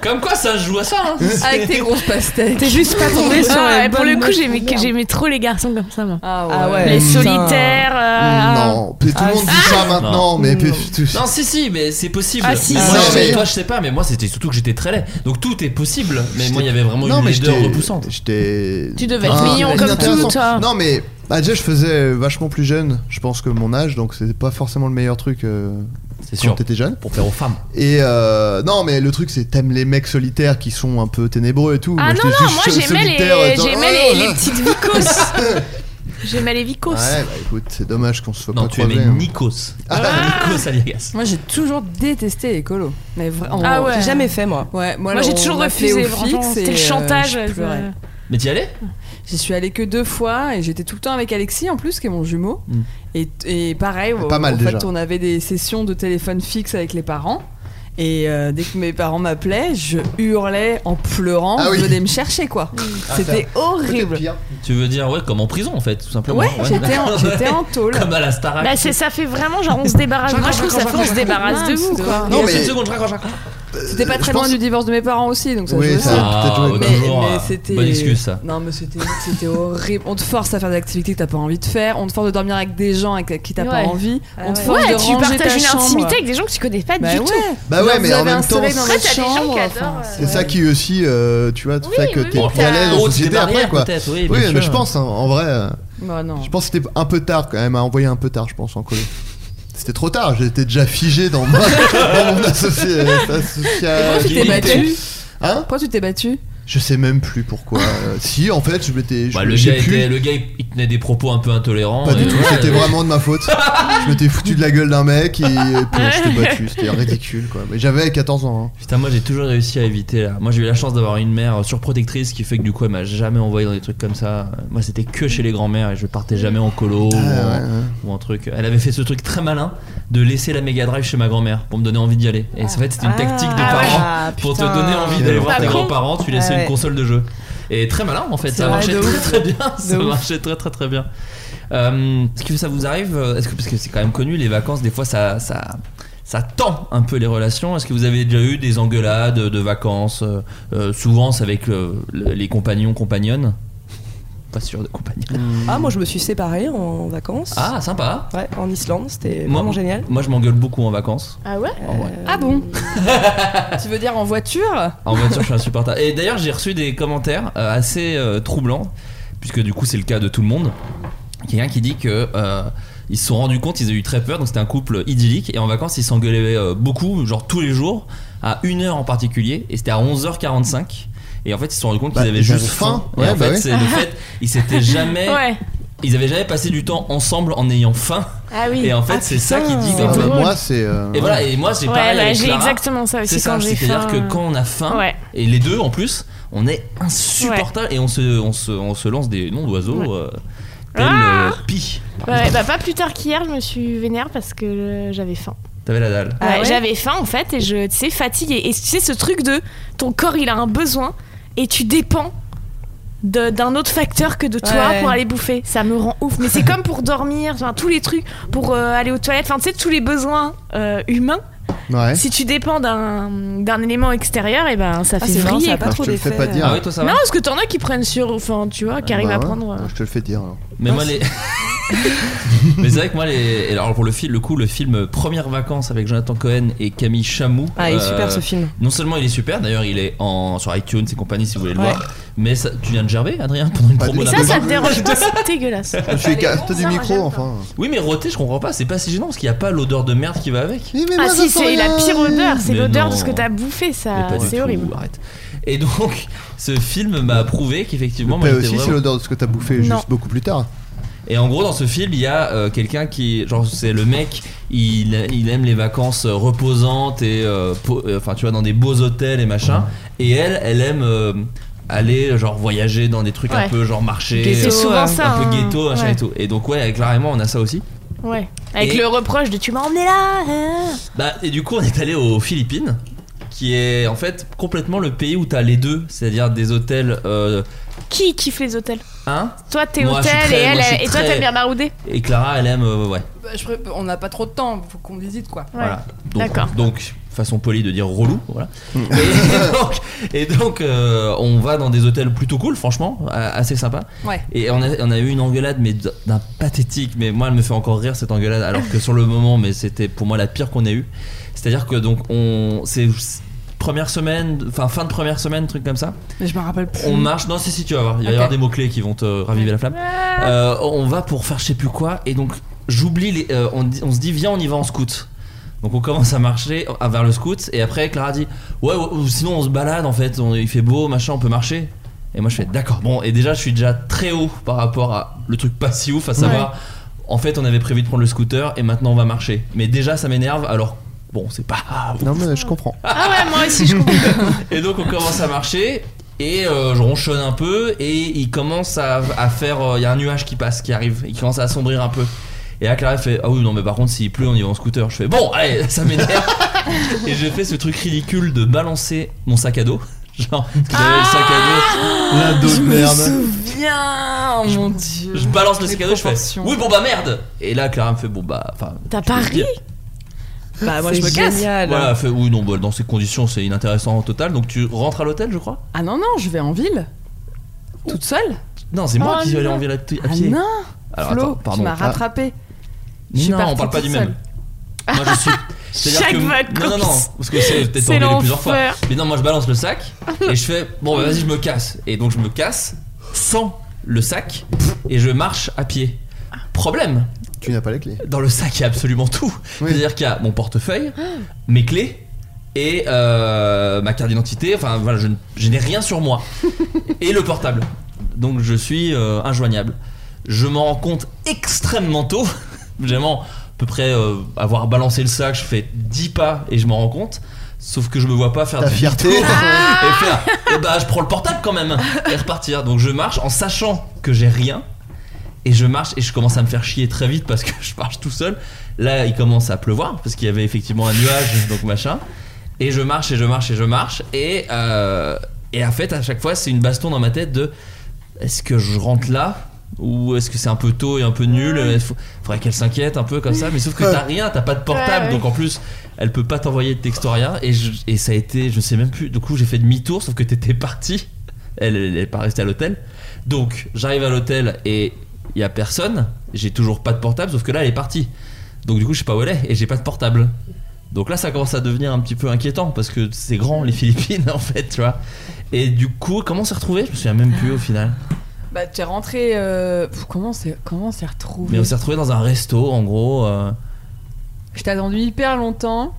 Comme quoi ça se joue à ça hein.
Avec Ah, tes grosses pastèques.
T'es juste pas tombé sur
Ah,
Pour le coup, j'aimais
que
j'aimais trop les garçons comme ça, moi.
Ah ouais.
Les
Putain.
solitaires. euh,
Non, puis
Ah,
tout le monde dit ça maintenant, mais puis tout-
Non, si, si, mais c'est possible.
Ah, si,
Moi,
si.
je-
Non, mais-
Toi, je sais pas, mais moi, c'était surtout que j'étais très laid. Donc tout est possible, mais moi, il y avait vraiment
Non,
une
mais
laideur
j'étais-
repoussante.
J'étais. Ah,
Tu devais être mignon comme
inintéressant.
tout, toi.
Non, mais bah, déjà, je faisais vachement plus jeune, je pense, que mon âge, donc c'était pas forcément le meilleur truc euh, quand
sûr.
t'étais jeune.
Pour faire aux femmes.
Et euh, non, mais le truc, c'est t'aimes les mecs solitaires qui sont un peu ténébreux et tout.
Ah non,
j'étais
non,
juste
moi
sol-
j'aimais
solitaire,
les,
genre,
j'aimais
oh,
les,
là.
les petites vicos. j'aimais les vicos.
Ouais, bah écoute, c'est dommage qu'on se soit
Non,
pas
tu
croisés.
aimais
hein.
Nikos. Nikos Aliagas.
Moi, j'ai toujours détesté les colos. Mais vraiment.
Ah ouais.
J'ai jamais fait, moi.
Ouais, moi,
Moi, j'ai
on
toujours
m'a
refusé,
fait au
franchement,
fixe
c'était
et,
le
euh,
chantage, euh.
je
ça-
pleurais.
Mais t'y allais
J'y suis allée que deux fois et j'étais tout le temps avec Alexis en plus, qui est mon jumeau.
Mm. Ah,
Et, et pareil,
Pas
en
mal,
fait,
déjà.
on avait des sessions de téléphone fixe avec les parents. Et euh, dès que mes parents m'appelaient, je hurlais en pleurant,
Ah oui.
venez me chercher quoi.
Ah,
C'était horrible.
Peut-être pire.
Tu veux dire, ouais, comme en prison, en fait, tout simplement.
Ouais, j'étais en- j'étais en tôle.
Comme à la Starac.
Bah c'est ça fait vraiment genre on se débarrasse. Moi je trouve ça fait on se débarrasse de vous quoi.
Non,
Non, mais.
mais-
Une seconde, je raccroche, je raccroche.
C'était pas
je
très
pense-
loin du divorce de mes parents aussi, donc ça
Oui,
jouait
ça
aussi.
a peut-être
Ah,
joué.
ouais,
Mais,
toujours,
mais
euh,
c'était.
Bonne excuse, ça.
Non, mais c'était c'était horrible. On te force à faire des activités que t'as pas envie de faire. On te force de dormir avec des gens avec qui t'as pas
Ouais. Ah
envie. On te force
Ouais,
de
tu
ranger ta
partages une
chambre.
intimité avec des gens que tu connais pas
Bah
du
ouais.
tout.
Bah ouais,
Genre,
mais
vous
en
avez
même
un
temps,
soleil dans
Après
votre
t'as des gens
chambre,
qui
enfin,
adorent.
C'est ça qui aussi, euh, tu vois,
Oui,
fait que
oui,
t'es
oui,
plus à l'aise en
t'as- Oh, c'est des
société
barrières,
après, quoi.
peut-être, oui, bien
mais
sûr.
je pense, hein, en vrai, euh,
Bah non.
je pense que c'était un peu tard quand même à envoyer un peu tard, je pense, en colo. C'était trop tard, j'étais déjà figé dans, ma- dans mon associé.
Pourquoi tu t'es battu
Hein
Pourquoi tu t'es battu
Je sais même plus pourquoi. Euh, si, en fait, je m'étais. je-
Bah, le,
j'ai
gars
pu-
était, le gars, il il tenait des propos un peu intolérants.
Pas du
et
tout,
ouais,
c'était
euh,
vraiment de ma faute. Je m'étais foutu de la gueule d'un mec et, et puis on s'était battu. C'était ridicule, quoi. Mais j'avais 14 ans. hein.
Putain, moi j'ai toujours réussi à éviter là. Moi j'ai eu la chance d'avoir une mère surprotectrice qui fait que du coup elle m'a jamais envoyé dans des trucs comme ça. Moi c'était que chez les grands-mères et je partais jamais en colo ou, en, ou en truc. Elle avait fait ce truc très malin de laisser la Mega Drive chez ma grand-mère pour me donner envie d'y aller. Et en fait c'était une tactique de
Ah ouais.
parents
Ah,
pour te
putain.
donner envie d'aller voir
Pas
tes
con.
grands-parents, tu laissais
Ah ouais.
une console de jeu. Et très malin en fait,
C'est
ça
vrai,
marchait
de
très
ouf.
très bien. Ça
ouf.
marchait très très très bien. Euh, Est-ce que ça vous arrive euh, Est-ce que parce que c'est quand même connu, les vacances des fois ça ça ça tend un peu les relations. Est-ce que vous avez déjà eu des engueulades de vacances euh, euh, Souvent c'est avec euh, le- les compagnons compagnonnes. Pas sûr de compagnonnes.
Ah, moi, je me suis séparée en vacances.
Ah sympa.
Ouais, en Islande, c'était
Moi-
vraiment génial.
Moi je m'engueule beaucoup en vacances.
Ah ouais.
En vrai.
Ah bon Tu veux dire Hein en voiture
En voiture, je suis insupportable. Et d'ailleurs, j'ai reçu des commentaires euh, assez euh, troublants, puisque du coup, c'est le cas de tout le monde. Quelqu'un qui dit que euh, ils se sont rendus compte, ils ont eu très peur, donc c'était un couple idyllique, et en vacances, ils s'engueulaient euh, beaucoup, genre tous les jours, à une heure en particulier, et c'était à 11h45. Et en fait, ils se sont rendus compte qu'ils
Bah,
avaient
ils
juste
avaient faim.
faim. Et
Ouais,
en
bah
fait,
oui.
c'est le fait, ils s'étaient jamais.
Ouais.
Ils avaient jamais passé du temps ensemble en ayant faim.
Ah oui.
Et en fait,
Ah,
c'est ça qui
putain.
dit.
Ah, bah,
drôle.
moi, c'est. euh,
Et voilà, et moi j'ai
Ouais,
pareil
bah,
avec
j'ai
Clara.
exactement ça aussi
C'est ça,
quand j'ai
c'est-à-dire
faim.
que quand on a faim,
Ouais.
et les deux en plus, on est insupportable et on se, on, se, on se lance des noms d'oiseaux euh, tels
Ah
euh, Pi. par
Ouais,
exemple.
bah pas plus tard qu'hier, je me suis vénère parce que euh, j'avais faim.
T'avais la dalle.
Ah
Ouais,
ouais
J'avais faim en fait et je, tu sais, fatiguée. Et tu sais, ce truc de ton corps il a un besoin et tu dépends de- d'un autre facteur que de toi
Ouais.
pour aller bouffer. Ça me rend ouf. Mais c'est comme pour dormir, enfin, tous les trucs, pour euh, aller aux toilettes, enfin, tu sais, tous les besoins euh, humains.
hein. Ouais.
Si tu dépends d'un d'un élément extérieur, et ben ça
Ah,
fait
c'est marrant, ça
vriller.
a pas
Ah, je
trop
te le fais
d'effet.
pas dire.
Ah oui, toi ça va
Non, parce que t'en as qui prennent sur. Enfin, tu vois, qui arrivent
Bah
à
ouais.
prendre. euh,
Je te le fais dire. alors.
Mais moi les. Mais c'est vrai que moi les. et Alors pour le film, le coup, le film Première Vacances avec Jonathan Cohen et Camille Chamou.
Ah, il est
euh,
super ce film.
Non seulement il est super, d'ailleurs il est en, sur iTunes et compagnie si vous voulez le
Ouais.
voir, mais ça- tu viens de gerber Adrien pendant une
Pas
promo
du
Mais
d'un
Bah,
peu
ça, ça
moins
te dérange pas, c'est dégueulasse.
Je me suis écarté du micro, enfin.
Oui, mais roté, je comprends pas, c'est pas si gênant parce qu'il n'y a pas l'odeur de merde qui va avec.
Oui, mais
Ah
moi, ça
si,
sent
c'est la
rien.
pire odeur, c'est
Mais
l'odeur de
non.
ce que t'as bouffé,
Mais
ça,
pas du
c'est
tout,
horrible.
Arrête. Et donc, ce film m'a prouvé qu'effectivement, moi
Mais
j'étais
aussi, c'est
vraiment...
l'odeur de ce que t'as bouffé
Non.
juste beaucoup plus tard.
Et en gros, dans ce film, il y a euh, quelqu'un qui, genre, c'est le mec, il, il aime les vacances euh, reposantes et, euh, po- euh, enfin, tu vois, dans des beaux hôtels et machin. Et elle, elle aime euh, aller, genre, voyager dans des trucs un
Ouais.
peu, genre, marché,
C'est
euh,
souvent ça.
un peu
hein.
ghetto, machin
Ouais.
et tout. Et donc, ouais, clairement, on a ça aussi.
Ouais. Avec
Et-
le reproche de tu m'as emmené là. hein.
Bah, et du coup, on est allé aux Philippines. qui est en fait complètement le pays où t'as les deux, c'est-à-dire des hôtels. euh,
Qui kiffe les hôtels
hein
Toi, t'es
Moi, je suis
hôtel
très-
et elle,
moi, je suis
Eh, et toi,
très-
t'aimes bien marauder
Et Clara, elle aime. euh, ouais.
Bah, je pré- On n'a pas trop de temps, faut qu'on visite quoi.
Voilà. Donc, donc, façon polie de dire relou, voilà. Et, et donc, et donc, euh, on va dans des hôtels plutôt cool, franchement, a- assez sympa.
Ouais.
Et on a, on a eu une engueulade, mais d- d'un pathétique. Mais moi, elle me fait encore rire cette engueulade, alors que sur le moment, mais c'était pour moi la pire qu'on ait eue. C'est-à-dire que donc on, c'est première semaine, enfin fin de première semaine, truc comme ça.
Mais je me rappelle plus.
Hmm.
On marche, non, si, si, tu vas voir, il va y
Ok.
avoir des mots-clés qui vont te raviver la flamme. Euh, on va pour faire je sais plus quoi, et donc j'oublie les. euh, on, dit- on se dit, viens, on y va en scout. Donc on commence à marcher à- vers le scout, et après Clara dit, ouais, ouais, ou sinon on se balade en fait, on- il fait beau, machin, on peut marcher. Et moi je fais, d'accord, bon, et déjà je suis déjà très haut par rapport à le truc pas si ouf, à savoir, en fait on avait prévu de prendre le scooter, et maintenant on va marcher. Mais déjà ça m'énerve, alors bon, c'est pas
Non, mais je comprends.
Ah ouais, moi aussi, je comprends.
et donc on commence à marcher et euh, je ronchonne un peu et il commence à, à faire. euh, Il y a un nuage qui passe, qui arrive, il commence à assombrir un peu. Et là Clara elle fait Ah oui, non, mais par contre, s'il pleut, on y va en scooter. Je fais Bon, allez, ça m'énerve. et j'ai fait ce truc ridicule de balancer mon sac à dos. Genre, parce que j'avais le sac à dos.
L'ado Ah, de Je me merde.
Viens, oh mon dieu.
Je balance le
Les
sac à dos, je fais
proportions.
Oui, bon bah merde. Et là, Clara me fait Bon bah. enfin,
T'as
je
pas
veux dire-
ri Bah, moi, je me casse.
Voilà, elle fait Oui, non, bah, dans ces conditions, c'est inintéressant en total. Donc tu rentres à l'hôtel, je crois
Ah non, non, je vais en ville. Toute seule
Non, c'est moi
Oh
qui suis allé
non.
en ville à, t- à
Ah
pied.
non
Alors,
Flo,
attends, pardon.
tu m'as
Ah.
rattrapé. Je suis
Non, on
partie
parle pas du
toute
même. Moi, je suis. c'est-à-dire
Chaque
que-
vacances.
Non, non, non, parce que c'est peut-être
C'est
enlevé plusieurs fois.
l'enfer.
Mais non, moi, je balance le sac et je fais bon, bah, vas-y, je me casse. Et donc, je me casse sans le sac et je marche à pied. Problème.
Tu n'as pas les clés.
Dans le sac, il y a absolument tout. C'est-à-dire qu'il y a mon portefeuille, mes clés et euh, ma carte d'identité. Enfin, voilà, je, n- je n'ai rien sur moi. et le portable. Donc, je suis euh, injoignable. Je m'en rends compte extrêmement tôt. Vraiment, à peu près euh, avoir balancé le sac, je fais 10 pas et je m'en rends compte. Sauf que je me vois pas faire
Ta
du
fierté.
et faire eh bah, je prends le portable quand même et repartir. Donc, je marche en sachant que j'ai rien. Et je marche et je commence à me faire chier très vite parce que je marche tout seul. Là, il commence à pleuvoir parce qu'il y avait effectivement un nuage, donc machin. Et je marche et je marche et je marche. Et, euh, et en fait, à chaque fois, c'est une baston dans ma tête de est-ce que je rentre là ou est-ce que c'est un peu tôt et un peu nul Il faut- faudrait qu'elle s'inquiète un peu comme ça. Mais sauf que t'as rien, t'as pas de portable.
Ouais, ouais.
Donc en plus, elle peut pas t'envoyer de textoria. Et, je- et ça a été, je sais même plus. Du coup, j'ai fait demi-tour sauf que t'étais parti. Elle elle est pas restée à l'hôtel. Donc j'arrive à l'hôtel et il y a personne. J'ai toujours pas de portable, sauf que là elle est partie. Donc du coup je sais pas où elle est et j'ai pas de portable. Donc là ça commence à devenir un petit peu inquiétant parce que c'est grand les Philippines en fait, tu vois. Et du coup comment on s'est retrouvé Je me souviens même plus au final.
Bah, tu es rentré. euh, pff, Comment c'est comment on s'est retrouvé
Mais on s'est retrouvé dans un resto en gros. euh,
Je t'ai attendu hyper longtemps.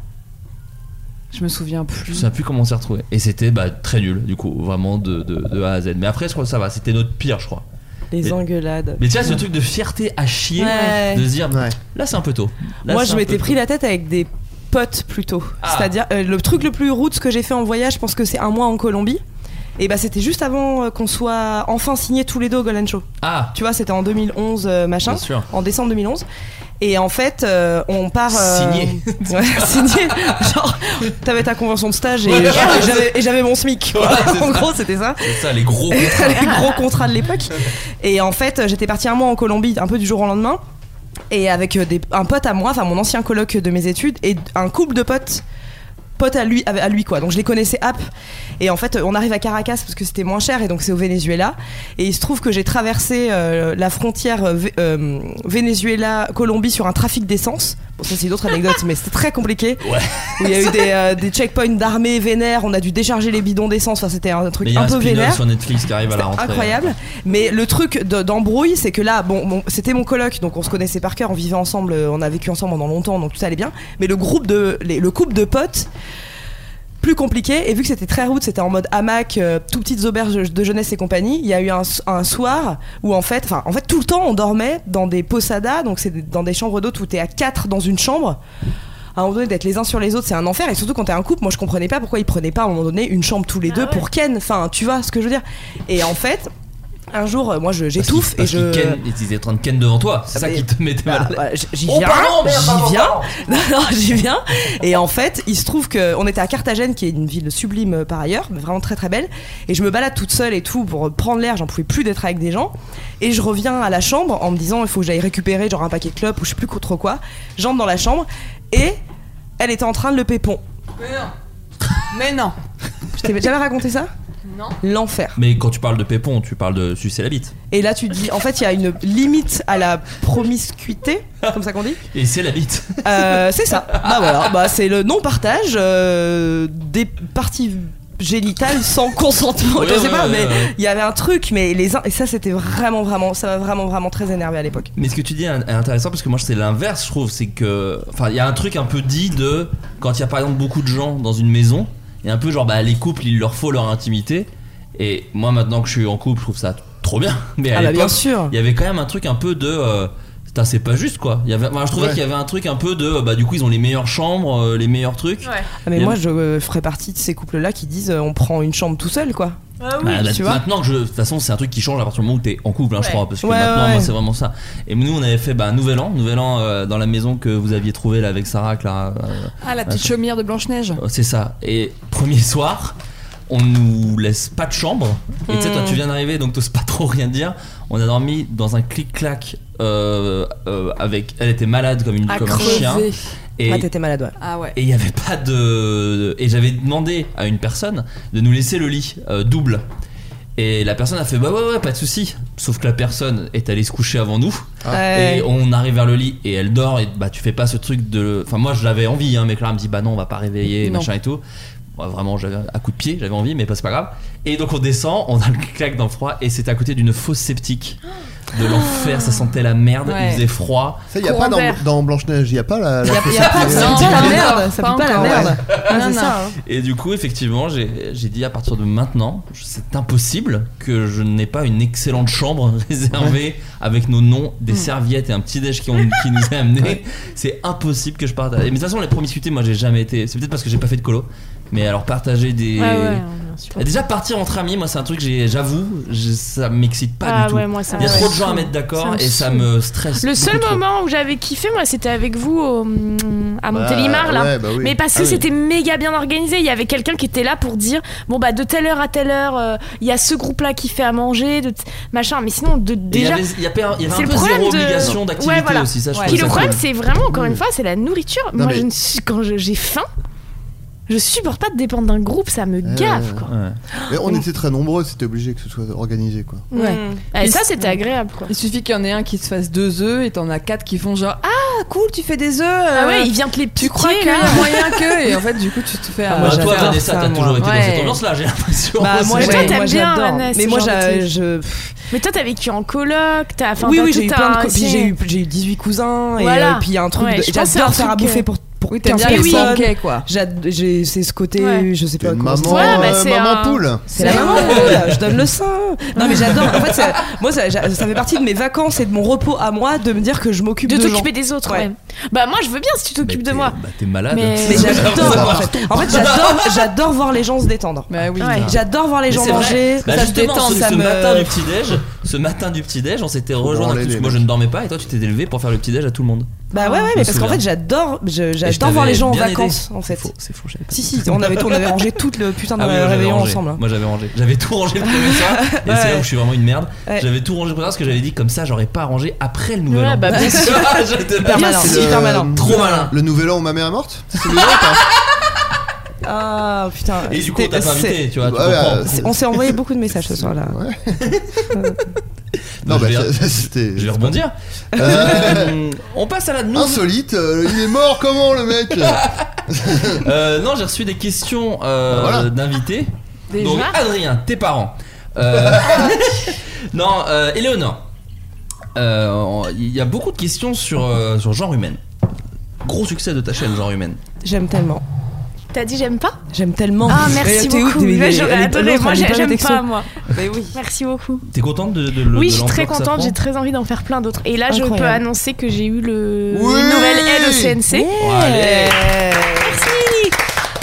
Je me souviens
je me
plus.
souviens plus comment on s'est retrouvé. Et c'était bah, très nul du coup, vraiment de, de- de A à Z. Mais après je crois que ça va, c'était notre pire je crois.
Les
Mais-
engueulades.
Mais tu vois ce truc de fierté à chier,
Ouais.
de se dire là c'est un peu tôt. Là,
Moi,
c'est
je
un
m'étais
peu
pris
tôt.
la tête avec des potes plutôt.
Ah.
C'est-à-dire, euh, le truc le plus rude que j'ai fait en voyage, je pense que c'est un mois en Colombie. Et bah, c'était juste avant euh, qu'on soit enfin signés tous les deux au Golden Show.
Ah
Tu vois, c'était en 2011, euh, machin.
Bien sûr.
En décembre 2011. Et en fait, euh, on part.
Signé.
Ouais, signé. Genre, t'avais ta convention de stage et,
Ouais,
et
c'est-
j'avais- et j'avais mon SMIC.
Ouais, c'est
en
ça.
gros, Oh, c'était ça.
C'est ça les gros
les gros contrats de l'époque. Et en fait, j'étais partie un mois en Colombie, un peu du jour au lendemain. Et avec euh, des- un pote à moi, enfin mon ancien coloc de mes études, et un couple de potes, potes à lui, à, à lui quoi. Donc je les connaissais app. Et en fait, on arrive à Caracas parce que c'était moins cher, et donc c'est au Venezuela. Et il se trouve que j'ai traversé euh, la frontière euh, Vé- euh, Venezuela-Colombie sur un trafic d'essence. Bon, ça c'est une autre anecdote, mais c'était très compliqué. Où il y a eu des, euh, des checkpoints d'armée vénères, on a dû décharger les bidons d'essence, enfin c'était un truc
Mais il y a
un
un
peu
spin-off
vénère.
sur Netflix qui arrive à la rentrée. hein.
Incroyable. Mais le truc de- d'embrouille, c'est que là, bon, bon, c'était mon coloc, donc on se connaissait par cœur, on vivait ensemble, euh, on a vécu ensemble pendant longtemps, donc tout allait bien. Mais le groupe de, les- le couple de potes, plus compliqué. Et vu que c'était très route, c'était en mode hamac, euh, tout petites auberges de jeunesse et compagnie. Il y a eu un, s- un soir où en fait, enfin en fait tout le temps on dormait dans des posadas, donc c'est des- dans des chambres d'hôtes où t'es à quatre dans une chambre. À un moment donné, d'être les uns sur les autres, c'est un enfer. Et surtout quand t'es un couple, moi je comprenais
Bah
pas pourquoi ils prenaient pas à un moment donné une chambre tous les deux pour Ken. Enfin, tu vois ce que je veux dire. Et en fait, Un jour, euh, moi, je- j'étouffe et
Parce
je.
qu'ils ken- ils étaient en train de ken devant toi, c'est ça qui te mettait mal. à
l'aise. J'y
Oh,
viens,
pardon, merde, pardon,
j'y viens, non, non, j'y viens. Et en fait, il se trouve que on était à Carthagène, qui est une ville sublime euh, par ailleurs, mais vraiment très très belle. Et je me balade toute seule et tout pour prendre l'air. J'en pouvais plus d'être avec des gens. Et je reviens à la chambre en me disant, il faut que j'aille récupérer genre un paquet de clopes ou je sais plus trop quoi. J'entre dans la chambre et elle était en train de le pépon.
Mais non. Mais non.
Je t'avais jamais raconté ça
Non.
L'enfer.
Mais quand tu parles de pépon, tu parles de sucer la bite.
Et là, tu te dis, en fait, il y a une limite à la promiscuité, c'est comme ça qu'on dit.
Et c'est la bite.
Euh, c'est ça. Bah voilà, bah c'est le non-partage euh, des parties génitales sans consentement.
Ouais,
je sais
ouais,
pas,
ouais,
mais il
ouais.
y avait un truc, mais les uns et ça c'était vraiment vraiment, ça m'a vraiment vraiment très énervé à l'époque.
Mais ce que tu dis est est intéressant parce que moi c'est l'inverse, je trouve. C'est que. Enfin, il y a un truc un peu dit de. Quand il y a par exemple beaucoup de gens dans une maison, il y a un peu genre, bah les couples, il leur faut leur intimité. Et moi maintenant que je suis en couple, je trouve ça trop bien. Mais à
Ah bah, bien
l'époque,
sûr.
il y avait quand même un truc un peu de. euh, putain, c'est pas juste quoi. Il y avait, enfin, je trouvais
Ouais.
qu'il y avait un truc un peu de. euh, Bah du coup, ils ont les meilleures chambres, euh, les meilleurs trucs.
Ah, mais
Il y a-
moi je euh, ferais partie de ces couples là qui disent euh, on prend une chambre tout seul quoi.
Ah
Bah, bah,
tu vois.
Maintenant que je. De toute façon, c'est un truc qui change à partir du moment où t'es en couple, hein, je
Ouais.
crois. Parce que
Ouais,
maintenant,
ouais,
moi,
ouais.
c'est vraiment ça. Et nous, on avait fait bah, un nouvel an. Nouvel an euh, dans la maison que vous aviez trouvée là avec Sarah, Clara. euh,
Ah, la petite
machin.
chaumière de Blanche-Neige.
Euh, C'est ça. Et premier soir, on nous laisse pas de chambre. Et tu sais, toi,
Hmm.
tu viens d'arriver, donc t'oses pas trop rien dire. On a dormi dans un clic-clac euh, euh, avec. Elle était malade comme, une,
À
comme un
crever.
chien. Et,
Ah t'étais malade ouais.
Ah ouais.
et il n'y avait pas de. Et j'avais demandé à une personne de nous laisser le lit euh, double. Et la personne a fait bah ouais ouais pas de souci. Sauf que la personne est allée se coucher avant nous.
Ah.
Et on arrive vers le lit et elle dort et bah tu fais pas ce truc de. Enfin moi je l'avais envie hein, mais Clara me dit bah non on va pas réveiller
Non.
machin et tout. Bah, vraiment j'avais à coup de pied j'avais envie mais pas c'est pas grave. Et donc on descend on a le claque dans le froid et c'était à côté d'une fosse septique. De l'enfer, ça sentait la merde,
Ouais.
il faisait froid.
Ça, il a pas Ah, dans, dans Blanche-Neige, il n'y a pas la. la
Y a- y a pas- ça pue pas la merde, ça
Pas
pue pas la
encore,
merde.
ouais.
Ah,
Non,
c'est
non.
ça. hein.
Et du coup, effectivement, j'ai j'ai dit à partir de maintenant, je- c'est impossible que je n'ai pas une excellente chambre réservée avec nos noms,
Mm.
des serviettes et un petit déj qui, ont- qui nous est amené. C'est impossible que je partage. Mais de toute façon, les promiscuités, moi, j'ai jamais été. C'est peut-être parce que j'ai pas fait de colo. Mais alors, partager des.
Ouais, ouais, on supporte.
Déjà, partir entre amis, moi, c'est un truc, j'ai- j'avoue, je- ça m'excite pas
Ah
du tout.
ouais, moi, ça
Il y a
me
trop de
saoule.
gens à mettre d'accord
Ça me
et ça
saoule.
me stresse.
Le seul
beaucoup trop.
moment où j'avais kiffé, moi, c'était avec vous au- hum, à
Bah,
Montélimar, là.
ouais, bah oui.
Mais parce que
Ah oui.
c'était méga bien organisé. Il y avait quelqu'un qui était là pour dire bon, bah, de telle heure à telle heure, euh, il y a ce groupe-là qui fait à manger, de t- machin. Mais sinon, de,
Et il y
déjà.
avait- il y avait un- il y avait un
c'est le
peu
problème
zéro
de-
obligation d'activité
Ouais, voilà.
aussi, ça, je
Puis
trouve
le
ça
problème,
cool.
c'est vraiment, encore une fois, c'est la nourriture.
Mm. Non,
moi,
mais-
je ne suis- quand je- j'ai faim, je supporte pas de dépendre d'un groupe, ça me gaffe, quoi.
Mais on était très nombreux, c'était obligé que ce soit organisé quoi.
Ouais. Et
Il
ça,
s-
c'était agréable, quoi.
mm. Il suffit qu'il y en ait un qui se fasse deux œufs et t'en as quatre qui font genre Ah cool, tu fais des œufs. euh,
Ah ouais, il vient te les piquer,
Tu crois qu'il y
là.
a moyen que. Et en fait, du coup, tu te fais.
Ah,
euh,
bah, toi,
j'adore
Vanessa,
ça,
t'as
moi.
toujours été dans
Ouais.
cette ambiance-là, j'ai l'impression.
Bah, moi,
C'est-
j'ai-
toi, t'aimes
moi,
bien,
j'adore.
Vanessa,
Mais moi,
ce genre de
j'a-
truc.
je.
Mais toi, t'as vécu en coloc, t'as. enfin,
oui,
t'as
oui,
tout
j'ai eu
un-
plein de co-
c'est-
puis j'ai eu, j'ai eu 18 cousins et,
Voilà.
euh, puis il y a un truc
Ouais,
de-
je pense que c'est un
j'adore faire à
truc,
bouffer
euh,
pour pour
t'aimes
15
bien les
personnes.
banquets, quoi.
J'ad- J'ai c'est ce côté
Ouais.
je sais pas
Ah
comment
maman,
ça s'appelle.
Ouais, bah, euh, c'est maman un- poule.
C'est la maman poule, je donne le sein. Non mais j'adore en fait ça- moi ça, j'a- ça fait partie de mes vacances et de mon repos à moi de me dire que je m'occupe
de
de,
t'occuper
gens.
des autres.
Ouais.
ouais. Bah moi je veux bien si tu t'occupes de moi.
T'es malade.
Mais-
C'est
Mais
ça, j'ai
j'adore en
l'impression.
fait. En fait, j'adore j'adore voir les gens se détendre.
Bah
oui.
Ouais. J'adore voir les
Mais
gens
c'est vrai.
manger,
Bah,
ça se
justement,
détend,
ce,
ça
ce
me
matin du petit déj, ce matin du petit déj, on s'était rejoint parce que moi je ne dormais pas et toi tu t'es levé pour faire le petit déj à tout le monde.
Bah ouais, ouais,
Ah, Je
mais
me
parce qu'en
souviens.
fait, j'adore, je-
Et je
j'adore
t'avais
voir les gens en
bien
vacances,
aidé.
en fait.
C'est faux, c'est faux, j'avais pas
Si,
compris.
si, on avait, on avait rangé tout le putain de
Ah oui, moi, j'avais
réveillon
rangé.
ensemble.
Moi j'avais rangé. J'avais tout rangé le premier soir et c'est là où je suis vraiment une merde.
Ouais.
J'avais tout rangé le premier soir parce que j'avais dit comme ça j'aurais pas rangé après le nouvel
Ouais,
an. Ah,
bah, bien sûr.
J'étais
Super
malade.
malin,
C'est le-
super malin.
Trop malin.
Le nouvel an où ma mère est morte C'est celui-là
Ah putain.
Et du coup, on t'a pas
c'est-
invité, tu vois, tu
Ouais,
comprends.
euh,
c'est- On s'est envoyé beaucoup de messages ce soir-là.
Non,
Je
bah,
vais-
ça- ça, c'était.
Je vais rebondir.
Euh,
On passe à la nouvelle.
Insolite, euh, il est mort comment le mec
Euh, non, j'ai reçu des questions euh,
Voilà.
d'invités.
Déjà
Donc, Adrien, tes parents. Euh, non, euh, Éléonore. Euh, on- Il y a beaucoup de questions sur, euh, sur genre humain. Gros succès de ta chaîne, genre humaine.
J'aime tellement.
T'as dit j'aime pas
J'aime tellement.
Ah
Mais
merci
t'es ouf,
beaucoup.
mais-
Là,
mais-
j'aurais
elle est-
adoré.
l'autre,
Moi
elle est
j'ai-
pas
j'aime
texto.
pas moi.
oui.
Merci beaucoup.
T'es contente de, de, de
oui,
de
je suis très
l'ampleur que ça
contente,
prend
j'ai très envie d'en faire plein d'autres. Et là, je peux
Incroyable.
annoncer que j'ai eu le
Oui
une nouvelle aide au CNC.
Oh, allez.
Merci.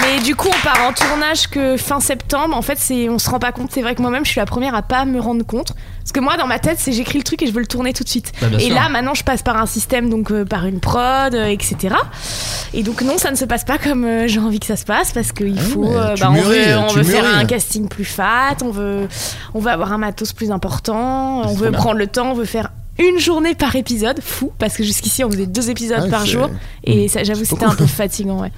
Mais du coup, on part en tournage que fin septembre. En fait, c'est, on se rend pas compte. C'est vrai que moi-même, je suis la première à pas me rendre compte. Parce que moi, dans ma tête, c'est j'écris le truc et je veux le tourner tout de suite.
Bah, bien
et
sûr.
là, maintenant, je passe par un système, donc euh, par une prod, euh, etc. Et donc, non, ça ne se passe pas comme euh, j'ai envie que ça se passe parce
Ah,
qu'il faut.
mais
euh,
tu
bah, on
mûris,
veut, on
tu
veut faire
mûris.
un casting plus fat, on veut, on veut avoir un matos plus important, on
C'est
veut
bien.
prendre le temps, on veut faire. Une journée par épisode, fou, parce que jusqu'ici on faisait deux épisodes
Ah,
Ouais,
par
c'est-
jour,
Hmm.
et ça, j'avoue, c'était un peu fatigant, ouais.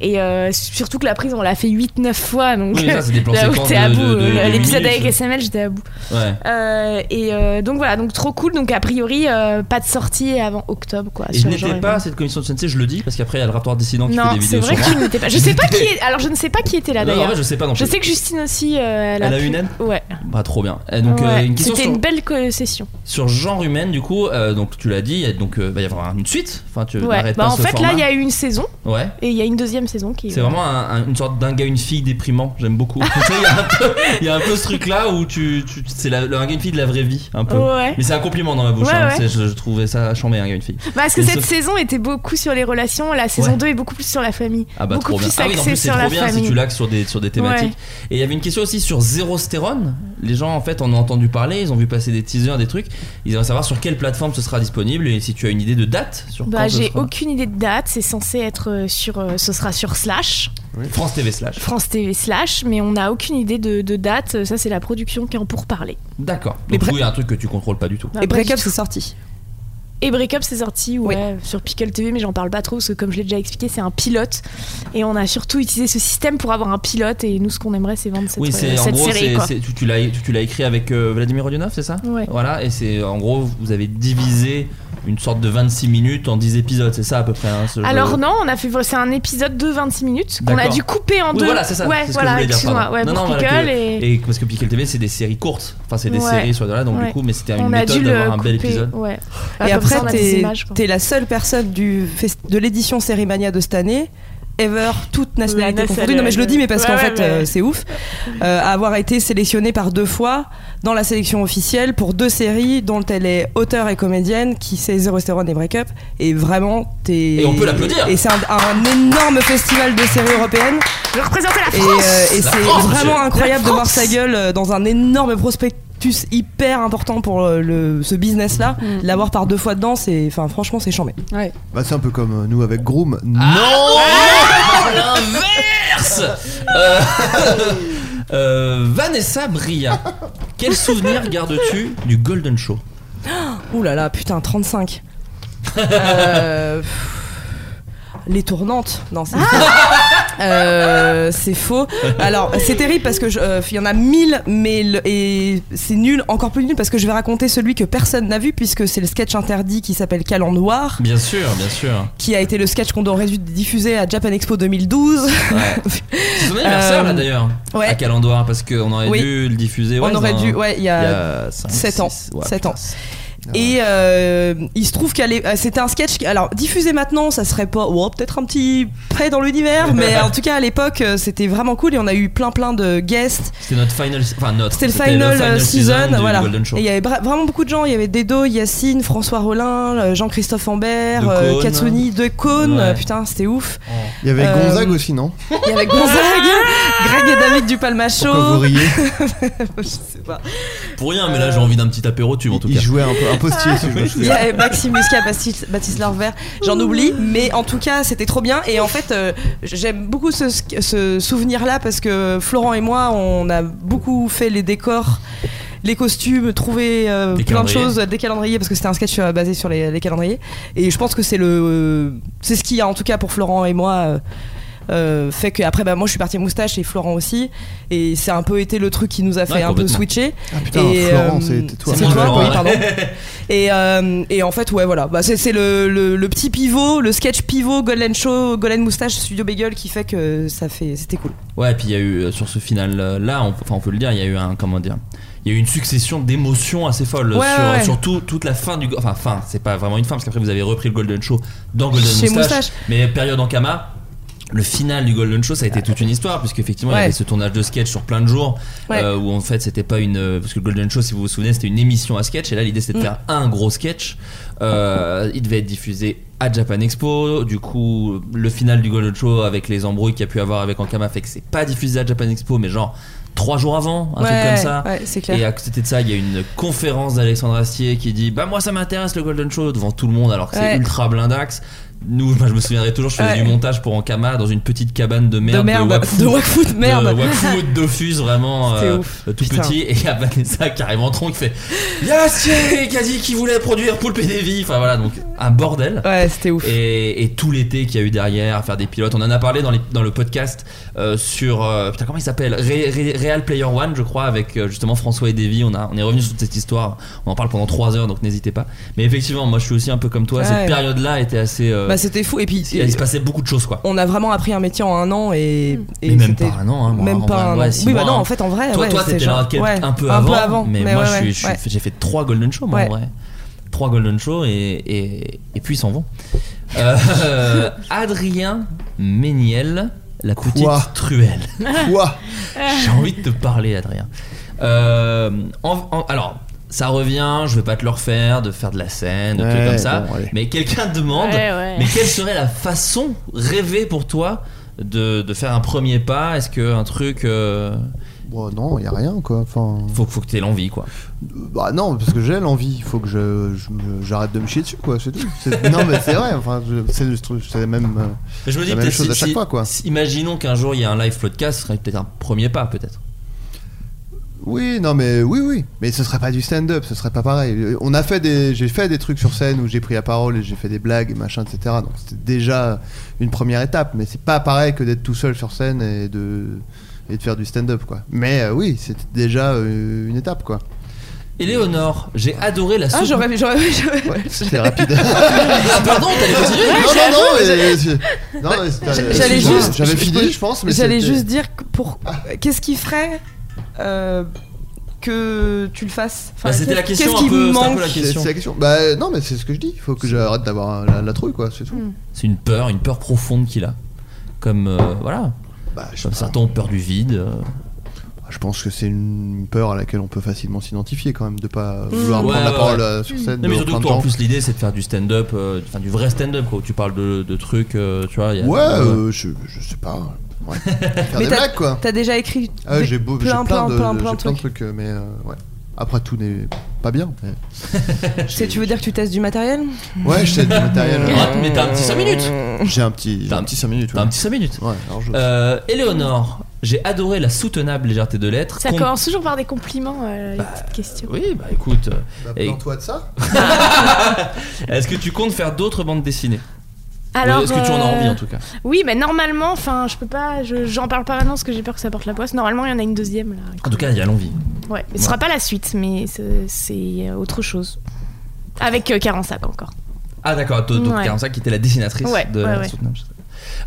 Et euh, surtout que la prise, on l'a fait 8-9 fois, donc
Oui, mais ça, c'est des plans
là où
séquences
t'es à
de-
bout.
de- de-
euh,
de
L'épisode
minutes.
avec SML, j'étais à bout.
Ouais.
Euh, et euh, donc voilà, donc trop cool. Donc a priori, euh, pas de sortie avant octobre, quoi.
Et je
sur
n'étais
Genre
pas à cette commission de Sensei, je le dis, parce qu'après il y a le rapporteur dissident qui fait
Non,
des
c'est
vidéos
vrai
sur
qu'il
moi.
n'était pas. Je sais pas qui. Est... Alors je ne sais pas qui était là
Non, en
d'ailleurs.
vrai, je sais pas non plus.
Je sais que Justine aussi. euh, elle,
Elle a
pu-
une aide
Ouais.
Bah, trop bien. Et donc, euh,
Ouais.
une question
C'était
sur,
une belle co- session.
sur genre humain, du coup, euh, donc tu l'as dit, il y a- donc euh, va y avoir une suite. Enfin, tu
Ouais.
n'arrêtes
Bah
pas
en
ce
fait, là,
format.
il y a eu une saison
Ouais.
et il y a une deuxième saison qui.
C'est vraiment un- un- une sorte d'un gars, une fille déprimant, j'aime beaucoup. Tu sais, il y a un peu- Il y, a un peu ce truc là où tu, tu- c'est la- le un gars, une fille de la vraie vie, un peu.
Ouais.
Mais c'est un compliment dans ma bouche,
Ouais,
hein.
ouais.
C'est- Je, je trouvais ça chambé, un gars, une fille.
Bah, Parce que
Et
cette
sauf-
saison était beaucoup sur les relations, la saison
Ouais.
2 est beaucoup plus sur la famille.
Ah bah
beaucoup
trop bien.
plus
Ah oui,
axée
en plus c'est
sur
trop
la
bien
famille.
si tu l'axes sur des, sur des thématiques.
Ouais.
Et il y avait une question aussi sur Zérostérone. Les gens en fait en ont entendu parler, ils ont vu passer des teasers, des trucs. Ils aimeraient savoir sur quelle plateforme ce sera disponible et si tu as une idée de date sur
Bah,
quand ce
j'ai
sera.
aucune idée de date, c'est censé être euh, sur euh, ce sera sur Slash,
France TV slash.
France TV Slash, mais on n'a aucune idée de, de date, euh, ça c'est la production qui est en pourparlers.
D'accord. Donc oui, un truc que tu contrôles pas du tout.
Non, Et pas Break du Up, tout.
c'est sorti.
Et Break Up c'est sorti ouais, sur Pickle TV, mais j'en parle pas trop parce que comme je l'ai déjà expliqué, c'est un pilote et on a surtout utilisé ce système pour avoir un pilote et nous ce qu'on aimerait c'est vendre cette,
Oui,
euh,
c'est en
cette
gros,
série.
c'est-
quoi.
c'est- tu, tu l'as tu- tu l'as écrit avec euh, Vladimir Rodionov, c'est ça
Ouais.
Voilà, et c'est en gros, vous avez divisé une sorte de 26 minutes en 10 épisodes, c'est ça à peu près hein, ce-
Alors non, on a fait c'est un épisode de 26 minutes qu'on a
D'accord.
dû couper en
Oui,
deux.
Voilà, c'est ça.
Ouais,
c'est ce
voilà,
que je voulais dire.
excuse-moi,
pardon.
ouais,
non,
pour
non, voilà,
Pickle
que-
et-
et parce que Pickle TV, c'est des séries courtes. Enfin, c'est des
Ouais.
séries sur là, donc
Ouais.
du coup, mais c'était
On
une
a
méthode
dû
d'avoir
le
un bel
couper,
épisode.
ouais.
Et
Comme ça,
après,
on a des
t'es
images, quoi.
t'es la seule personne du fest- de l'édition Cérémania de cette année. Ever, toute nationalité
La
confondue.
nation-
Non, mais je le dis, mais parce
Ouais,
qu'en
ouais,
fait,
mais-
euh, c'est ouf. Euh, à avoir été sélectionnée par deux fois dans la sélection officielle pour deux séries dont elle est auteur et comédienne, qui c'est Zero Stérone et Break Up. Et vraiment, t'es.
Et on peut l'applaudir.
Et c'est un, un énorme festival de séries européennes.
Je représentais la
Et,
France
euh, et
La
c'est
France,
vraiment
monsieur.
incroyable
La
de voir
France.
sa gueule euh, dans un énorme prospectus hyper important pour euh, le, ce business là. L'avoir par deux fois dedans, c'est, enfin, franchement, c'est chambé.
Ouais.
Bah, c'est un peu comme euh, nous avec
Ah
Groom.
Oh,
Non L'inverse Euh, euh, Vanessa Bria, quel souvenir gardes-tu du Golden Show
Ouh là là, putain, 35. Euh, pff, les tournantes. Non, c'est faux. Euh, c'est faux. Alors, c'est terrible parce que je- euh, il y en a 1000, mais le- et c'est nul, encore plus nul parce que je vais raconter celui que personne n'a vu puisque c'est le sketch interdit qui s'appelle Calendoir.
Bien sûr, bien sûr.
qui a été le sketch qu'on aurait dû diffuser à Japan Expo 2012.
Ouais. C'est son anniversaire
Euh,
là d'ailleurs.
ouais.
À Calendoir, parce qu'on aurait
Oui.
dû le diffuser.
On aurait
dans-
dû, ouais, il y a
cinq,
7 ans.
six- ouais,
7 ans. Et euh, il se trouve qu'elle est- euh, c'était un sketch. qui- Alors diffusé maintenant, ça serait pas, ouais, peut-être un petit près dans l'univers, mais en tout cas à l'époque, euh, c'était vraiment cool et on a eu plein plein de guests.
C'était notre final. Enfin, notre.
C'était le final, euh, season,
du
voilà.
Golden Show.
Et il y avait bra- vraiment beaucoup de gens. Il y avait Dedo, Yacine, François Rollin, euh, Jean-Christophe Ambert,
De
euh,
Cônes.
Katsuni, De Cônes.
Ouais.
euh, Putain, c'était ouf.
Il y avait
Euh,
Gonzague aussi, non
Il y avait Gonzague, Greg et David du Palmacho.
Pourquoi vous riez
Je sais pas.
Pour rien, mais là j'ai envie d'un petit apéro tube en tout cas. Il
jouait un peu un postier, si je me
Euh, Ah, Il y avait Maxime Muscat, Baptiste, Baptiste Larvert, j'en oublie, mais en tout cas c'était trop bien et en fait euh, j'aime beaucoup ce, ce souvenir là parce que Florent et moi on a beaucoup fait les décors, les costumes, trouvé euh,
Des
plein de
calendriers.
choses, des calendriers parce que c'était un sketch euh, basé sur les, les calendriers et je pense que c'est le euh, c'est ce qu'il y a en tout cas pour Florent et moi. euh, euh, fait que après bah, moi je suis partie moustache et Florent aussi et c'est un peu été le truc qui nous a fait
Ouais,
un peu
complètement.
switcher
Ah, putain,
et
Florent,
euh,
c'était toi.
c'est
C'est
toi
moi,
oui,
Florent.
pardon et, euh, et en fait, ouais, voilà. Bah, c'est c'est le, le- le petit pivot, le sketch pivot, Golden Show, Golden Moustache, Studio Bagel qui fait que ça fait. C'était cool.
Ouais, et puis il y a eu euh, sur ce final euh, là, on, enfin on peut le dire, il y a eu un comment dire, il y a eu une succession d'émotions assez folles
Ouais,
sur,
ouais, ouais.
sur tout- toute la fin du, enfin fin, c'est pas vraiment une fin parce qu'après vous avez repris le Golden Show dans Golden
Chez
Moustache,
Moustache.
mais période en Kama. le final du Golden Show, ça a été toute une histoire, puisque effectivement, il y
Ouais.
avait ce tournage de sketch sur plein de jours,
Ouais.
euh, où en fait, c'était pas une. euh, Parce que le Golden Show, si vous vous souvenez, c'était une émission à sketch, et là, l'idée, c'était de
Mm.
faire un gros sketch. Euh, il devait être diffusé à Japan Expo. Du coup, le final du Golden Show, avec les embrouilles qu'il y a pu avoir avec Ankama, fait que c'est pas diffusé à Japan Expo, mais genre trois jours avant, un
Ouais,
truc comme ça.
ouais, c'est clair.
Et à côté de ça, il y a une conférence d'Alexandre Astier qui dit Bah, moi, ça m'intéresse le Golden Show devant tout le monde, alors que c'est
Ouais.
ultra blindax. Nous, moi, je me souviendrai toujours, je faisais du
Ouais.
montage pour Ankama dans une petite cabane de merde.
De merde,
Wakfu.
de Wakfu, de merde.
De Wakfu, d'Offus, vraiment
C'était
euh,
ouf.
tout
Putain.
petit. Et il y a Vanessa qui arrive en tronc qui fait Yastier qui a dit qu'il voulait produire Poulpe et Davy. Enfin voilà, donc un bordel.
Ouais, c'était ouf.
Et, et tout l'été qu'il y a eu derrière, faire des pilotes. On en a parlé dans, les- dans le podcast euh, sur. euh, putain, comment il s'appelle Ré- Ré- Real Player One, je crois, avec euh, justement François et Davy. On, a, on est revenu sur toute cette histoire. On en parle pendant 3 heures, donc n'hésitez pas. Mais effectivement, moi je suis aussi un peu comme toi.
Ouais.
Cette période-là était assez. euh,
Bah, c'était fou. Et puis,
il se passait beaucoup de choses quoi.
on a vraiment appris un métier en un an et, et
Mais même
c'était-
pas un an, hein, moi,
même
en
pas
vrai,
un
ouais,
an.
six
oui,
mois,
bah non,
hein.
en fait, en vrai,
Toi,
ouais,
toi,
c'était
t'étais
genre-
là quel-
ouais,
un, peu avant, mais, moi,
ouais,
je suis-
ouais,
je suis-
ouais.
j'ai fait trois Golden Show, moi,
Ouais.
en vrai. Trois Golden Show et, et, et puis ils s'en vont. Euh, Adrien Méniel, la petite truelle.
Quoi
J'ai envie de te parler, Adrien. Euh, en- en- alors, ça revient, je vais pas te le refaire, de faire de la scène, de
Ouais,
trucs comme ça.
bon, allez.
mais quelqu'un demande,
Ouais, ouais.
mais quelle serait la façon rêvée pour toi de, de faire un premier pas Est-ce que un truc... euh,
Bon, non, il a rien quoi. Enfin,
faut, faut que t'aies l'envie, quoi.
bah non, parce que j'ai l'envie. Il faut que je je me- j'arrête de me chier dessus quoi. C'est tout. C'est- non mais c'est vrai. Enfin, je- c'est le truc- c'est la même. euh,
Mais je me dis
la même
peut-être
chose
si-
à chaque
si-
fois quoi.
si- imaginons qu'un jour il y a un live podcast, ce serait peut-être un premier pas peut-être.
Oui, non, mais oui, oui. Mais ce serait pas du stand-up, ce serait pas pareil. Euh, On a fait des, j'ai fait des trucs sur scène où j'ai pris la parole et j'ai fait des blagues et machin, etc. Donc c'était déjà une première étape, mais c'est pas pareil que d'être tout seul sur scène et de et de faire du stand-up, quoi. Mais euh, oui, c'était déjà euh, une étape, quoi.
Éléonore, j'ai adoré la soupe.
Ah, j'aurais. j'aurais- j'aurais-
C'était rapide.
Ah, pardon, t'allais continuer
Ouais,
non, non,
j'avoue,
non, mais-
j'allais-
c'est- non, mais c'était-
J'allais
excuse-moi,
juste.
J'avais fini, je pense, mais
J'allais
c'était- Ah.
juste dire que pour qu'est-ce qui ferait euh, que tu le fasses. Enfin,
Bah, c'était la
qu'est-ce-
question
Qu'est-ce
un
qui
peu-
vous
c'était un peu
manque
la question.
C'est la question. Bah non, mais c'est ce que je dis. Il faut que j'arrête d'avoir euh, la, la trouille, quoi. C'est tout.
C'est une peur, une peur profonde qu'il a. Comme euh, voilà.
Bah,
Comme certains ont peur du vide. euh.
Je pense que c'est une peur à laquelle on peut facilement s'identifier quand même, de pas vouloir
Ouais,
prendre la
Hmm. ouais,
parole
ouais.
euh, sur scène.
Non, mais
de
surtout que
reprendre
toi, en
temps.
plus, l'idée c'est de faire du stand-up, euh, enfin du vrai stand-up quoi, où tu parles de, de trucs, euh, tu vois. il y a-
Ouais, euh, je, je sais pas. Ouais. Faire
Mais
des
t'as-
blagues quoi.
T'as déjà écrit
Ah,
des-
j'ai beau- j'ai
plein, plein,
de,
plein, plein
j'ai
de
plein de
trucs.
trucs, euh, mais euh, ouais. Après tout n'est pas bien. mais-
Hmm.
C'est- Tu veux dire que tu testes du matériel
Ouais, je sais du matériel. euh,
Ah, mais t'as un petit 5 minutes.
J'ai un petit, j'ai un petit 5 minutes.
T'as un petit 5 minutes.
Ouais, alors je-
Euh, Éléonore, j'ai adoré la soutenable légèreté de l'être.
Ça
Com-
commence toujours par des compliments, euh, les petites questions.
Oui, bah écoute. euh, et-
toi de ça
Est-ce que tu comptes faire d'autres bandes dessinées
Alors,
Ou Est-ce que tu en as
euh,
envie en tout cas
Oui, mais normalement, enfin, je peux pas, je- j'en parle pas maintenant parce que j'ai peur que ça porte la poisse. Normalement, il y en a une deuxième là.
En tout cas, il y a l'envie.
Ouais, ce sera pas la suite, mais c'est- c'est euh, autre chose. Avec euh, Karen Sack encore.
Ah d'accord, toi, donc
Ouais.
Karen Sack qui était la dessinatrice
Ouais,
de
ouais,
la
ouais.
soutenable.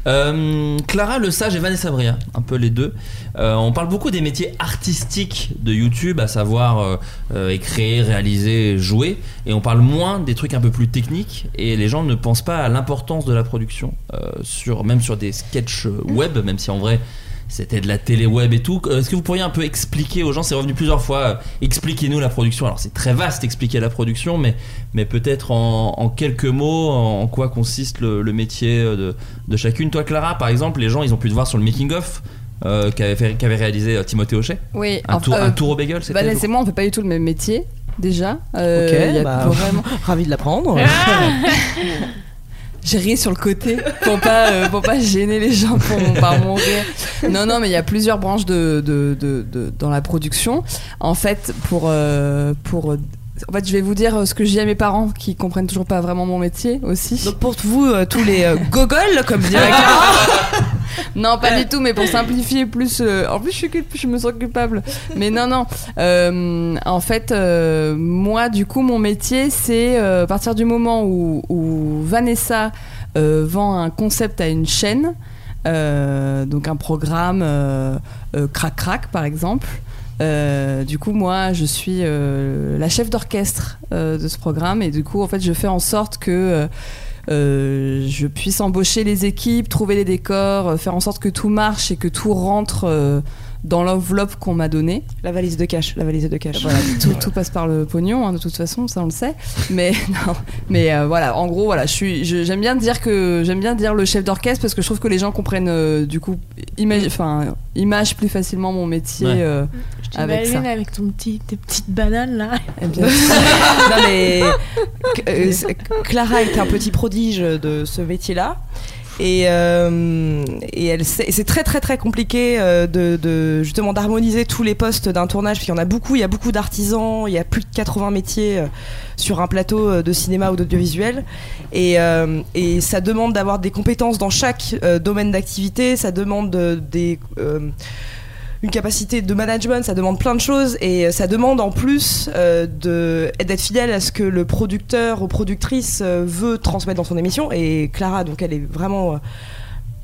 Euh, Clara Le Sage et Vanessa Bria, un peu les deux. Euh, on parle beaucoup des métiers artistiques de YouTube, à savoir euh, euh, écrire, réaliser, jouer, et on parle moins des trucs un peu plus techniques. Et les gens ne pensent pas à l'importance de la production, euh, sur, même sur des sketchs euh, web, même si en vrai c'était de la télé web et tout. Euh, Est-ce que vous pourriez un peu expliquer aux gens, c'est revenu plusieurs fois, euh, expliquez-nous la production. Alors c'est très vaste expliquer la production, mais, mais peut-être en, en quelques mots, en quoi consiste le, le métier euh, de, de chacune. Toi Clara, par exemple, les gens, ils ont pu te voir sur le making-of qu'avait fait- qu'avait réalisé euh, Timothée Hochet.
Oui,
un,
enfin,
tour,
euh,
un tour au bagel, c'était
Bah,
je
c'est moi, on fait pas du tout le même métier, déjà. Euh, il y a
ok, bah,
pas vraiment-
ravi de l'apprendre.
J'ai ri sur le côté pour pas, euh, pour pas gêner les gens pour mon, par mon rire. Non, non, mais il y a plusieurs branches de, de- de- de- dans la production. En fait, pour, euh, pour. En fait, je vais vous dire euh, ce que j'ai à mes parents qui comprennent toujours pas vraiment mon métier aussi.
Donc pour vous, euh, tous les euh, gogoles, comme dirait Clara,
Non, pas du tout, mais pour simplifier plus. euh, en plus, je, suis culp- je me sens culpable. Mais non, non. Euh, en fait, euh, moi, du coup, mon métier, c'est euh, à partir du moment où, où Vanessa euh, vend un concept à une chaîne, euh, donc un programme euh, euh, Crac Crac, par exemple. Euh, du coup, moi, je suis euh, la chef d'orchestre euh, de ce programme et du coup, en fait, je fais en sorte que euh, euh, je puisse embaucher les équipes, trouver les décors, euh, faire en sorte que tout marche et que tout rentre euh, dans l'enveloppe qu'on m'a donnée.
La valise de cash, la valise de cash.
Voilà, tout, tout passe par le pognon, hein, de toute façon, ça on le sait. Mais non, mais euh, voilà, en gros, voilà, je suis, je- j'aime bien dire que j'aime bien dire le chef d'orchestre parce que je trouve que les gens comprennent euh, du coup, image, enfin, image plus facilement mon métier
Ouais.
euh, avec
avec,
ça.
avec ton petit, tes petites bananes là.
Eh
non mais euh, c'est- Clara est un petit prodige de ce métier-là. Et, euh, et elle sait- c'est très très très compliqué euh, de, de- justement d'harmoniser tous les postes d'un tournage parce qu'il y en a beaucoup, il y a beaucoup d'artisans, il y a plus de 80 métiers euh, sur un plateau euh, de cinéma ou d'audiovisuel et, euh, et ça demande d'avoir des compétences dans chaque euh, domaine d'activité, ça demande euh, des euh, une capacité de management, ça demande plein de choses et euh, ça demande en plus euh, de- d'être fidèle à ce que le producteur ou productrice euh, veut transmettre dans son émission. Et Clara, donc elle est vraiment euh,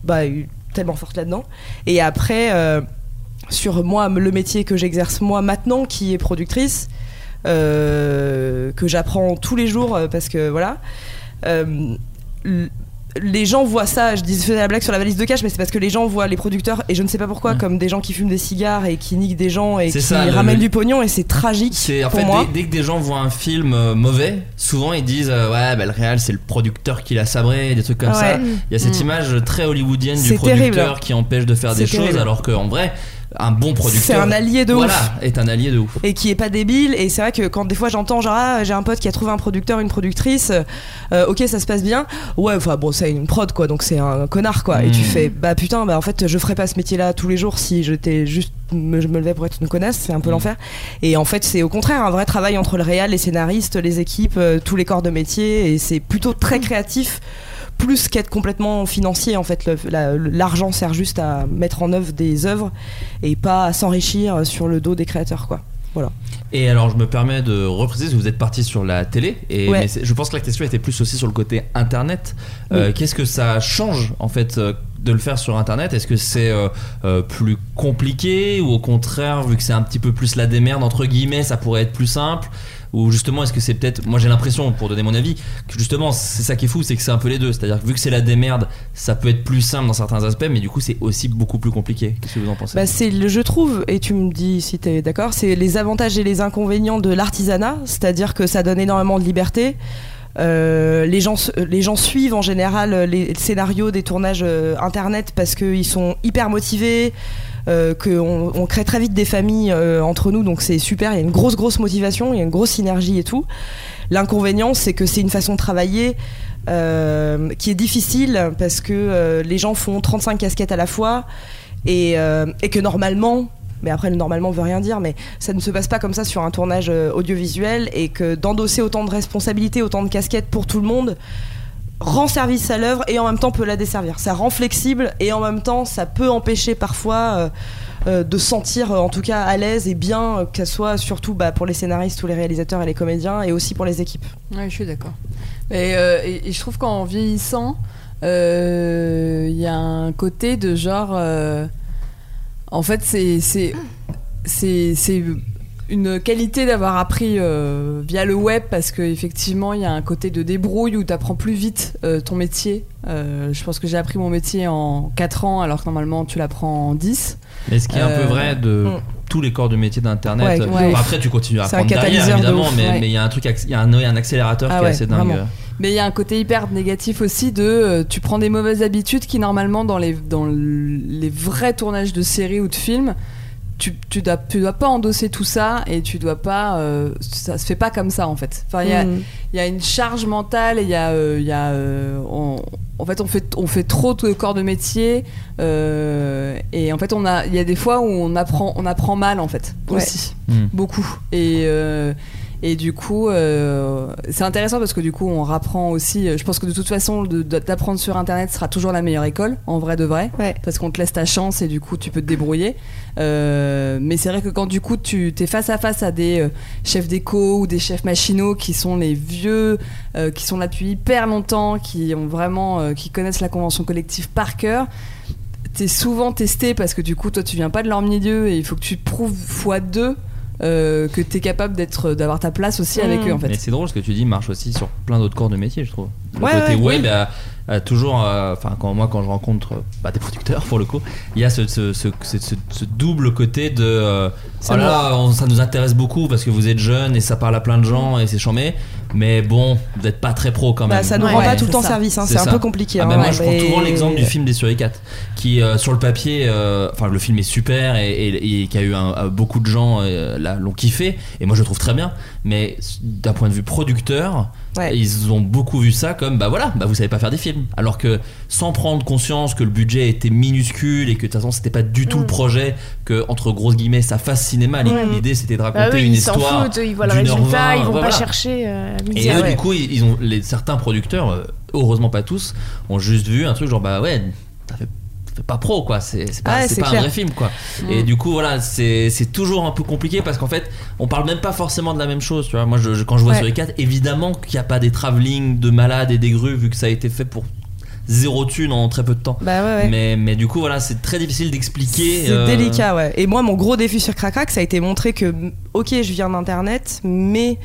bah, une- tellement forte là-dedans. Et après, euh, sur moi, le métier que j'exerce moi maintenant, qui est productrice, euh, que j'apprends tous les jours euh, parce que voilà. euh, l- les gens voient ça, je disais je faisais la blague sur la valise de cash, mais c'est parce que les gens voient les producteurs, et je ne sais pas pourquoi, comme des gens qui fument des cigares et qui niquent des gens et
C'est
qui
ça, le-
ramènent
le-
du pognon, et c'est tragique.
C'est en
pour
fait
moi.
dès, dès que des gens voient un film euh, mauvais, souvent ils disent euh, ouais bah, le réal c'est le producteur qui l'a sabré, des trucs comme
Ouais.
ça. Il y a cette
Mm.
image très hollywoodienne du
C'est
producteur
terrible.
qui empêche de faire des
C'est
choses
terrible.
alors qu'en vrai un bon producteur
C'est un allié de
voilà,
ouf.
est un allié de ouf.
et qui est pas débile et c'est vrai que quand des fois j'entends genre ah, j'ai un pote qui a trouvé un producteur une productrice euh, ok ça se passe bien ouais enfin bon c'est une prod quoi donc c'est un connard quoi et tu
Hmm.
fais bah putain bah en fait je ferais pas ce métier là tous les jours si j'étais juste me- je me levais pour être une connasse c'est un peu l'enfer et en fait c'est au contraire un vrai travail entre le réal les scénaristes les équipes euh, tous les corps de métier et c'est plutôt très créatif plus qu'être complètement financier en fait le- la- l'argent sert juste à mettre en œuvre des œuvres et pas à s'enrichir sur le dos des créateurs quoi voilà
Et alors, je me permets de repréciser, parce que vous êtes parti sur la télé, et
Ouais.
mais c'est- je pense que la question était plus aussi sur le côté internet. Euh,
Oui.
Qu'est-ce que ça change en fait euh, de le faire sur internet Est-ce que c'est euh, euh, plus compliqué ou au contraire, vu que c'est un petit peu plus la démerde entre guillemets, ça pourrait être plus simple ou justement, est-ce que c'est peut-être. Moi, j'ai l'impression, pour donner mon avis, que justement, c'est ça qui est fou, c'est que c'est un peu les deux. C'est-à-dire que vu que c'est la démerde, ça peut être plus simple dans certains aspects, mais du coup, c'est aussi beaucoup plus compliqué. Qu'est-ce que vous en pensez
Bah, c'est le, je trouve, et tu me dis si tu es d'accord, c'est les avantages et les inconvénients de l'artisanat, c'est-à-dire que ça donne énormément de liberté. Euh, les, gens, se- les gens suivent en général euh, les scénarios des tournages euh, internet parce qu'ils sont hyper motivés, euh, qu'on on crée très vite des familles euh, entre nous, donc c'est super, il y a une grosse grosse motivation, il y a une grosse synergie et tout. L'inconvénient c'est que c'est une façon de travailler euh, qui est difficile parce que euh, les gens font 35 casquettes à la fois et, euh, et que normalement mais après le normalement veut rien dire mais ça ne se passe pas comme ça sur un tournage euh, audiovisuel et que d'endosser autant de responsabilités autant de casquettes pour tout le monde rend service à l'œuvre et en même temps peut la desservir ça rend flexible et en même temps ça peut empêcher parfois euh, euh, de se sentir euh, en tout cas à l'aise et bien euh, que ce soit surtout bah, pour les scénaristes ou les réalisateurs et les comédiens et aussi pour les équipes
Ouais, je suis d'accord. Et, euh, et- et je trouve qu'en vieillissant, euh, il y a un côté de genre. euh, en fait, c'est- c'est c'est c'est une qualité d'avoir appris euh, via le web parce qu'effectivement, il y a un côté de débrouille où tu apprends plus vite euh, ton métier. Euh, je pense que j'ai appris mon métier en 4 ans alors que normalement tu l'apprends en 10.
Mais ce qui est un
Euh,
peu vrai de
mm.
tous les corps de métier d'Internet.
Ouais, ouais.
Bon, Après, tu continues à
C'est un
apprendre derrière,
catalyseur de
évidemment,
ouf,
mais mais il
ouais.
y a un truc, acc- il y a un, il y a un accélérateur
Ah
qui
ouais,
est assez dingue.
vraiment. Mais il y a un côté hyper négatif aussi de euh, tu prends des mauvaises habitudes qui normalement dans les dans l- les vrais tournages de séries ou de films tu tu dois tu dois pas endosser tout ça et tu dois pas euh, ça se fait pas comme ça en fait. Enfin il y a
Mhm.
il y a une charge mentale et il y a euh, il y a euh, on- en fait, on fait, on fait trop de corps de métier euh, et en fait, on a, il y a des fois où on apprend, on apprend mal en fait
Ouais.
aussi
Mm.
beaucoup. Et, euh, et du coup, euh, c'est intéressant parce que du coup, on rapprend aussi. euh, Je pense que de toute façon, de- de- d'apprendre sur Internet sera toujours la meilleure école, en vrai de vrai. Parce qu'on te laisse ta chance et du coup, tu peux te débrouiller. Euh, mais c'est vrai que quand du coup, tu es face à face à des euh, chefs d'éco ou des chefs machinaux qui sont les vieux, euh, qui sont là depuis hyper longtemps, qui ont vraiment, euh, qui connaissent la convention collective par cœur t'es souvent testé parce que du coup toi tu viens pas de leur milieu et il faut que tu prouves fois deux euh, que t'es capable d'être, d'avoir ta place aussi avec eux en fait.
Mais c'est drôle ce que tu dis, marche aussi sur plein d'autres corps de métier, je trouve. Le
Ouais,
côté
ouais,
web,
oui.
euh, euh, toujours, euh, enfin quand moi quand je rencontre euh, bah, des producteurs pour le coup, il y a ce, ce- ce- ce- ce- ce double côté de, euh,
C'est
oh là
moi.
là, on- ça nous intéresse beaucoup parce que vous êtes jeunes et ça parle à plein de gens et c'est chambé, mais bon, vous n'êtes pas très pro quand
Bah,
même.
ça nous rend Ouais, pas tout le c'est temps ça. service, hein, c'est un
ça.
peu compliqué,
Ah,
hein,
bah, moi
ouais.
je prends toujours
Et-
l'exemple du film des Suricates qui euh, sur le papier euh, enfin le film est super et, et- et qui a eu un- un- beaucoup de gens euh, là l'ont kiffé et moi je le trouve très bien mais s- d'un point de vue producteur ils ont beaucoup vu ça comme bah voilà bah vous savez pas faire des films alors que sans prendre conscience que le budget était minuscule et que de toute façon c'était pas du tout le projet que entre grosses guillemets ça fasse cinéma L'i-
Mm.
l'idée c'était de raconter
Bah oui,
une
ils s'en
histoire
foutent, ils voient le
d'une heure
résultat,
vingt, bah
ils vont
voilà.
pas chercher euh, à
Et
midi.
Ah
eux, du coup, ils, ils ont les, certains producteurs, euh, heureusement pas tous, ont juste vu un truc genre bah ouais, t'as fait t'es pas pro quoi c'est c'est pas,
Ah Ouais,
c'est
c'est
pas un
clair.
vrai film quoi
Mm.
et du coup voilà c'est c'est toujours un peu compliqué parce qu'en fait on parle même pas forcément de la même chose tu vois moi je, je- quand je vois
Ouais.
sur les 4 évidemment qu'il n'y a pas des travelling de malades et des grues vu que ça a été fait pour zéro thune en très peu de temps
Bah ouais, ouais.
mais, mais du coup voilà c'est très difficile d'expliquer
C'est
euh,
délicat, ouais. Et moi, mon gros défi sur Cracrac, ça a été montrer que, ok, je viens d'Internet, mais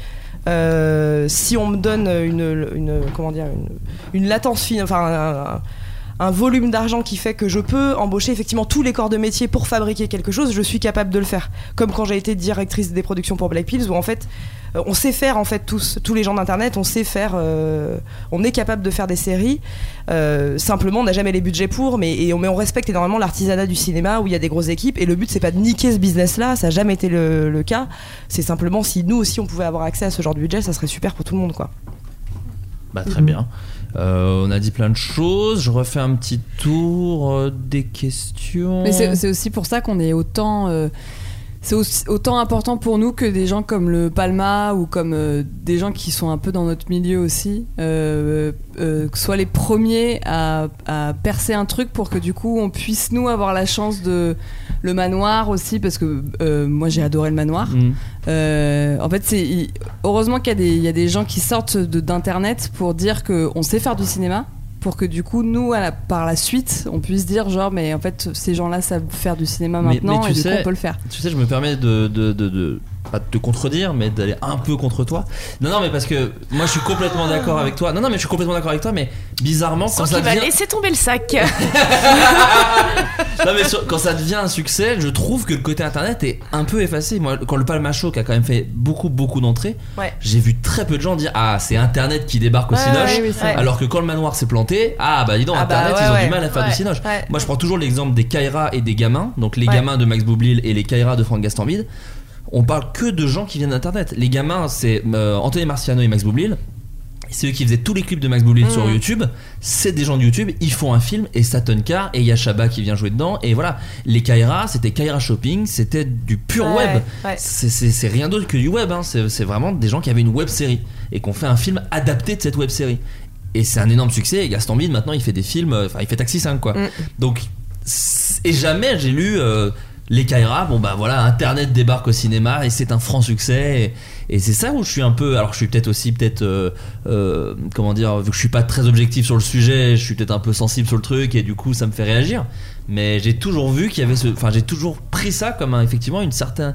euh, si on me donne une, une comment dire, une, une latence, fine- enfin, un, un volume d'argent qui fait que je peux embaucher effectivement tous les corps de métier pour fabriquer quelque chose, je suis capable de le faire. Comme quand j'ai été directrice des productions pour Black Pills, où en fait, euh, on sait faire en fait tous, tous les gens d'internet, on sait faire, euh, on est capable de faire des séries. Euh, simplement, on n'a jamais les budgets pour, mais, et on, mais on respecte énormément l'artisanat du cinéma où il y a des grosses équipes. Et le but, c'est pas de niquer ce business-là, ça n'a jamais été le, le cas. C'est simplement si nous aussi on pouvait avoir accès à ce genre de budget, ça serait super pour tout le monde, quoi.
Bah, très bien. Euh, on a dit plein de choses. Je refais un petit tour euh, des questions.
Mais c'est c'est aussi pour ça qu'on est autant. euh, c'est aussi- autant important pour nous que des gens comme le Palma ou comme euh, des gens qui sont un peu dans notre milieu aussi, euh, euh, que soient les premiers à, à percer un truc pour que du coup on puisse nous avoir la chance de le manoir aussi parce que euh, moi j'ai adoré le manoir.
Mm.
Euh, en fait, c'est il- heureusement qu'il y, a des- il y a des gens qui sortent de- d'internet pour dire qu'on sait faire du cinéma, pour que du coup, nous, à la- par la suite, on puisse dire genre, mais en fait, ces gens-là savent faire du cinéma
Mais-
maintenant
mais
et du coup, on peut le faire.
Tu sais, je me permets de, de, de- de- pas de te contredire, mais d'aller un peu contre toi. Non, non, mais parce que moi, je suis complètement d'accord avec toi. Non, non, mais je suis complètement d'accord avec toi, mais bizarrement, quand
Sans
ça Ah,
qu'il va
devient,
laisser tomber le sac.
non, mais sur- quand ça devient un succès, je trouve que le côté internet est un peu effacé. Moi, quand le Palma Show, qui a quand même fait beaucoup, beaucoup d'entrées,
Ouais.
j'ai vu très peu de gens dire ah c'est internet qui débarque au
Ouais,
cinoche
ouais, oui, c'est vrai.
alors que quand le manoir s'est planté ah bah dis donc
Ah bah,
internet
ouais,
ils ont
ouais.
du mal à faire du
Ouais,
cinoche
ouais.
moi je prends toujours l'exemple des Kaira et des gamins donc les gamins de Max Boublil et les Kaira de Franck Gastambide on parle que de gens qui viennent d'internet les gamins c'est euh, Anthony Marciano et Max Boublil c'est eux qui faisaient tous les clips de Max Boublil sur
Mm.
YouTube. C'est des gens de YouTube, ils font un film et ça tonne car et il y a Shabba qui vient jouer dedans. Et voilà, les Kaira, c'était Kaira Shopping, c'était du pur
Ouais,
web.
ouais.
C'est- C'est c'est rien d'autre que du web. hein. C'est c'est vraiment des gens qui avaient une web série et qu'on fait un film adapté de cette web série. Et c'est un énorme succès. Et Gaston Bide, maintenant, il fait des films. euh, Enfin, il fait Taxi 5, quoi. Donc, c'est- et jamais j'ai lu euh, Les Kaira. Bon, bah voilà, Internet débarque au cinéma et c'est un franc succès. Et, et c'est ça où je suis un peu. Alors, je suis peut-être aussi, peut-être. euh, euh, comment dire Vu que je suis pas très objectif sur le sujet, je suis peut-être un peu sensible sur le truc et du coup, ça me fait réagir. Mais j'ai toujours vu qu'il y avait ce. Enfin, j'ai toujours pris ça comme un- effectivement une certaine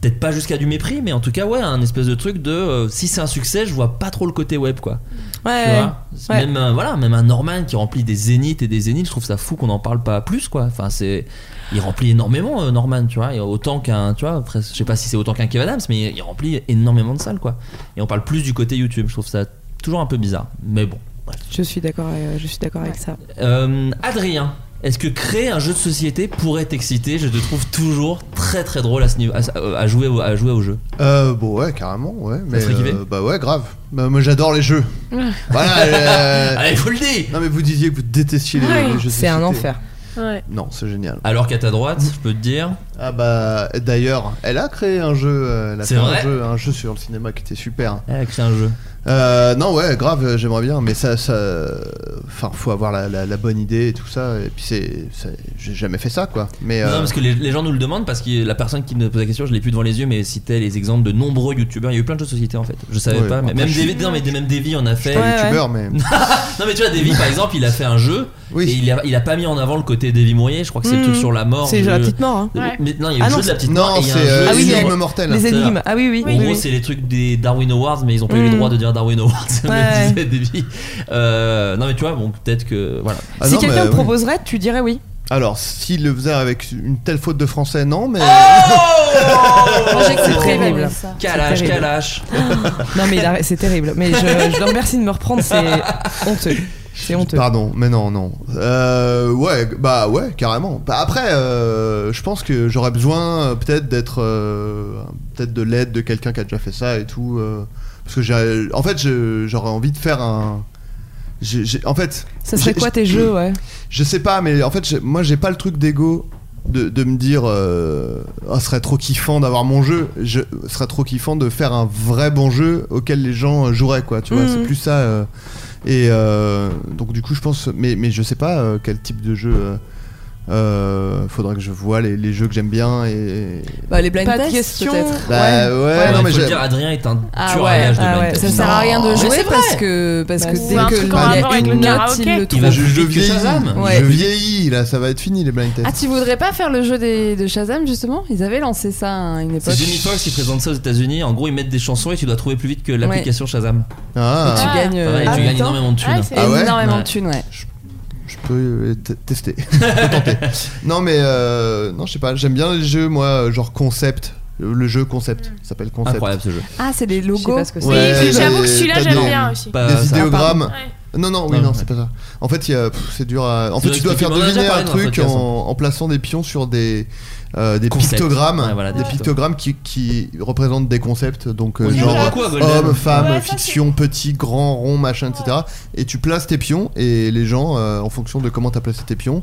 peut-être pas jusqu'à du mépris, mais en tout cas, ouais, un espèce de truc de euh, si c'est un succès, je vois pas trop le côté web, quoi.
Ouais,
Tu vois
ouais.
C'est Même, un- voilà, même un Norman qui remplit des zéniths et des zéniths, je trouve ça fou qu'on en parle pas plus, quoi. Enfin, c'est. Il remplit énormément, euh, Norman, tu vois. et autant qu'un. Tu vois, après, je sais pas si c'est autant qu'un Kevin Adams, mais il remplit énormément de salles, quoi. Et on parle plus du côté YouTube, je trouve ça toujours un peu bizarre. Mais bon.
Je suis d'accord, euh, je suis d'accord avec ça.
Euh, Adrien, est-ce que créer un jeu de société pourrait t'exciter Je te trouve toujours très très drôle à, ce niveau, à, à jouer, au- à jouer au jeu.
Euh, bon, ouais, carrément, ouais. Mais,
serait kiffé
euh, bah ouais, grave. Bah, moi, j'adore les jeux. voilà. euh,
Allez, faut le dire
Non, mais vous disiez que vous détestiez les, les jeux de
C'est un
société.
enfer.
Non, c'est génial.
Alors qu'à ta droite, je peux te dire.
Ah bah d'ailleurs, elle a créé un jeu, euh, elle a
C'est
fait un
vrai
jeu, un jeu sur le cinéma qui était super.
Elle a créé un jeu.
Euh, non ouais, grave, euh, j'aimerais bien, mais ça, ça, enfin faut avoir la, la- la bonne idée et tout ça, et puis c'est, c'est- j'ai jamais fait ça quoi. Mais
Non,
euh,
parce que les, les gens nous le demandent parce que la personne qui me pose la question, je l'ai plus devant les yeux, mais citait les exemples de nombreux youtubeurs. Il y a eu plein de jeux de société en fait. Je savais
Ouais,
pas, mais
après,
même
je suis-
Davy, non, mais des- même Davy en a fait.
suis pas Ouais, youtubeur, ouais. mais-
non, mais tu vois, Davy par exemple, il a fait un jeu et il a, il a pas mis en avant le côté Davy Mourier. Je crois que Oh, c'est le
Mhm.
truc sur la mort.
C'est
je-
la petite mort, hein.
Euh,
Ouais.
mais non, il y a
Ah
le
non,
jeu de la
c'est-
petite
non,
noire et il y a un
c'est,
jeu
euh,
sur-
les énigmes mortelles. Les énigmes.
Voilà.
Ah oui, oui.
En
Oui,
gros,
oui.
c'est les trucs des Darwin Awards, mais ils ont pas eu
Mm.
le droit de dire Darwin Awards. je me
Ouais.
disais, débile. Euh, non, mais tu vois, bon, peut-être que. Voilà.
Ah
si quelqu'un le proposerait, tu dirais oui.
Alors, s'il le faisait avec une telle faute de français, non, mais.
Oh Moi, j'accepterais,
C'est
mais
terrible.
ça, c'est
Calage,
terrible.
calage.
Non, mais il a- c'est terrible. Mais je, je le remercie de me reprendre, c'est honteux. C'est honteux.
Pardon, mais non, non. Euh, ouais, bah ouais, carrément. Bah, après, euh, je pense que j'aurais besoin euh, peut-être d'être, euh, peut-être de l'aide de quelqu'un qui a déjà fait ça et tout, euh, parce que j'ai, en fait, je- j'aurais envie de faire un. j'ai- j'ai- en fait.
Ça serait
j'ai-
quoi tes
j'ai-
jeux, ouais
Je sais pas, mais en fait, j'ai- moi, j'ai pas le truc d'ego. De, de me dire, euh, Ah, ce serait trop kiffant d'avoir mon jeu. Je, ce serait trop kiffant de faire un vrai bon jeu auquel les gens euh, joueraient, quoi. Tu vois,
Mm.
Mhm.
c'est plus ça. euh. et euh, donc, du coup, je pense. Mais, mais je sais pas euh, quel type de jeu. euh, euh, faudrait que je vois les, les jeux que j'aime bien et.
Bah, les blind
Pas de
tests,
question.
peut-être.
Bah, ouais, non, mais
faut le
j'ai-
dire, Adrien est un
Ah
tueur à
ouais,
gage de
ah
blind
ouais.
test.
Ça sert à rien de
Mais
jouer
c'est
parce
vrai.
que parce que
c'est
dès
un
que
truc
il
en
y
rapport
a
avec
une
le
note,
karaoké.
il le
Il va
trouve.
juste-
Je
Plus vite que
vieillis,
Shazam.
Ouais.
je vieillis là, ça va être fini les blind tests.
Ah, tu voudrais pas faire le jeu des, de Shazam justement Ils avaient lancé ça à une époque.
C'est Jimmy Fox qui présente ça aux États-Unis. En gros, ils mettent des chansons et tu dois trouver plus vite que l'application Shazam.
Ah.
Et tu gagnes, euh,
Ouais, et
Ah,
tu gagnes
putain.
énormément de thunes.
Ah, c'est Ah ouais énormément de
Ouais.
thunes, ouais.
Je peux euh, te- tester, Je peux tenter. Non mais euh, non, je sais pas. J'aime bien les jeux, moi, euh, genre concept. Le le jeu concept ça s'appelle concept.
Incroyable ce jeu.
Ah, c'est les logos.
Ouais,
Oui, oui, j'avoue
t'as
que
des-
celui-là,
t'as
j'aime
des-
bien aussi.
Pas
Des
ça.
idéogrammes.
Ah,
Non non oui
Ouais,
non
ouais.
c'est pas ça. En fait il y a- pff, c'est dur à. En
C'est
fait tu
dur
dois
à
faire
expliquer, mais on en a
deviner
déjà
un
parlé dans le
truc en,
podcast,
en plaçant des pions sur des euh, des
Concept.
pictogrammes,
Ouais, voilà, des
des
pictos.
pictogrammes qui, qui représentent des concepts donc euh,
On y joue
genre
beaucoup à Golden.
homme, femme,
Ouais, ça,
fiction, petit, grand, rond, machin, etc. Et tu places tes pions et les gens euh, en fonction de comment t'as placé tes pions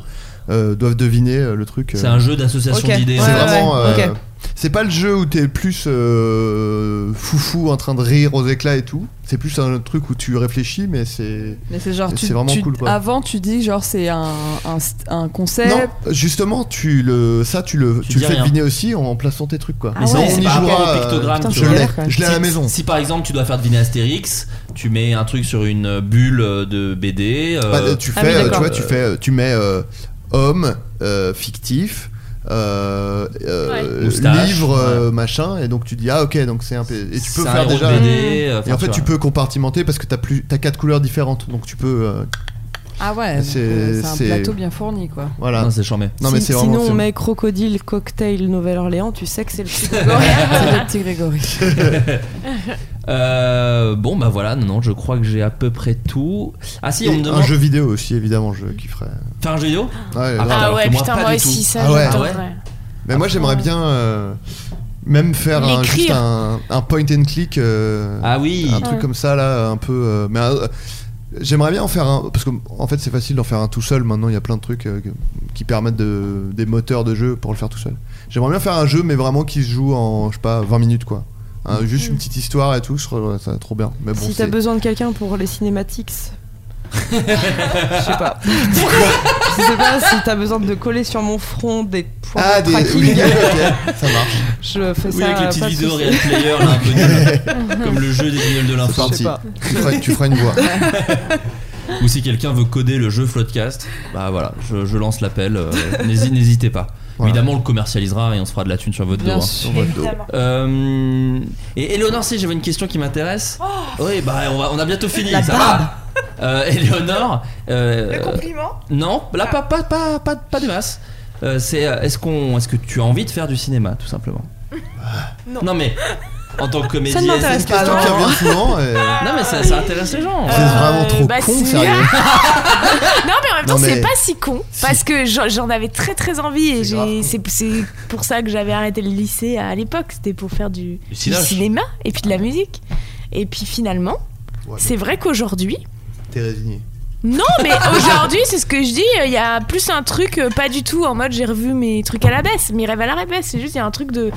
euh, doivent deviner euh, le truc. euh.
C'est un jeu d'association
Ok.
d'idées.
C'est
Ouais,
vraiment.
ouais,
euh,
ok.
C'est pas le jeu où t'es plus euh, foufou en train de rire aux éclats et tout. C'est plus un truc où tu réfléchis, mais c'est.
Mais c'est genre, tu,
C'est vraiment
tu-
cool quoi.
avant tu dis genre c'est un, un, st- un concept.
Non, justement, tu le, ça, tu le, tu le
dis
fais
rien.
deviner aussi en plaçant tes trucs quoi.
Ah
Mais ça,
on
c'est
y
par rapport
jouera.
au
euh,
pictogramme. tu
je
vois.
l'ai, je l'ai à la
Si-
maison.
Si par exemple tu dois faire deviner Astérix, tu mets un truc sur une euh, bulle euh, de BD. euh,
Bah, tu
Ah,
fais, euh, tu vois, tu fais, euh, tu mets euh, homme euh, fictif. euh, euh,
Ouais. Moustache,
livre euh, machin et donc tu dis ah ok donc c'est un P- et tu peux
C'est un
faire
héros de
déjà
BD, euh,
et
enfin,
en fait
tu
tu
vois.
peux compartimenter parce que t'as plus t'as quatre couleurs différentes donc tu peux euh,
Ah ouais, donc,
C'est-
euh, c'est un
c'est-
plateau bien fourni quoi.
voilà
Non, c'est charmé.
non mais
Si-
c'est vraiment
Sinon, on
c'est-
met Crocodile Cocktail Nouvelle-Orléans, tu sais que c'est le petit Grégory.
c'est le petit Grégory.
Euh, bon bah voilà, non, non, je crois que j'ai à peu près tout. Ah si, on
Et
me demande.
un jeu vidéo aussi évidemment je kifferais
Faire un jeu vidéo
Ouais,
Ah,
ouais.
alors que moi,
putain,
pas
moi
du tout.
aussi, ça,
Ah ouais.
j'adorerais.
Ah mais moi j'aimerais bien euh, même faire un,
L'écrire.
juste un, un point and click euh,
Ah oui.
un truc
Ouais.
comme ça là un peu euh, mais euh, J'aimerais bien en faire un parce que en fait c'est facile d'en faire un tout seul maintenant il y a plein de trucs euh, qui permettent de, des moteurs de jeu pour le faire tout seul. J'aimerais bien faire un jeu mais vraiment qui se joue en je sais pas 20 minutes quoi. Un- juste une petite histoire et tout, je trouve ça trop bien. Mais bon,
si
c'est-
t'as besoin de quelqu'un pour les cinématiques. Je sais pas. Je sais pas si t'as besoin de coller sur mon front des points
Ah,
de
des-
tracking.
oui, ok, ça marche.
Je fais
Oui,
ça.
avec les petites
pas de
vidéos
soucis.
Real Player, là, un peu nul. comme le jeu des guignols de l'info.
parti. Tu feras, tu feras une voix.
Ou si quelqu'un veut coder le jeu Floodcast, bah voilà, je, je lance l'appel. euh, n'hési- N'hésitez pas.
Voilà.
Évidemment, on le commercialisera et on se fera de la thune sur votre
Bien
dos. hein.
sûr.
Sur votre dos.
Euh, et Eleonore, si j'avais une question qui m'intéresse. Oui, bah on, va- on a bientôt fini, ça va. Euh, Eleonore. euh, Non, là pas, pas, pas, pas, pas des masses. Euh, c'est, euh, est-ce, qu'on, est-ce que tu as envie de faire du cinéma, tout simplement non. mais
Bah,
en tant que comédienne.
m'intéresse
c'est une
pas,
question
non.
qui revient
souvent. et-
Non, mais ça, ça intéresse les gens.
Vous êtes vraiment trop
bah
con,
si.
sérieux.
non, mais en même temps,
Non, mais-
c'est pas si con. Parce que j'en j'en avais très très envie et j'ai- c'est c'est pour ça que j'avais arrêté le lycée à, à l'époque. C'était pour faire du, du
cinéma.
cinéma et puis de la musique. Et puis finalement, c'est vrai qu'aujourd'hui.
T'es résigné.
Non, mais aujourd'hui, c'est ce que je dis. Il y a plus un truc, euh, pas du tout en mode j'ai revu mes trucs à la baisse, mes rêves à la baisse. C'est juste, il y a un truc de.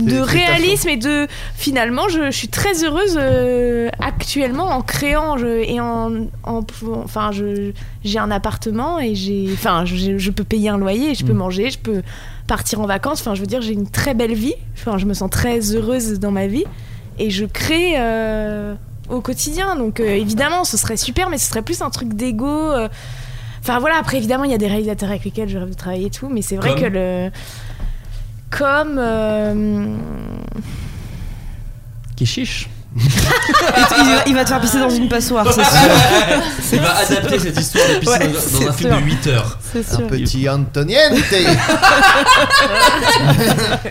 De
C'est- c'est ta
réalisme et de finalement je, je suis très heureuse euh, actuellement en créant je- et en, en- enfin je j'ai un appartement et j'ai enfin je, je peux payer un loyer je peux manger je peux partir en vacances enfin je veux dire j'ai une très belle vie enfin je me sens très heureuse dans ma vie et je crée euh, au quotidien. Donc euh, évidemment, ce serait super, mais ce serait plus un truc d'ego. euh. Enfin voilà, après évidemment, il y a des réalisateurs avec lesquels je rêve de travailler et tout, mais c'est vrai
Comme
que le. comme. euh,
Qui chiche.
il, va, il va te faire pisser dans une passoire, c'est sûr.
Il va adapter cette histoire de piscine
Ouais,
dans, dans un
c'est
film de
sûr.
8 heures.
C'est
Un
sûr.
petit Antoniente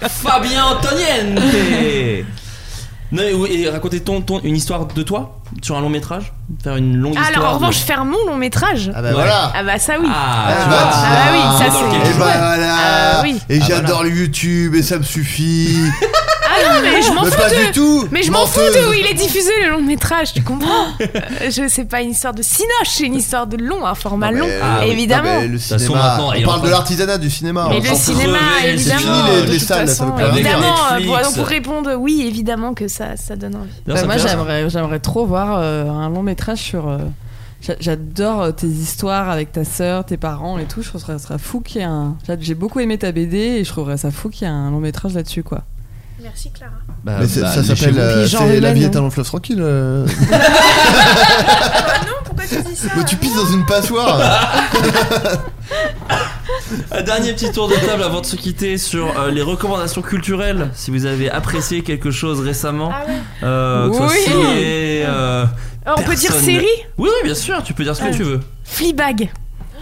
Fabien Antoniente Non, et oui, et raconter ton, ton- une histoire de toi sur un long métrage Faire une longue histoire
Ah, Alors en
de-
revanche, faire mon long métrage.
bah voilà.
Ah bah ça oui.
Ah,
tu vois,
Ah bah oui, ça
Et
c'est.
Eh ben, voilà
Ah oui.
Et
Ah
j'adore le YouTube et ça me suffit
Ah non, mais je m'en
Mais
fous
pas
de...
du tout,
Mais je m'en fous
menteuse.
de où il est diffusé le long métrage, tu comprends Euh, Je sais pas une histoire de cinoche, c'est une histoire de long, un format long,
Ah oui.
évidemment.
Ah, mais le
toute façon,
cinéma.
maintenant,
On
il en
parle de
parle.
l'artisanat du cinéma. hein. Bah,
Mais
on
le
s'en fout.
cinéma,
C'est fini,
évidemment.
les-
de
les
toute
salles, ça
façon,
peut plus rien.
Évidemment, euh, pour,
Netflix.
donc, pour répondre, oui, évidemment que ça, ça donne envie.
Non,
Bah,
ça
moi,
me fait rire.
j'aimerais, j'aimerais trop voir euh, un long métrage sur. euh, j'a- J'adore euh, tes histoires avec ta sœur, tes parents et tout. Je trouverais ça serait fou qu'il y ait un. j'a- J'ai beaucoup aimé ta BD et je trouverais ça fou qu'il y ait un long métrage là-dessus, quoi.
Merci Clara.
Bah,
Mais c'est-
bah,
ça
allez chez
s'appelle
vous.
euh,
Puis Jean
c'est La
Rubin,
vie
non
est un long fleuve tranquille. euh.
Pourquoi tu dis ça
Mais tu pisses dans une passoire
Un dernier petit tour de table avant de se quitter sur euh, les recommandations culturelles. Si vous avez apprécié quelque chose récemment, euh, que ce soit
Ah Oui.
signé, euh,
Alors, Ah, on peut dire
personne-
série
Oui, oui, bien sûr, tu peux dire ce que
Ah.
tu veux.
Fleabag.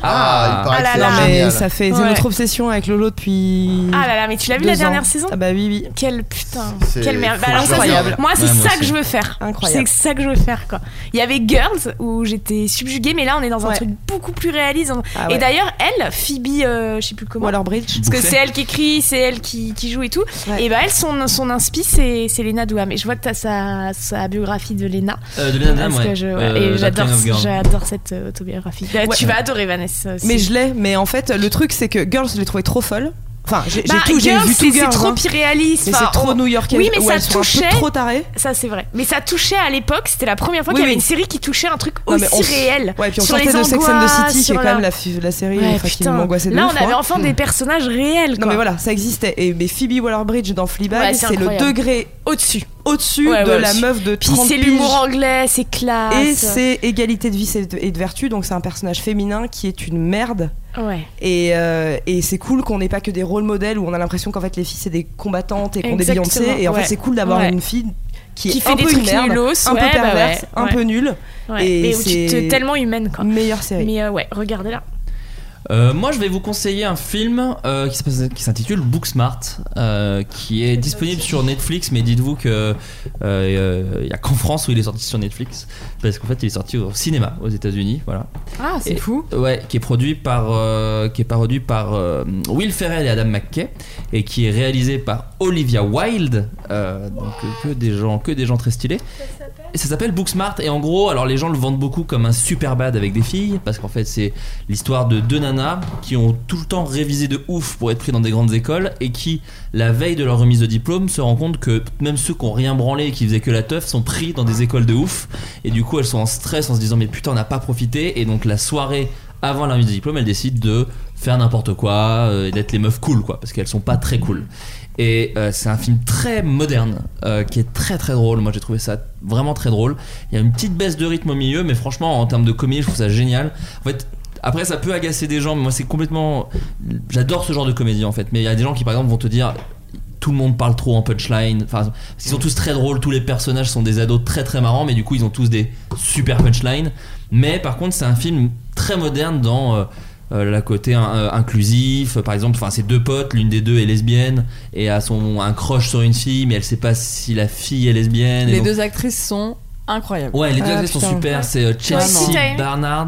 Ah,
Ah là là.
Mais ça fait c'est
Ouais.
notre obsession avec Lolo depuis.
Ah là là, mais tu l'as vu
Deux
la dernière
ans.
saison
Ah bah oui, oui.
Quel putain,
C'est
quelle merde. Bah,
fou,
alors ça, c'est-
incroyable.
moi, c'est
Ouais, moi
ça que
aussi.
je veux faire.
Incroyable.
C'est ça que je veux faire, quoi. Il y avait Girls où j'étais subjuguée, mais là, on est dans un truc beaucoup plus réaliste.
Ah ouais.
Et d'ailleurs, elle, Phoebe, euh, je sais plus comment.
Wallerbridge.
Parce que
Bouffet.
c'est elle qui écrit, c'est elle qui, qui joue et tout. Et bah, elle, son, son inspi, c'est c'est Lena Douham. Et je vois que t'as sa, sa biographie de Lena.
Euh, de Lena Dunham,
Parce que
ouais.
je-
Euh,
Et
The
j'adore
Train of Girl.
j'adore cette euh, autobiographie. Bah, Tu
Ouais.
vas adorer, Vanessa. aussi.
Mais je l'ai, mais en fait, le truc c'est que Girls, je l'ai trouvé trop folle. Enfin, j'ai j'ai
Bah,
tout, j'ai
Girls,
vu
c'est-
tout Girls.
C'est trop
hein.
irréaliste.
Mais
Enfin,
c'est trop
on-
new-yorkaise,
Oui, mais
où
ça
elles sont un peu
touchait.
trop tarées.
Ça, c'est vrai. Mais ça touchait à l'époque. C'était la première fois
Oui,
qu'il y avait
oui.
une série qui touchait un truc
Non,
aussi
mais on s-
réel.
Ouais, puis on
Sur les
sortait de Sex and the
angoisses,
City, qui est
sur
quand
la-
même la, fi- la série
Ouais,
enfin, qui
putain.
m'angoissait de
Là,
ouf,
on avait
moi.
enfin des personnages réels.
Non
quoi.
mais voilà, ça existait. Et mais Phoebe Waller-Bridge dans Fleabag,
Ouais, c'est
c'est le
incroyable.
degré
au-dessus,
au-dessus
Ouais,
de
ouais,
la
au-dessus.
meuf de 30
Puis c'est
piges.
l'humour anglais, Ah, c'est classe.
Et c'est égalité de vice et de, et de vertu, donc c'est un personnage féminin qui est une merde.
Ouais.
Et, euh, et c'est cool qu'on n'ait pas que des rôles modèles où on a l'impression qu'en fait les filles c'est des combattantes et qu'on est
Exactement,
Beyoncé. Et en
ouais.
fait c'est cool d'avoir
Ouais.
une fille qui,
Qui
est
fait
un
des
peu une
trucs
merde,
nullos,
un
ouais,
peu
bah
perverse,
ouais,
un
ouais.
peu nulle.
Ouais.
Et
Mais où tu te-
c'est
tellement humaine quoi.
Meilleure série.
Mais euh, ouais, regardez-la.
Euh, moi, je vais vous conseiller un film euh, qui s'appelle- qui s'intitule Booksmart, euh, qui est disponible sur Netflix, mais dites-vous que euh, euh, il y a qu'en France où il est sorti sur Netflix, parce qu'en fait, il est sorti au cinéma aux États-Unis, voilà.
Ah, c'est
Et-
fou.
Ouais, qui est produit par, euh, qui est parodié par euh, Will Ferrell et Adam McKay, et qui est réalisé par Olivia Wilde, euh, donc euh, que des gens, que des gens très stylés. Et Ça s'appelle Booksmart et en gros, alors les gens le vendent beaucoup comme un super bad avec des filles parce qu'en fait c'est l'histoire de deux nanas qui ont tout le temps révisé de ouf pour être pris dans des grandes écoles et qui la veille de leur remise de diplôme se rendent compte que même ceux qui ont rien branlé et qui faisaient que la teuf sont pris dans des écoles de ouf et du coup elles sont en stress en se disant mais putain on n'a pas profité et donc la soirée avant la remise de diplôme elles décident de faire n'importe quoi euh, et d'être les meufs cool quoi parce qu'elles sont pas très cool. Et euh, c'est un film très moderne euh, qui est très très drôle. Moi j'ai trouvé ça vraiment très drôle. Il y a une petite baisse de rythme au milieu, mais franchement en termes de comédie, je trouve ça génial. En fait, après ça peut agacer des gens, mais moi c'est complètement. J'adore ce genre de comédie en fait. Mais il y a des gens qui par exemple vont te dire tout le monde parle trop en punchline. Enfin, ils sont tous très drôles, tous les personnages sont des ados très très marrants, mais du coup ils ont tous des super punchlines. Mais par contre, c'est un film très moderne dans euh, euh, la côté in- euh, inclusif. Par exemple, enfin, c'est deux potes, l'une des deux est lesbienne et a son un crush sur une fille, mais elle sait pas si la fille est lesbienne. et
Les
donc-
deux actrices sont incroyables.
Ouais, les deux
Ah,
actrices sont
putain.
super. C'est euh,
Vraiment.
Chelsea Barnard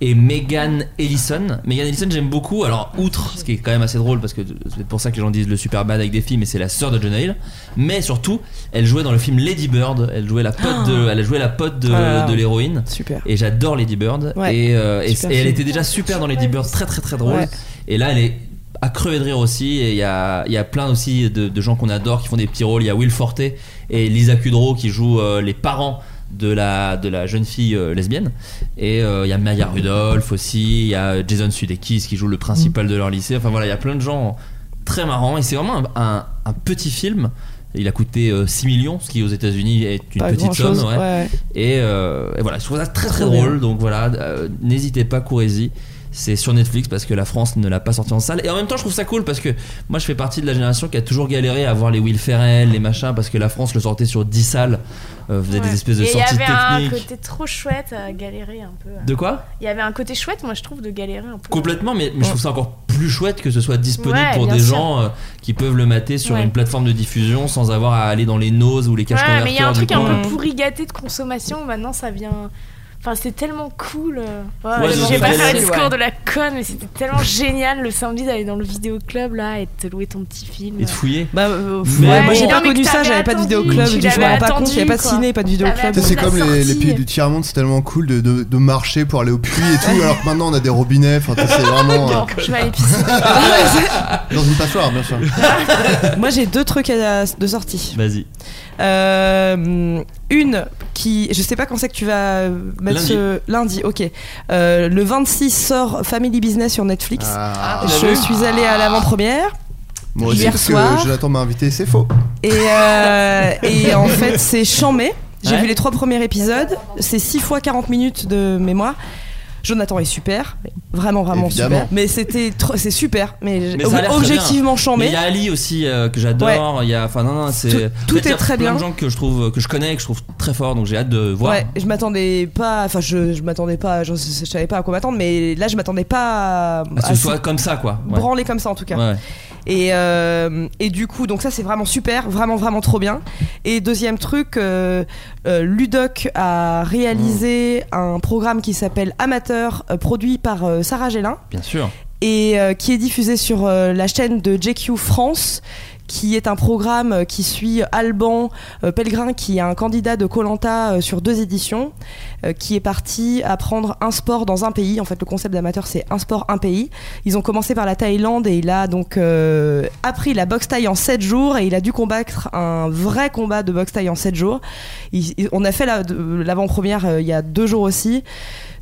et Megan Ellison. Megan Ellison, j'aime beaucoup. Alors, outre, ce qui est quand même assez drôle, parce que c'est pour ça que les gens disent le super bad avec des filles, mais c'est la sœur de Jonah Hill. Mais surtout, elle jouait dans le film Lady Bird. Elle jouait la pote de, elle jouait la pote de,
Oh là là.
de l'héroïne.
Super.
Et j'adore Lady Bird.
Ouais.
Et, euh, et-
Super
et elle
film.
était déjà super dans Lady Bird, très très très drôle.
Ouais.
Et là, elle est à crever de rire aussi. Et il y a, il y a plein aussi de, de gens qu'on adore qui font des petits rôles. Il y a Will Forte et Lisa Kudrow qui jouent euh, les parents de la, de la jeune fille euh, lesbienne. Et euh, il y a Maya Rudolph aussi. Il y a Jason Sudeikis qui joue le principal
Mm.
de leur lycée. Enfin voilà, il y a plein de gens très marrants. Et c'est vraiment un, un- un petit film. Il a coûté euh, 6 millions, ce qui aux États-Unis est une
Pas
petite somme.
grand-chose,
ouais.
ouais.
Et, euh, et voilà, je trouve ça très très
Trop bien.
drôle. Donc voilà, euh, n'hésitez pas, courez-y. C'est sur Netflix parce que la France ne l'a pas sorti en salle. Et en même temps, je trouve ça cool parce que moi, je fais partie de la génération qui a toujours galéré à voir les Will Ferrell, les machins, parce que la France le sortait sur 10 salles. Euh, vous avez
Ouais.
des espèces de
Et
sorties
Il y avait un
techniques.
côté trop chouette à galérer un peu. hein.
De quoi
Il y avait un côté chouette, moi je trouve, de galérer un peu.
Complètement, mais, mais je trouve ça encore plus chouette que ce soit disponible
Ouais,
pour
bien
des
sûr.
gens euh, qui peuvent le mater sur
Ouais.
une plateforme de diffusion sans avoir à aller dans les noses ou les caches
Ouais, mais il y a un truc un peu
pourri
pourri gâté de consommation. Maintenant, ça vient. Enfin, c'est tellement cool. euh. Ouais,
Ouais,
je
c'est
vais pas faire
génial.
le discours
Ouais.
de la conne, mais c'était tellement génial le samedi d'aller dans le vidéoclub là et de te louer ton petit film.
Et de fouiller.
Bah,
euh,
mais
moi j'ai
mais
pas
non, mais
connu
que
ça,
t'avais
j'avais pas de
attendu,
vidéoclub,
tu
du je me
l'avais
rends pas compte, il y avait pas de
attendu,
ciné, pas de vidéoclub.
Tu sais, C'est comme les, les pays du tiers-monde, c'est tellement cool de, de, de marcher pour aller au puits et tout, alors que maintenant on a des robinets, enfin tu sais, c'est vraiment. euh,
Je vais aller pisser.
dans une passoire, bien sûr.
Moi, j'ai deux trucs à, de sortie.
Vas-y.
Euh, une qui, je sais pas quand c'est que tu vas mettre
Lundi.
ce lundi. Ok. Euh, le 26 sort Family Business sur Netflix.
Ah.
je suis allée à l'avant-première.
Moi aussi,
Hier
parce
soir.
que Jonathan m'a invité, c'est faux.
Et, euh, et en fait, c'est chambé. J'ai
Ouais.
vu les trois premiers épisodes. C'est 6 fois 40 minutes de mémoire. Jonathan est super, vraiment vraiment
Évidemment.
super. Mais c'était trop- c'est super, mais,
Mais
ob-
ça a l'air très
objectivement
bien.
chambé.
Mais Il y a Ali aussi euh, que j'adore. Il y a, enfin non non, c'est
Tout-
en
tout
fait, il y a
est très
plein
bien.
de gens que je trouve, que je connais, et que je trouve très fort, donc j'ai hâte de voir. Bah,
Ouais, je m'attendais pas, enfin je, je m'attendais pas, je, je savais pas à quoi m'attendre, mais là je m'attendais pas à,
Que Ah, ce
à
soit comme ça quoi. Ouais.
branler comme ça Bah, en tout cas.
Ouais.
Et, euh, et du coup, donc ça c'est vraiment super, vraiment vraiment trop bien. Et deuxième truc, euh, euh, Ludoc a réalisé
Mm.
un programme qui s'appelle Amateur, euh, produit par euh, Sarah Gélin
Bien sûr.
et euh, qui est diffusé sur euh, la chaîne de JQ France qui est un programme euh, qui suit Alban euh, Pellegrin qui est un candidat de Colanta sur deux éditions euh, qui est parti apprendre un sport dans un pays en fait le concept d'amateur c'est un sport un pays ils ont commencé par la Thaïlande et il a donc euh, appris la boxe thaï en 7 jours et il a dû combattre un vrai combat de boxe thaï en 7 jours Il- il- on a fait la- de- l'avant-première euh, il y a deux jours aussi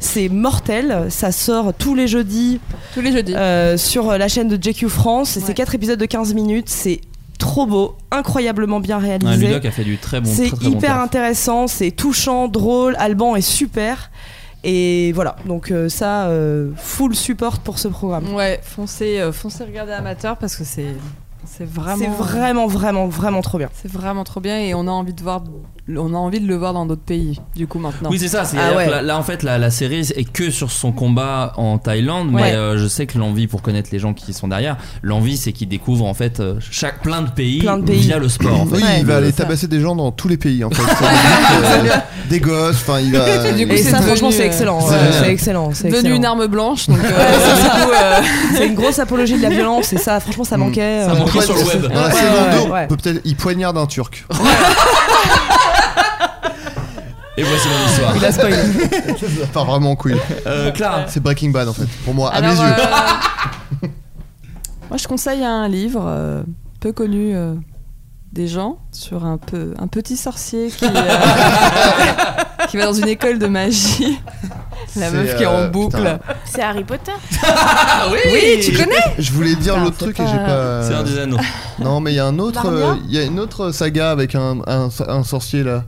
c'est mortel ça sort tous les jeudis
tous les jeudis
sur euh, la chaîne de JQ France Et c'est quatre épisodes de 15 minutes c'est trop beau incroyablement bien réalisé
Ouais, Ludoc a fait du très bon.
c'est
très, très bon
hyper
taf.
intéressant, c'est touchant, drôle. Alban est super. Et voilà, donc euh, ça, euh, full support pour ce programme.
Ouais, foncez, euh, foncez regarder Amateur parce que c'est c'est vraiment
C'est vraiment, vraiment, vraiment trop bien.
c'est vraiment trop bien et on a envie de voir on a envie de le voir dans d'autres pays du coup maintenant.
Oui, c'est ça. c'est-
Ah ouais.
là, là, en fait, la, la série est que sur son combat en Thaïlande, mais
Ouais.
euh, je sais que l'envie, pour connaître les gens qui sont derrière, l'envie, c'est qu'ils découvrent en fait euh, chaque plein de pays,
Plein de pays.
via le sport. en fait.
Oui, il va aller
Ça.
tabasser des gens dans tous les pays en fait. Ça veut dire que, euh, des gosses, enfin il va.
Et du coup,
Et
c'est
ça,
devenu,
franchement, c'est
euh,
excellent.
c'est
ouais,
génial.
C'est excellent. C'est
devenu
excellent.
une arme blanche donc euh, du coup, euh,
C'est une grosse apologie de la violence et ça, franchement, ça manquait. euh,
Pourquoi
ouais,
Mm. c'est-
ouais,
Dans la saison
ouais,
deux,
ouais.
peut peut-être il poignarde un Turc.
Et voici mon histoire.
Il a spoilé. Pas vraiment cool.
Euh, Clara.
C'est Breaking Bad en fait, pour moi, à
Alors,
mes yeux.
euh, moi, je conseille un livre euh, peu connu euh, des gens sur un, peu, un petit sorcier qui, euh, qui va dans une école de magie. La
C'est,
meuf qui est
euh,
en boucle.
putain.
C'est Harry Potter.
oui, tu connais
Je voulais dire l'autre truc et j'ai pas.
C'est un des anneaux.
Non, mais il y a un autre,
Narnia
euh, il y a une autre saga avec un, un, un sorcier là.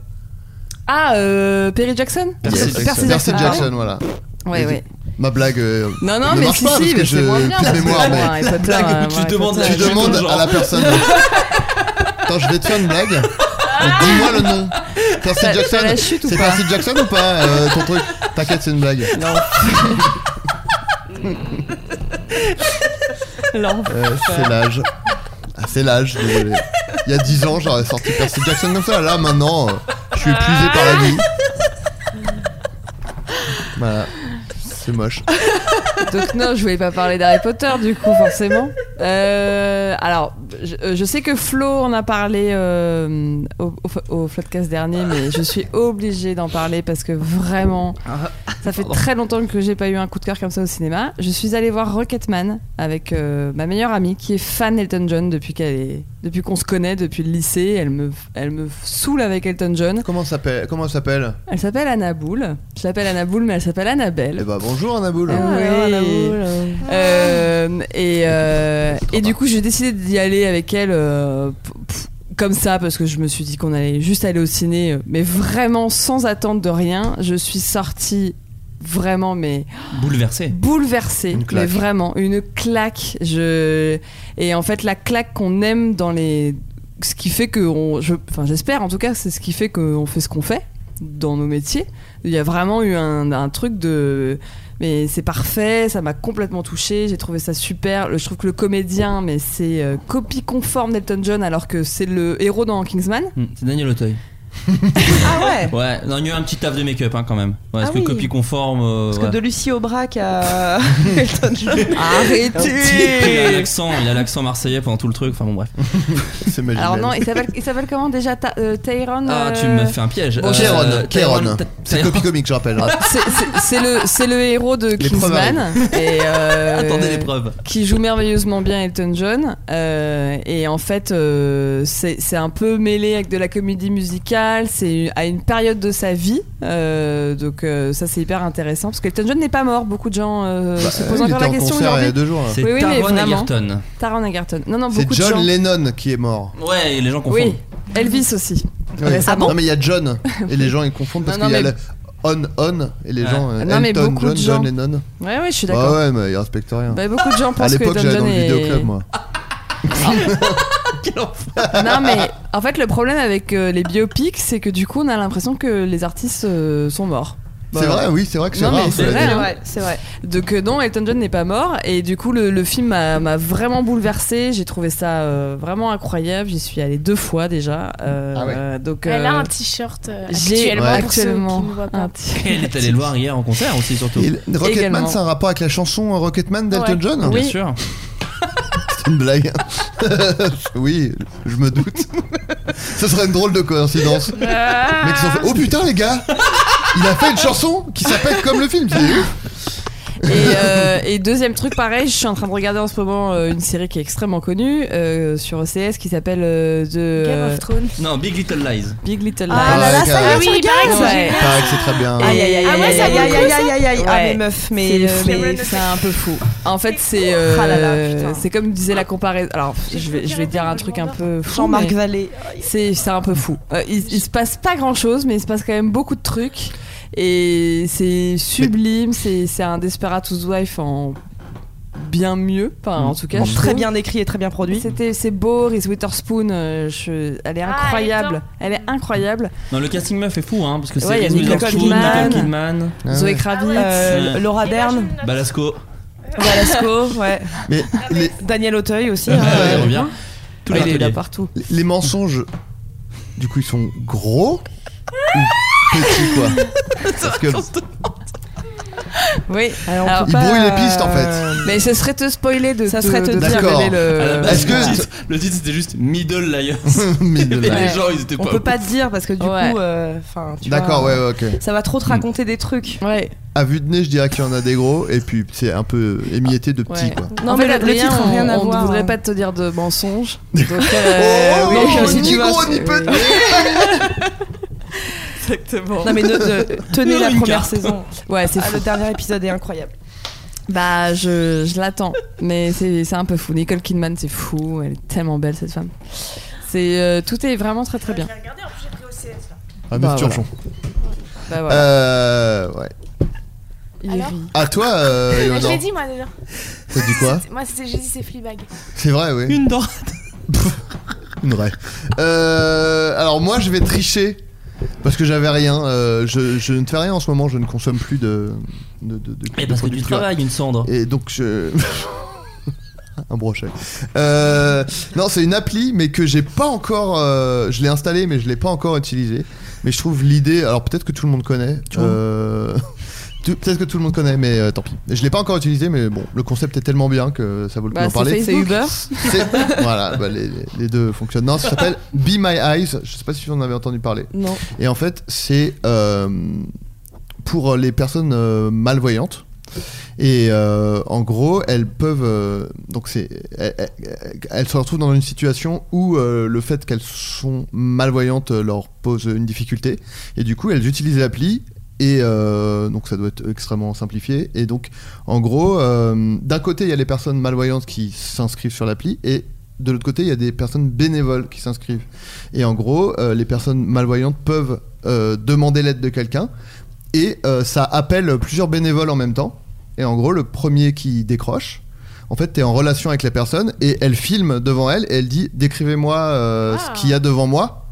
Ah, euh, Perry Jackson ah
Yes. Percy Jackson, voilà.
Ouais, ouais.
Ma blague. euh,
Non, non,
ne
mais
marche
si,
pas parce que
si, mais
je
c'est moins bien,
plus de
parce que
mémoire.
là,
mais-
Harry Potter, Blague euh, où tu ouais, demandes- Harry
tu
Potter, ouais.
demandes
Genre.
à la personne. Attends, je vais te faire une blague. Dis-moi le nom. Percy
T'as-
Jackson.
t'as Ah. la chute ou
C'est
pas
Percy Jackson ou pas euh, ton truc T'inquiète, c'est une blague. Euh, c'est l'âge. Ah, c'est l'âge, désolé. Il y a 10 ans, j'aurais sorti Percy Jackson comme ça. Là, maintenant, euh, je suis épuisé par la vie. Voilà. C'est moche.
Donc non, je voulais pas parler d'Harry Potter du coup forcément. Euh, alors, je, euh, je sais que Flo en a parlé euh, au, au, au Floodcast dernier, mais je suis obligée d'en parler parce que vraiment,
Ah,
ça fait très longtemps que j'ai pas eu un coup de cœur comme ça au cinéma. Je suis allée voir Rocketman avec euh, ma meilleure amie qui est fan Elton John depuis qu'elle est, depuis qu'on se connaît depuis le lycée. Elle me, elle me saoule avec Elton John.
Comment s'appelle Comment s'appelle
Elle s'appelle Anna Boule. Je l'appelle Anna Boule, mais elle s'appelle Annabelle. Ah
Eh bah bonjour Anaboul.
Euh, et euh, et du coup, j'ai décidé d'y aller avec elle euh, p- p- comme ça parce que je me suis dit qu'on allait juste aller au ciné, euh, mais vraiment sans attendre de rien. Je suis sortie vraiment mais
Bouleversé.
bouleversée,
Une
mais
claque.
vraiment une claque. Je et en fait la claque qu'on aime dans les, ce qui fait que on, je, enfin j'espère en tout cas c'est ce qui fait qu'on fait ce qu'on fait dans nos métiers. Il y a vraiment eu un, un truc de mais c'est parfait, ça m'a complètement touché, j'ai trouvé ça super. Le- Je trouve que le comédien mais c'est euh, copie conforme d'Elton John alors que c'est le héros dans Kingsman.
Hmm, C'est Daniel Auteuil.
Ah ouais
Ouais, non, il y a eu un petit taf de make-up hein, quand même. Ouais, parce
Ah
que
oui.
copie conforme. euh,
Parce
ouais.
que de Lucie Aubrac à Elton John.
il a
Arrêtez
l'accent, il a l'accent marseillais pendant tout le truc. Enfin bon, bref.
C'est magique.
Alors non, il s'appelle il s'appelle comment déjà Ta- euh, Tyrone
Ah, tu
euh,
me fais un piège. Euh,
Bon, Kéron, Kéron.
Tyrone-
C'est copie comique, je rappelle. hein.
C'est- c'est- C'est le, c'est le héros de
L'épreuve
Kingsman
arrive.
et euh,
Attendez l'épreuve.
qui joue merveilleusement bien Elton John. euh, et en fait, euh, c'est c'est un peu mêlé avec de la comédie musicale. C'est à une période de sa vie, euh, donc euh, ça c'est hyper intéressant parce qu'Elton John n'est pas mort. Beaucoup de gens euh,
Bah,
se
il
posent encore
était
la
en
question
concert il y a
aujourd'hui.
deux jours, là.
C'est
Oui, oui,
Taron
mais vraiment.
Egerton.
Taron Egerton. Non, non,
C'est
beaucoup de
John
gens.
Lennon qui est mort.
Ouais, et les gens confondent.
Oui, Elvis aussi.
Ouais.
Récemment.
Non, mais il y a John. Et les gens ils confondent parce
Non,
qu'il y a
non,
le on, on. Et les
Ah.
Ouais.
gens. euh,
Non, mais
Elton
beaucoup de
John, John
gens.
Lennon.
Ouais, ouais, je suis d'accord.
Ah ouais, mais ils respectent rien.
Bah, beaucoup de gens
à
pensent que
l'époque,
Elton
j'allais
John
dans le
est-
vidéoclub, moi.
non mais en fait le problème avec euh, les biopics c'est que du coup on a l'impression que les artistes euh, sont morts.
C'est vrai, oui, c'est vrai que c'est
Non,
rare,
mais
cela
c'est vrai,
dit.
hein. Donc euh, non, Elton John n'est pas mort et du coup le, le film m'a m'a vraiment bouleversée. J'ai trouvé ça euh, vraiment incroyable. J'y suis allée deux fois déjà. euh,
Ah ouais.
euh, donc
Elle a
euh,
un t-shirt euh,
j'ai
actuellement pour ceux qui
actuellement
ne voient pas.
un t-
Elle est allée le voir hier en concert aussi, surtout.
Et le- Rocketman,
Également.
c'est un rapport avec la chanson euh, Rocketman d'Elton
Ouais.
John
Bien sûr.
C'est une blague. oui, je me doute. Ce serait une drôle de coïncidence. Mais qu'ils ont fait Oh putain, les gars Il a fait une chanson qui s'appelle comme le film. C'est ouf.
Et, euh, et deuxième truc, pareil, je suis en train de regarder en ce moment euh, une série qui est extrêmement connue euh, sur OCS qui s'appelle euh, The
Game of Thrones.
Non, Big Little Lies.
Big Little Lies.
Ah là là, ça y
euh,
est,
Ah oui,
tu
il
regardes.
paraît que c'est
Ouais.
génial.
Pareil que c'est très bien.
Aïe aïe aïe
Ah ouais,
aïe
ça
aïe
vaut
aïe
le coup,
aïe
ça
aïe aïe aïe Ah
Ouais.
mais meuf
C'est
mais
le
euh,
fou.
mais c'est un peu fou. En fait c'est euh,
Ah là là, putain.
c'est comme disait la comparaison. Alors je vais je vais dire un truc un peu fou,
Jean-Marc
mais
Vallée.
C'est c'est un peu fou. Euh, il, il se passe pas grand chose mais il se passe quand même beaucoup de trucs et c'est sublime. C'est c'est un Desperados Wife en bien mieux. Enfin en tout cas je
Très
trouve.
bien écrit et très bien produit.
C'était c'est beau. Reese Witherspoon, euh, je- elle est
Ah,
incroyable. elle est incroyable.
Non, le casting meuf est fou, hein, parce que c'est
Ouais, il y a
Reese
Nicole
Witherspoon,
Kidman.
Nicole Kidman,
Ah
Zoé Kravitz,
Euh,
Ouais. Bah,
Laura Dern,
Balasco.
Valasco, ouais.
Mais les,
Daniel Auteuil aussi. hein.
Ah, il revient. Tous les
Elle est là
les-
partout.
Ah, les mensonges, du coup, ils sont gros ou petits, quoi Parce que
Oui.
Alors, on
Alors,
peut
ils
pas,
brouillent les pistes, en fait.
euh,
Mais ce serait te spoiler de
Ça
te-
serait te
de
dire.
dire
D'accord.
quel est le-
À la base,
Est-ce que-
le titre- le titre c'était juste Middle Liars
Mais de
Mais
la-
les gens ils étaient
On
pas.
peut pas te dire parce que du
Ouais.
coup, euh, enfin, tu
D'accord,
vois,
ouais, ouais, ok. Hmm.
Ça va trop te raconter des trucs.
Ouais.
À vue de nez, je dirais qu'il y en a des gros, et puis c'est un peu émietté de petits,
Ouais.
quoi.
Non,
en
mais
fait,
le- le
Adrien,
titre a
on-
rien à
on
voir.
ne voudrait pas te dire de mensonges. Donc,
Oh,
oui,
non,
si
ni
tu vas-
gros, ni
oui.
petit.
Exactement.
Non mais ne- ne- tenez
Nous,
la
une
première
carte.
saison.
Ouais, c'est
Ah,
fou.
le dernier épisode est incroyable.
Bah, je, je l'attends. Mais c'est c'est un peu fou. Nicole Kidman, c'est fou. Elle est tellement belle, cette femme. C'est euh, tout est vraiment très très bien.
Ah,
Bah,
mais
voilà.
Sturgeon.
Bah, voilà.
Euh. Ouais.
Il est
Alors
vide.
À toi, euh,
Ah, Je
Léonore.
l'ai dit moi déjà.
T'as dit quoi
Moi c'était- j'ai dit c'est Fleabag.
C'est vrai, oui.
Une dorade.
Une vraie. Euh, alors moi, je vais tricher parce que j'avais rien. euh, je, je ne fais rien en ce moment. Je ne consomme plus de. de, de, de-
Et
de
parce que
produits
du
culturels.
travail, une cendre.
Et donc je. Un brochet. Euh, non, c'est une appli, mais que j'ai pas encore. euh, je l'ai installée, mais je l'ai pas encore utilisée. Mais je trouve l'idée. Alors peut-être que tout le monde connaît. euh, tout- Peut-être que tout le monde connaît, mais euh, tant pis. Je l'ai pas encore utilisé, mais bon, le concept est tellement bien que ça vaut le coup
Bah,
d'en parler.
c'est- c'est Uber.
C'est- voilà, bah, les, les- les deux fonctionnent. Non, ça s'appelle Be My Eyes. Je sais pas si vous en avez entendu parler.
Non.
Et en fait, c'est euh, pour les personnes euh, malvoyantes. Et euh, en gros, elles peuvent. euh, donc, c'est. Elles, elles- elles se retrouvent dans une situation où euh, le fait qu'elles sont malvoyantes euh, leur pose une difficulté. Et du coup, elles utilisent l'appli. Et euh, donc, ça doit être extrêmement simplifié. Et donc, en gros, euh, d'un côté, il y a les personnes malvoyantes qui s'inscrivent sur l'appli. Et de l'autre côté, il y a des personnes bénévoles qui s'inscrivent. Et en gros, euh, les personnes malvoyantes peuvent euh, demander l'aide de quelqu'un. et euh, ça appelle plusieurs bénévoles en même temps. Et en gros, le premier qui décroche, en fait, t'es en relation avec la personne et elle filme devant elle et elle dit Décrivez-moi euh, ce qu'il y a devant moi.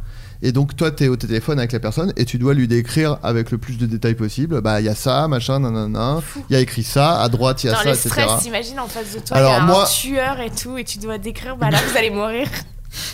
Et donc, toi, t'es au téléphone avec la personne et tu dois lui décrire avec le plus de détails possible Bah, il y a ça, machin, nanana, il y a écrit ça, à droite, il y a
Dans
ça,
le
etc.
stress, t'imagines en face de toi, il y
Alors,
a un
moi-
tueur et tout, et tu dois décrire, bah là vous allez mourir.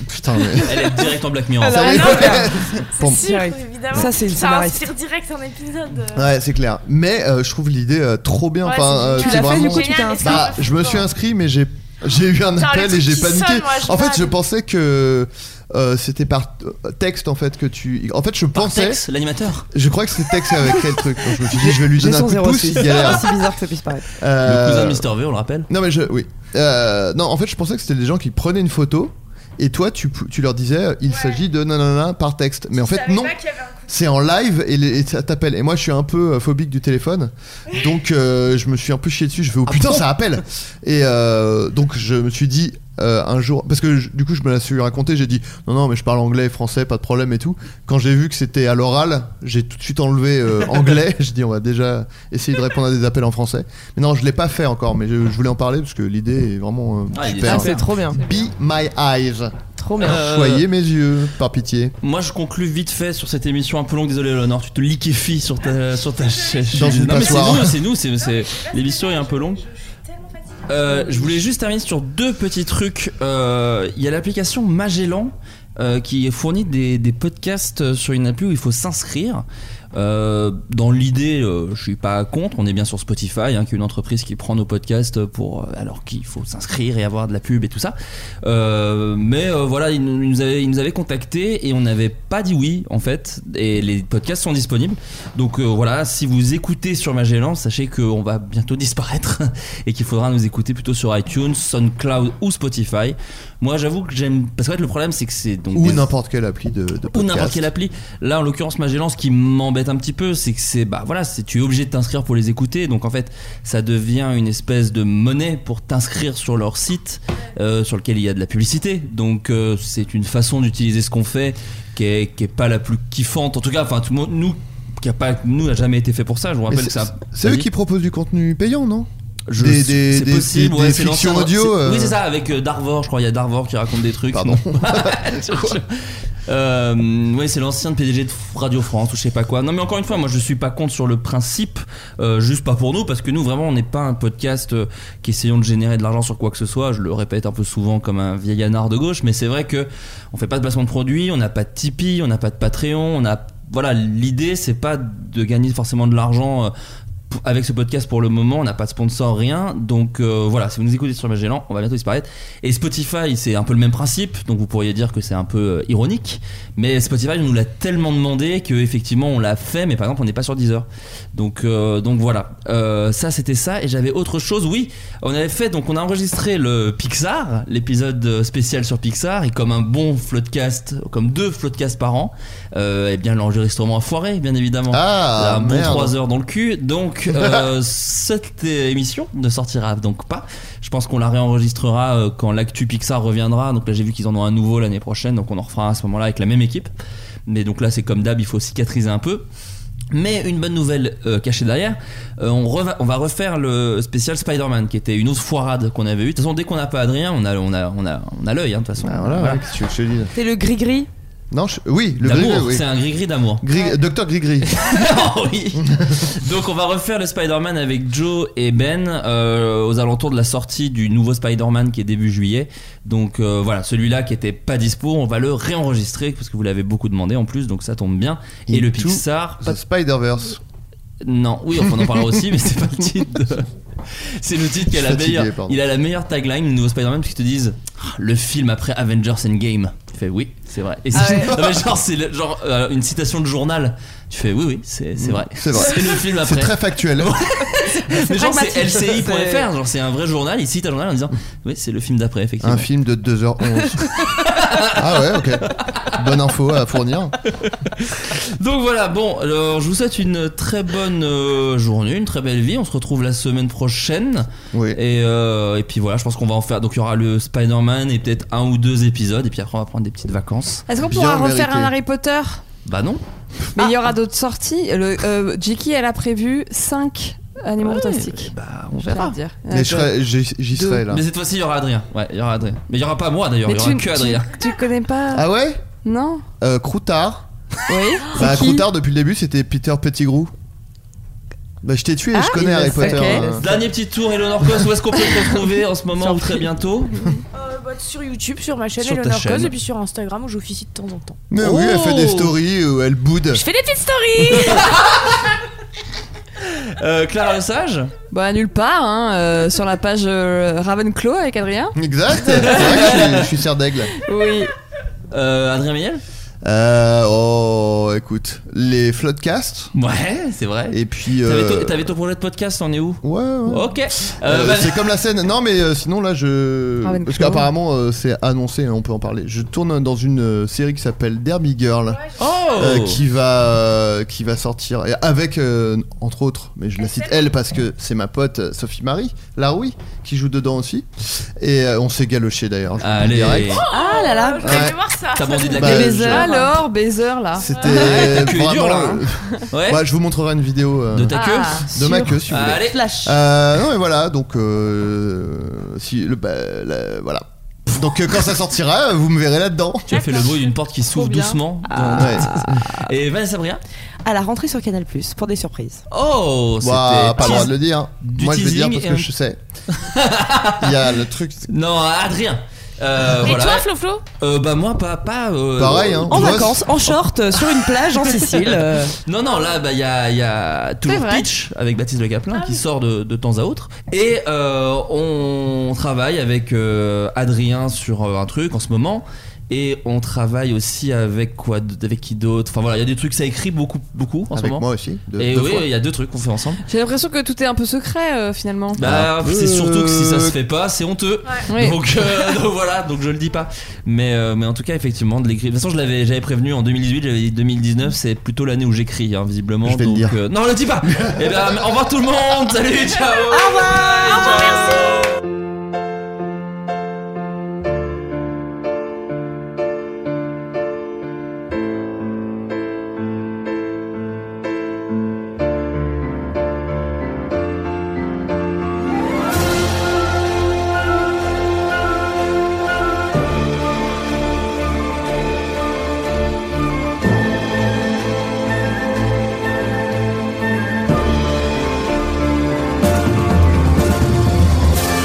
Putain, mais-
Elle est direct en Black Mirror.
Ça
Ah
va
non,
être-
mais c'est
Bon.
sûr, évidemment.
Ça, c'est une
Ça
scénariste.
inspire direct un épisode. euh,
Ouais, c'est clair. Mais euh, je trouve l'idée euh, trop bien.
Ouais,
enfin,
c'est
euh,
génial. Tu
c'est
l'as fait,
vraiment-
du coup, tu t'es inscrit
Bah, je me suis inscrit, mais j'ai j'ai eu un
Putain, le
appel et
truc
j'ai
qui
paniqué.
sonne, moi, je
en fait,
râle.
je pensais que euh, c'était par euh, texte en fait que tu. En fait, je pensais.
texte, l'animateur.
Je crois que c'est texte avec quel truc. Donc, je me suis dit, je vais lui
J'ai
donner un
son
coup de pouce.
06.
Il galère.
Ah, C'est bizarre que ça puisse paraître.
Le cousin
Euh,
de Mister V, on le rappelle.
Non mais je, oui. Euh, non, en fait, je pensais que c'était des gens qui prenaient une photo et toi, tu, pou- tu leur disais, euh, il s'agit de nanana par texte. Mais en fait, non. C'est en live et, les- et ça t'appelle. Et moi, je suis un peu euh, phobique du téléphone, donc euh, je me suis un peu chié dessus. Je fais
Ah,
oh putain, ça appelle. Et euh, donc je me suis dit. euh, un jour, parce que je- du coup je me la suis raconté, j'ai dit non, non, mais je parle anglais et français, pas de problème et tout. Quand j'ai vu que c'était à l'oral, j'ai tout de suite enlevé euh, anglais. j'ai dit on va déjà essayer de répondre à des appels en français. Mais non, je l'ai pas fait encore, mais je, je voulais en parler parce que l'idée est vraiment euh,
Ah, il est
super.
super. C'est trop bien.
Be my eyes.
Trop
bien. Euh,
Soyez mes yeux, par pitié.
Moi, je conclus vite fait sur cette émission un peu longue. Désolé, Léonore, tu te liquéfies sur ta, sur ta chaise.
Dans une
non, mais c'est
passoire.
nous, c'est nous. c'est- c'est- L'émission est un peu longue. Euh, je voulais juste terminer sur deux petits trucs. Euh, Il y a l'application Magellan euh, qui fournit des, des podcasts sur une appli où il faut s'inscrire. Euh, dans l'idée, euh, je suis pas contre. On est bien sur Spotify, hein, qui est une entreprise qui prend nos podcasts pour euh, alors qu'il faut s'inscrire et avoir de la pub et tout ça. Euh, mais euh, voilà, ils nous, ils nous avaient, ils nous avaient contactés et on n'avait pas dit oui en fait. Et les podcasts sont disponibles. Donc euh, voilà, si vous écoutez sur Magellan, sachez qu'on va bientôt disparaître et qu'il faudra nous écouter plutôt sur iTunes, SoundCloud ou Spotify. Moi, j'avoue que j'aime parce que en fait, le problème c'est que c'est donc
Ou
des-
n'importe quelle appli de, de
ou
podcast.
n'importe quelle appli. Là, en l'occurrence, Magellan, ce qui m'embête un petit peu, c'est que c'est bah voilà, c'est tu es obligé de t'inscrire pour les écouter. Donc en fait, ça devient une espèce de monnaie pour t'inscrire sur leur site, euh, sur lequel il y a de la publicité. Donc euh, c'est une façon d'utiliser ce qu'on fait qui est, qui est pas la plus kiffante. En tout cas, enfin tout le monde- nous qui a pas nous n'a jamais été fait pour ça. Je vous
Mais
rappelle
c'est-
que ça.
C'est eux
Vas-y.
qui proposent du contenu payant, non
Je-
Des, des-
c'est
des-
possible,
des-
ouais,
des
c'est
fictions
l'ancien-
audio.
c'est-
euh,
Oui, c'est ça, avec euh, Darvor, je crois. Il y a Darvor qui raconte des trucs.
Pardon.
Je- euh, ouais, c'est l'ancien PDG de Radio France ou je sais pas quoi. Non, mais encore une fois, moi je suis pas contre sur le principe, euh, juste pas pour nous, parce que nous vraiment on n'est pas un podcast euh, qui essayons de générer de l'argent sur quoi que ce soit. Je le répète un peu souvent comme un vieil anard de gauche, mais c'est vrai que on fait pas de placement de produits, on n'a pas de Tipeee, on n'a pas de Patreon, on a voilà, l'idée c'est pas de gagner forcément de l'argent. euh, p- avec ce podcast pour le moment, on n'a pas de sponsor, rien. Donc euh, voilà, si vous nous écoutez sur Magellan, on va bientôt disparaître. Et Spotify, c'est un peu le même principe, donc vous pourriez dire que c'est un peu euh, ironique. Mais Spotify on nous l'a tellement demandé que effectivement on l'a fait, mais par exemple on n'est pas sur Deezer. Donc euh, donc voilà, Euh, ça c'était ça. Et j'avais autre chose. Oui, on avait fait donc on a enregistré le Pixar, l'épisode euh, spécial sur Pixar. Et comme un bon floodcast, comme deux floodcasts par an, euh, eh bien l'enregistrement a foiré, bien évidemment.
Ah,
un bon
merde.
3 heures dans le cul. Donc euh, cette émission ne sortira donc pas. Je pense qu'on la réenregistrera euh, quand l'actu Pixar reviendra. Donc là j'ai vu qu'ils en ont un nouveau l'année prochaine, donc on en refera à ce moment-là avec la même équipe. Mais donc là c'est comme d'hab, il faut cicatriser un peu. Mais une bonne nouvelle euh, cachée derrière, euh, on, reva- on va refaire le spécial Spider-Man qui était une autre foirade qu'on avait eue. De toute façon, dès qu'on n'a pas Adrien, on a, on a, on a, on a l'œil, hein, de toute façon.
Bah, Voilà,
Voilà.
ouais, qu'est-ce que tu veux que je te dise
C'est le gris-gris.
Non, je- oui, le
D'amour,
gris-gris, oui.
c'est un gris-gris d'amour.
Gris- Docteur Gris-Gris.
Donc on va refaire le Spider-Man avec Joe et Ben euh, aux alentours de la sortie du nouveau Spider-Man qui est début juillet. Donc euh, voilà, celui-là qui était pas dispo, on va le réenregistrer parce que vous l'avez beaucoup demandé en plus, donc ça tombe bien. Et, le
Into
Pixar,
The Spider-Verse.
non, oui, enfin, on en parlera aussi, mais c'est pas le titre. de- C'est le titre qui a la
Je suis fatigué,
meilleure.
pardon.
Il a la meilleure tagline du nouveau Spider-Man parce qu'ils te disent Ah, le film après Avengers Endgame. Tu fais oui, c'est vrai. Et
Ah
c'est-
ouais.
non, mais genre c'est le- genre euh, une citation de journal. Tu fais oui, oui, c'est c'est vrai.
Mm, C'est vrai.
le film après.
C'est très factuel.
mais genre c'est
pragmatique.
LCI.fr,
C'est-
genre c'est un vrai journal. Il cite un journal en disant oui, c'est le film d'après effectivement.
Un film de 2h11. ah ouais, ok. Bonne info à fournir.
Donc voilà, bon, alors je vous souhaite une très bonne euh, journée, une très belle vie. On se retrouve la semaine prochaine. Et, euh, et puis voilà, je pense qu'on va en faire. Donc il y aura le Spider-Man et peut-être un ou deux épisodes. Et puis après, on va prendre des petites vacances.
Ah.
Est-ce qu'on pourra refaire un Harry Potter
Bah non.
Mais il y aura d'autres sorties. Le, euh, Jiki, elle a prévu 5 animaux fantastiques.
bah,
on
Je
verra.
vais dire.
Mais je serai- j'y j'y serai là.
Mais cette fois-ci, il y aura Adrien. Ouais, il y aura Adrien. Mais il y aura pas moi d'ailleurs, il y aura
tu,
que Adrien.
tu, tu connais pas.
Ah ouais
Non
Euh, Croutard.
Oui.
Bah,
C'est qui
Croutard, depuis le début, c'était Peter Pettigrew. Bah, je t'ai tué,
Ah,
Ah,
je connais Harry Potter. euh.
Dernier petit tour, Eleanor Cos, où est-ce qu'on peut te retrouver en ce moment ou très bientôt
euh, bah, sur YouTube, sur ma chaîne
Sur ta
Eleanor
chaîne.
Cause et puis sur Instagram où j'officie de temps en temps. Oh
Mais oui, elle fait des
Oh
stories où elle boude.
Je fais des petites stories
Euh, Clara Le Sage
Bah, nulle part, hein, euh, sur la page euh, Ravenclaw avec Adrien.
Exact. C'est vrai que je suis- je suis serre d'aigle.
Oui.
Euh, Adrien Méniel
Euh, oh, écoute, les floodcasts.
Ouais, c'est vrai.
Et puis.
T'avais
euh,
ton- T'avais ton projet de podcast, on est où
Ouais, ouais.
Ok. Euh,
euh,
bah,
c'est comme la scène. Non, mais euh, sinon là, je
Ravenclaw.
parce qu'apparemment euh, c'est annoncé, on peut en parler. Je tourne dans une euh, série qui s'appelle Derby Girl,
Oh
euh, qui va euh, qui va sortir et avec euh, entre autres, mais je la cite elle parce que c'est ma pote euh, Sophie Marie Laroui qui joue dedans aussi. Et euh, on s'est galoché d'ailleurs. je vous le dis
Allez.
direct.
Ah là là.
je voulais voir
ça.
T'as bandé de la
Bah,
gueule.
je-
Alors, baiser là.
C'était
Ouais, ta queue est
vraiment,
dure, là, hein.
euh, bah, je vous montrerai une vidéo euh,
De ta queue
Ah,
de ma queue si vous voulez.
Allez,
flash.
Euh, non mais voilà, donc euh, si le bah, la- voilà. Donc euh, quand ça sortira, euh, vous me verrez là-dedans.
Tu as fait le bruit d'une porte qui s'ouvre
bien.
doucement.
Ah. Ouais.
Et Vanessa Bria
À la rentrée sur Canal Plus pour des surprises.
Oh, c'était.
Bah, pas le droit
teas-
de le dire.
du
Moi je vais dire
teasing
parce
et
que
un-
je sais. Il y a le truc.
Non, Adrien. Euh,
Et
voilà.
toi, Flo Flo
Euh, bah moi pas pas euh,
Pareil, hein.
En
Grosse.
vacances, en short, euh, sur une plage en Sicile. euh.
Non non là bah il y a il y a toujours
vrai. Ah
Pitch avec Baptiste Le Caplin qui sort de, de temps à autre et euh, on travaille avec euh, Adrien sur euh, un truc en ce moment et on travaille aussi avec quoi d- avec qui d'autre enfin voilà il y a des trucs ça écrit beaucoup beaucoup en ce
Avec
moment
moi aussi. deux-
et
deux
oui
fois.
il y a deux trucs qu'on fait ensemble
J'ai l'impression que tout est un peu secret euh, finalement.
Bah,
Euh,
c'est surtout que si ça se fait pas, c'est honteux.
Ouais.
Donc, euh, donc voilà, donc je le dis pas. Mais, euh, mais en tout cas, effectivement, de l'écrire. De toute façon, je l'avais, j'avais prévenu en 2018, j'avais dit 2019, c'est plutôt l'année où j'écris, hein, visiblement.
Je vais le
donc,
dire.
euh, non, le dis pas Et ben, au revoir tout le monde Salut, ciao Au revoir Au revoir, merci
Thank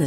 the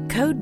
Code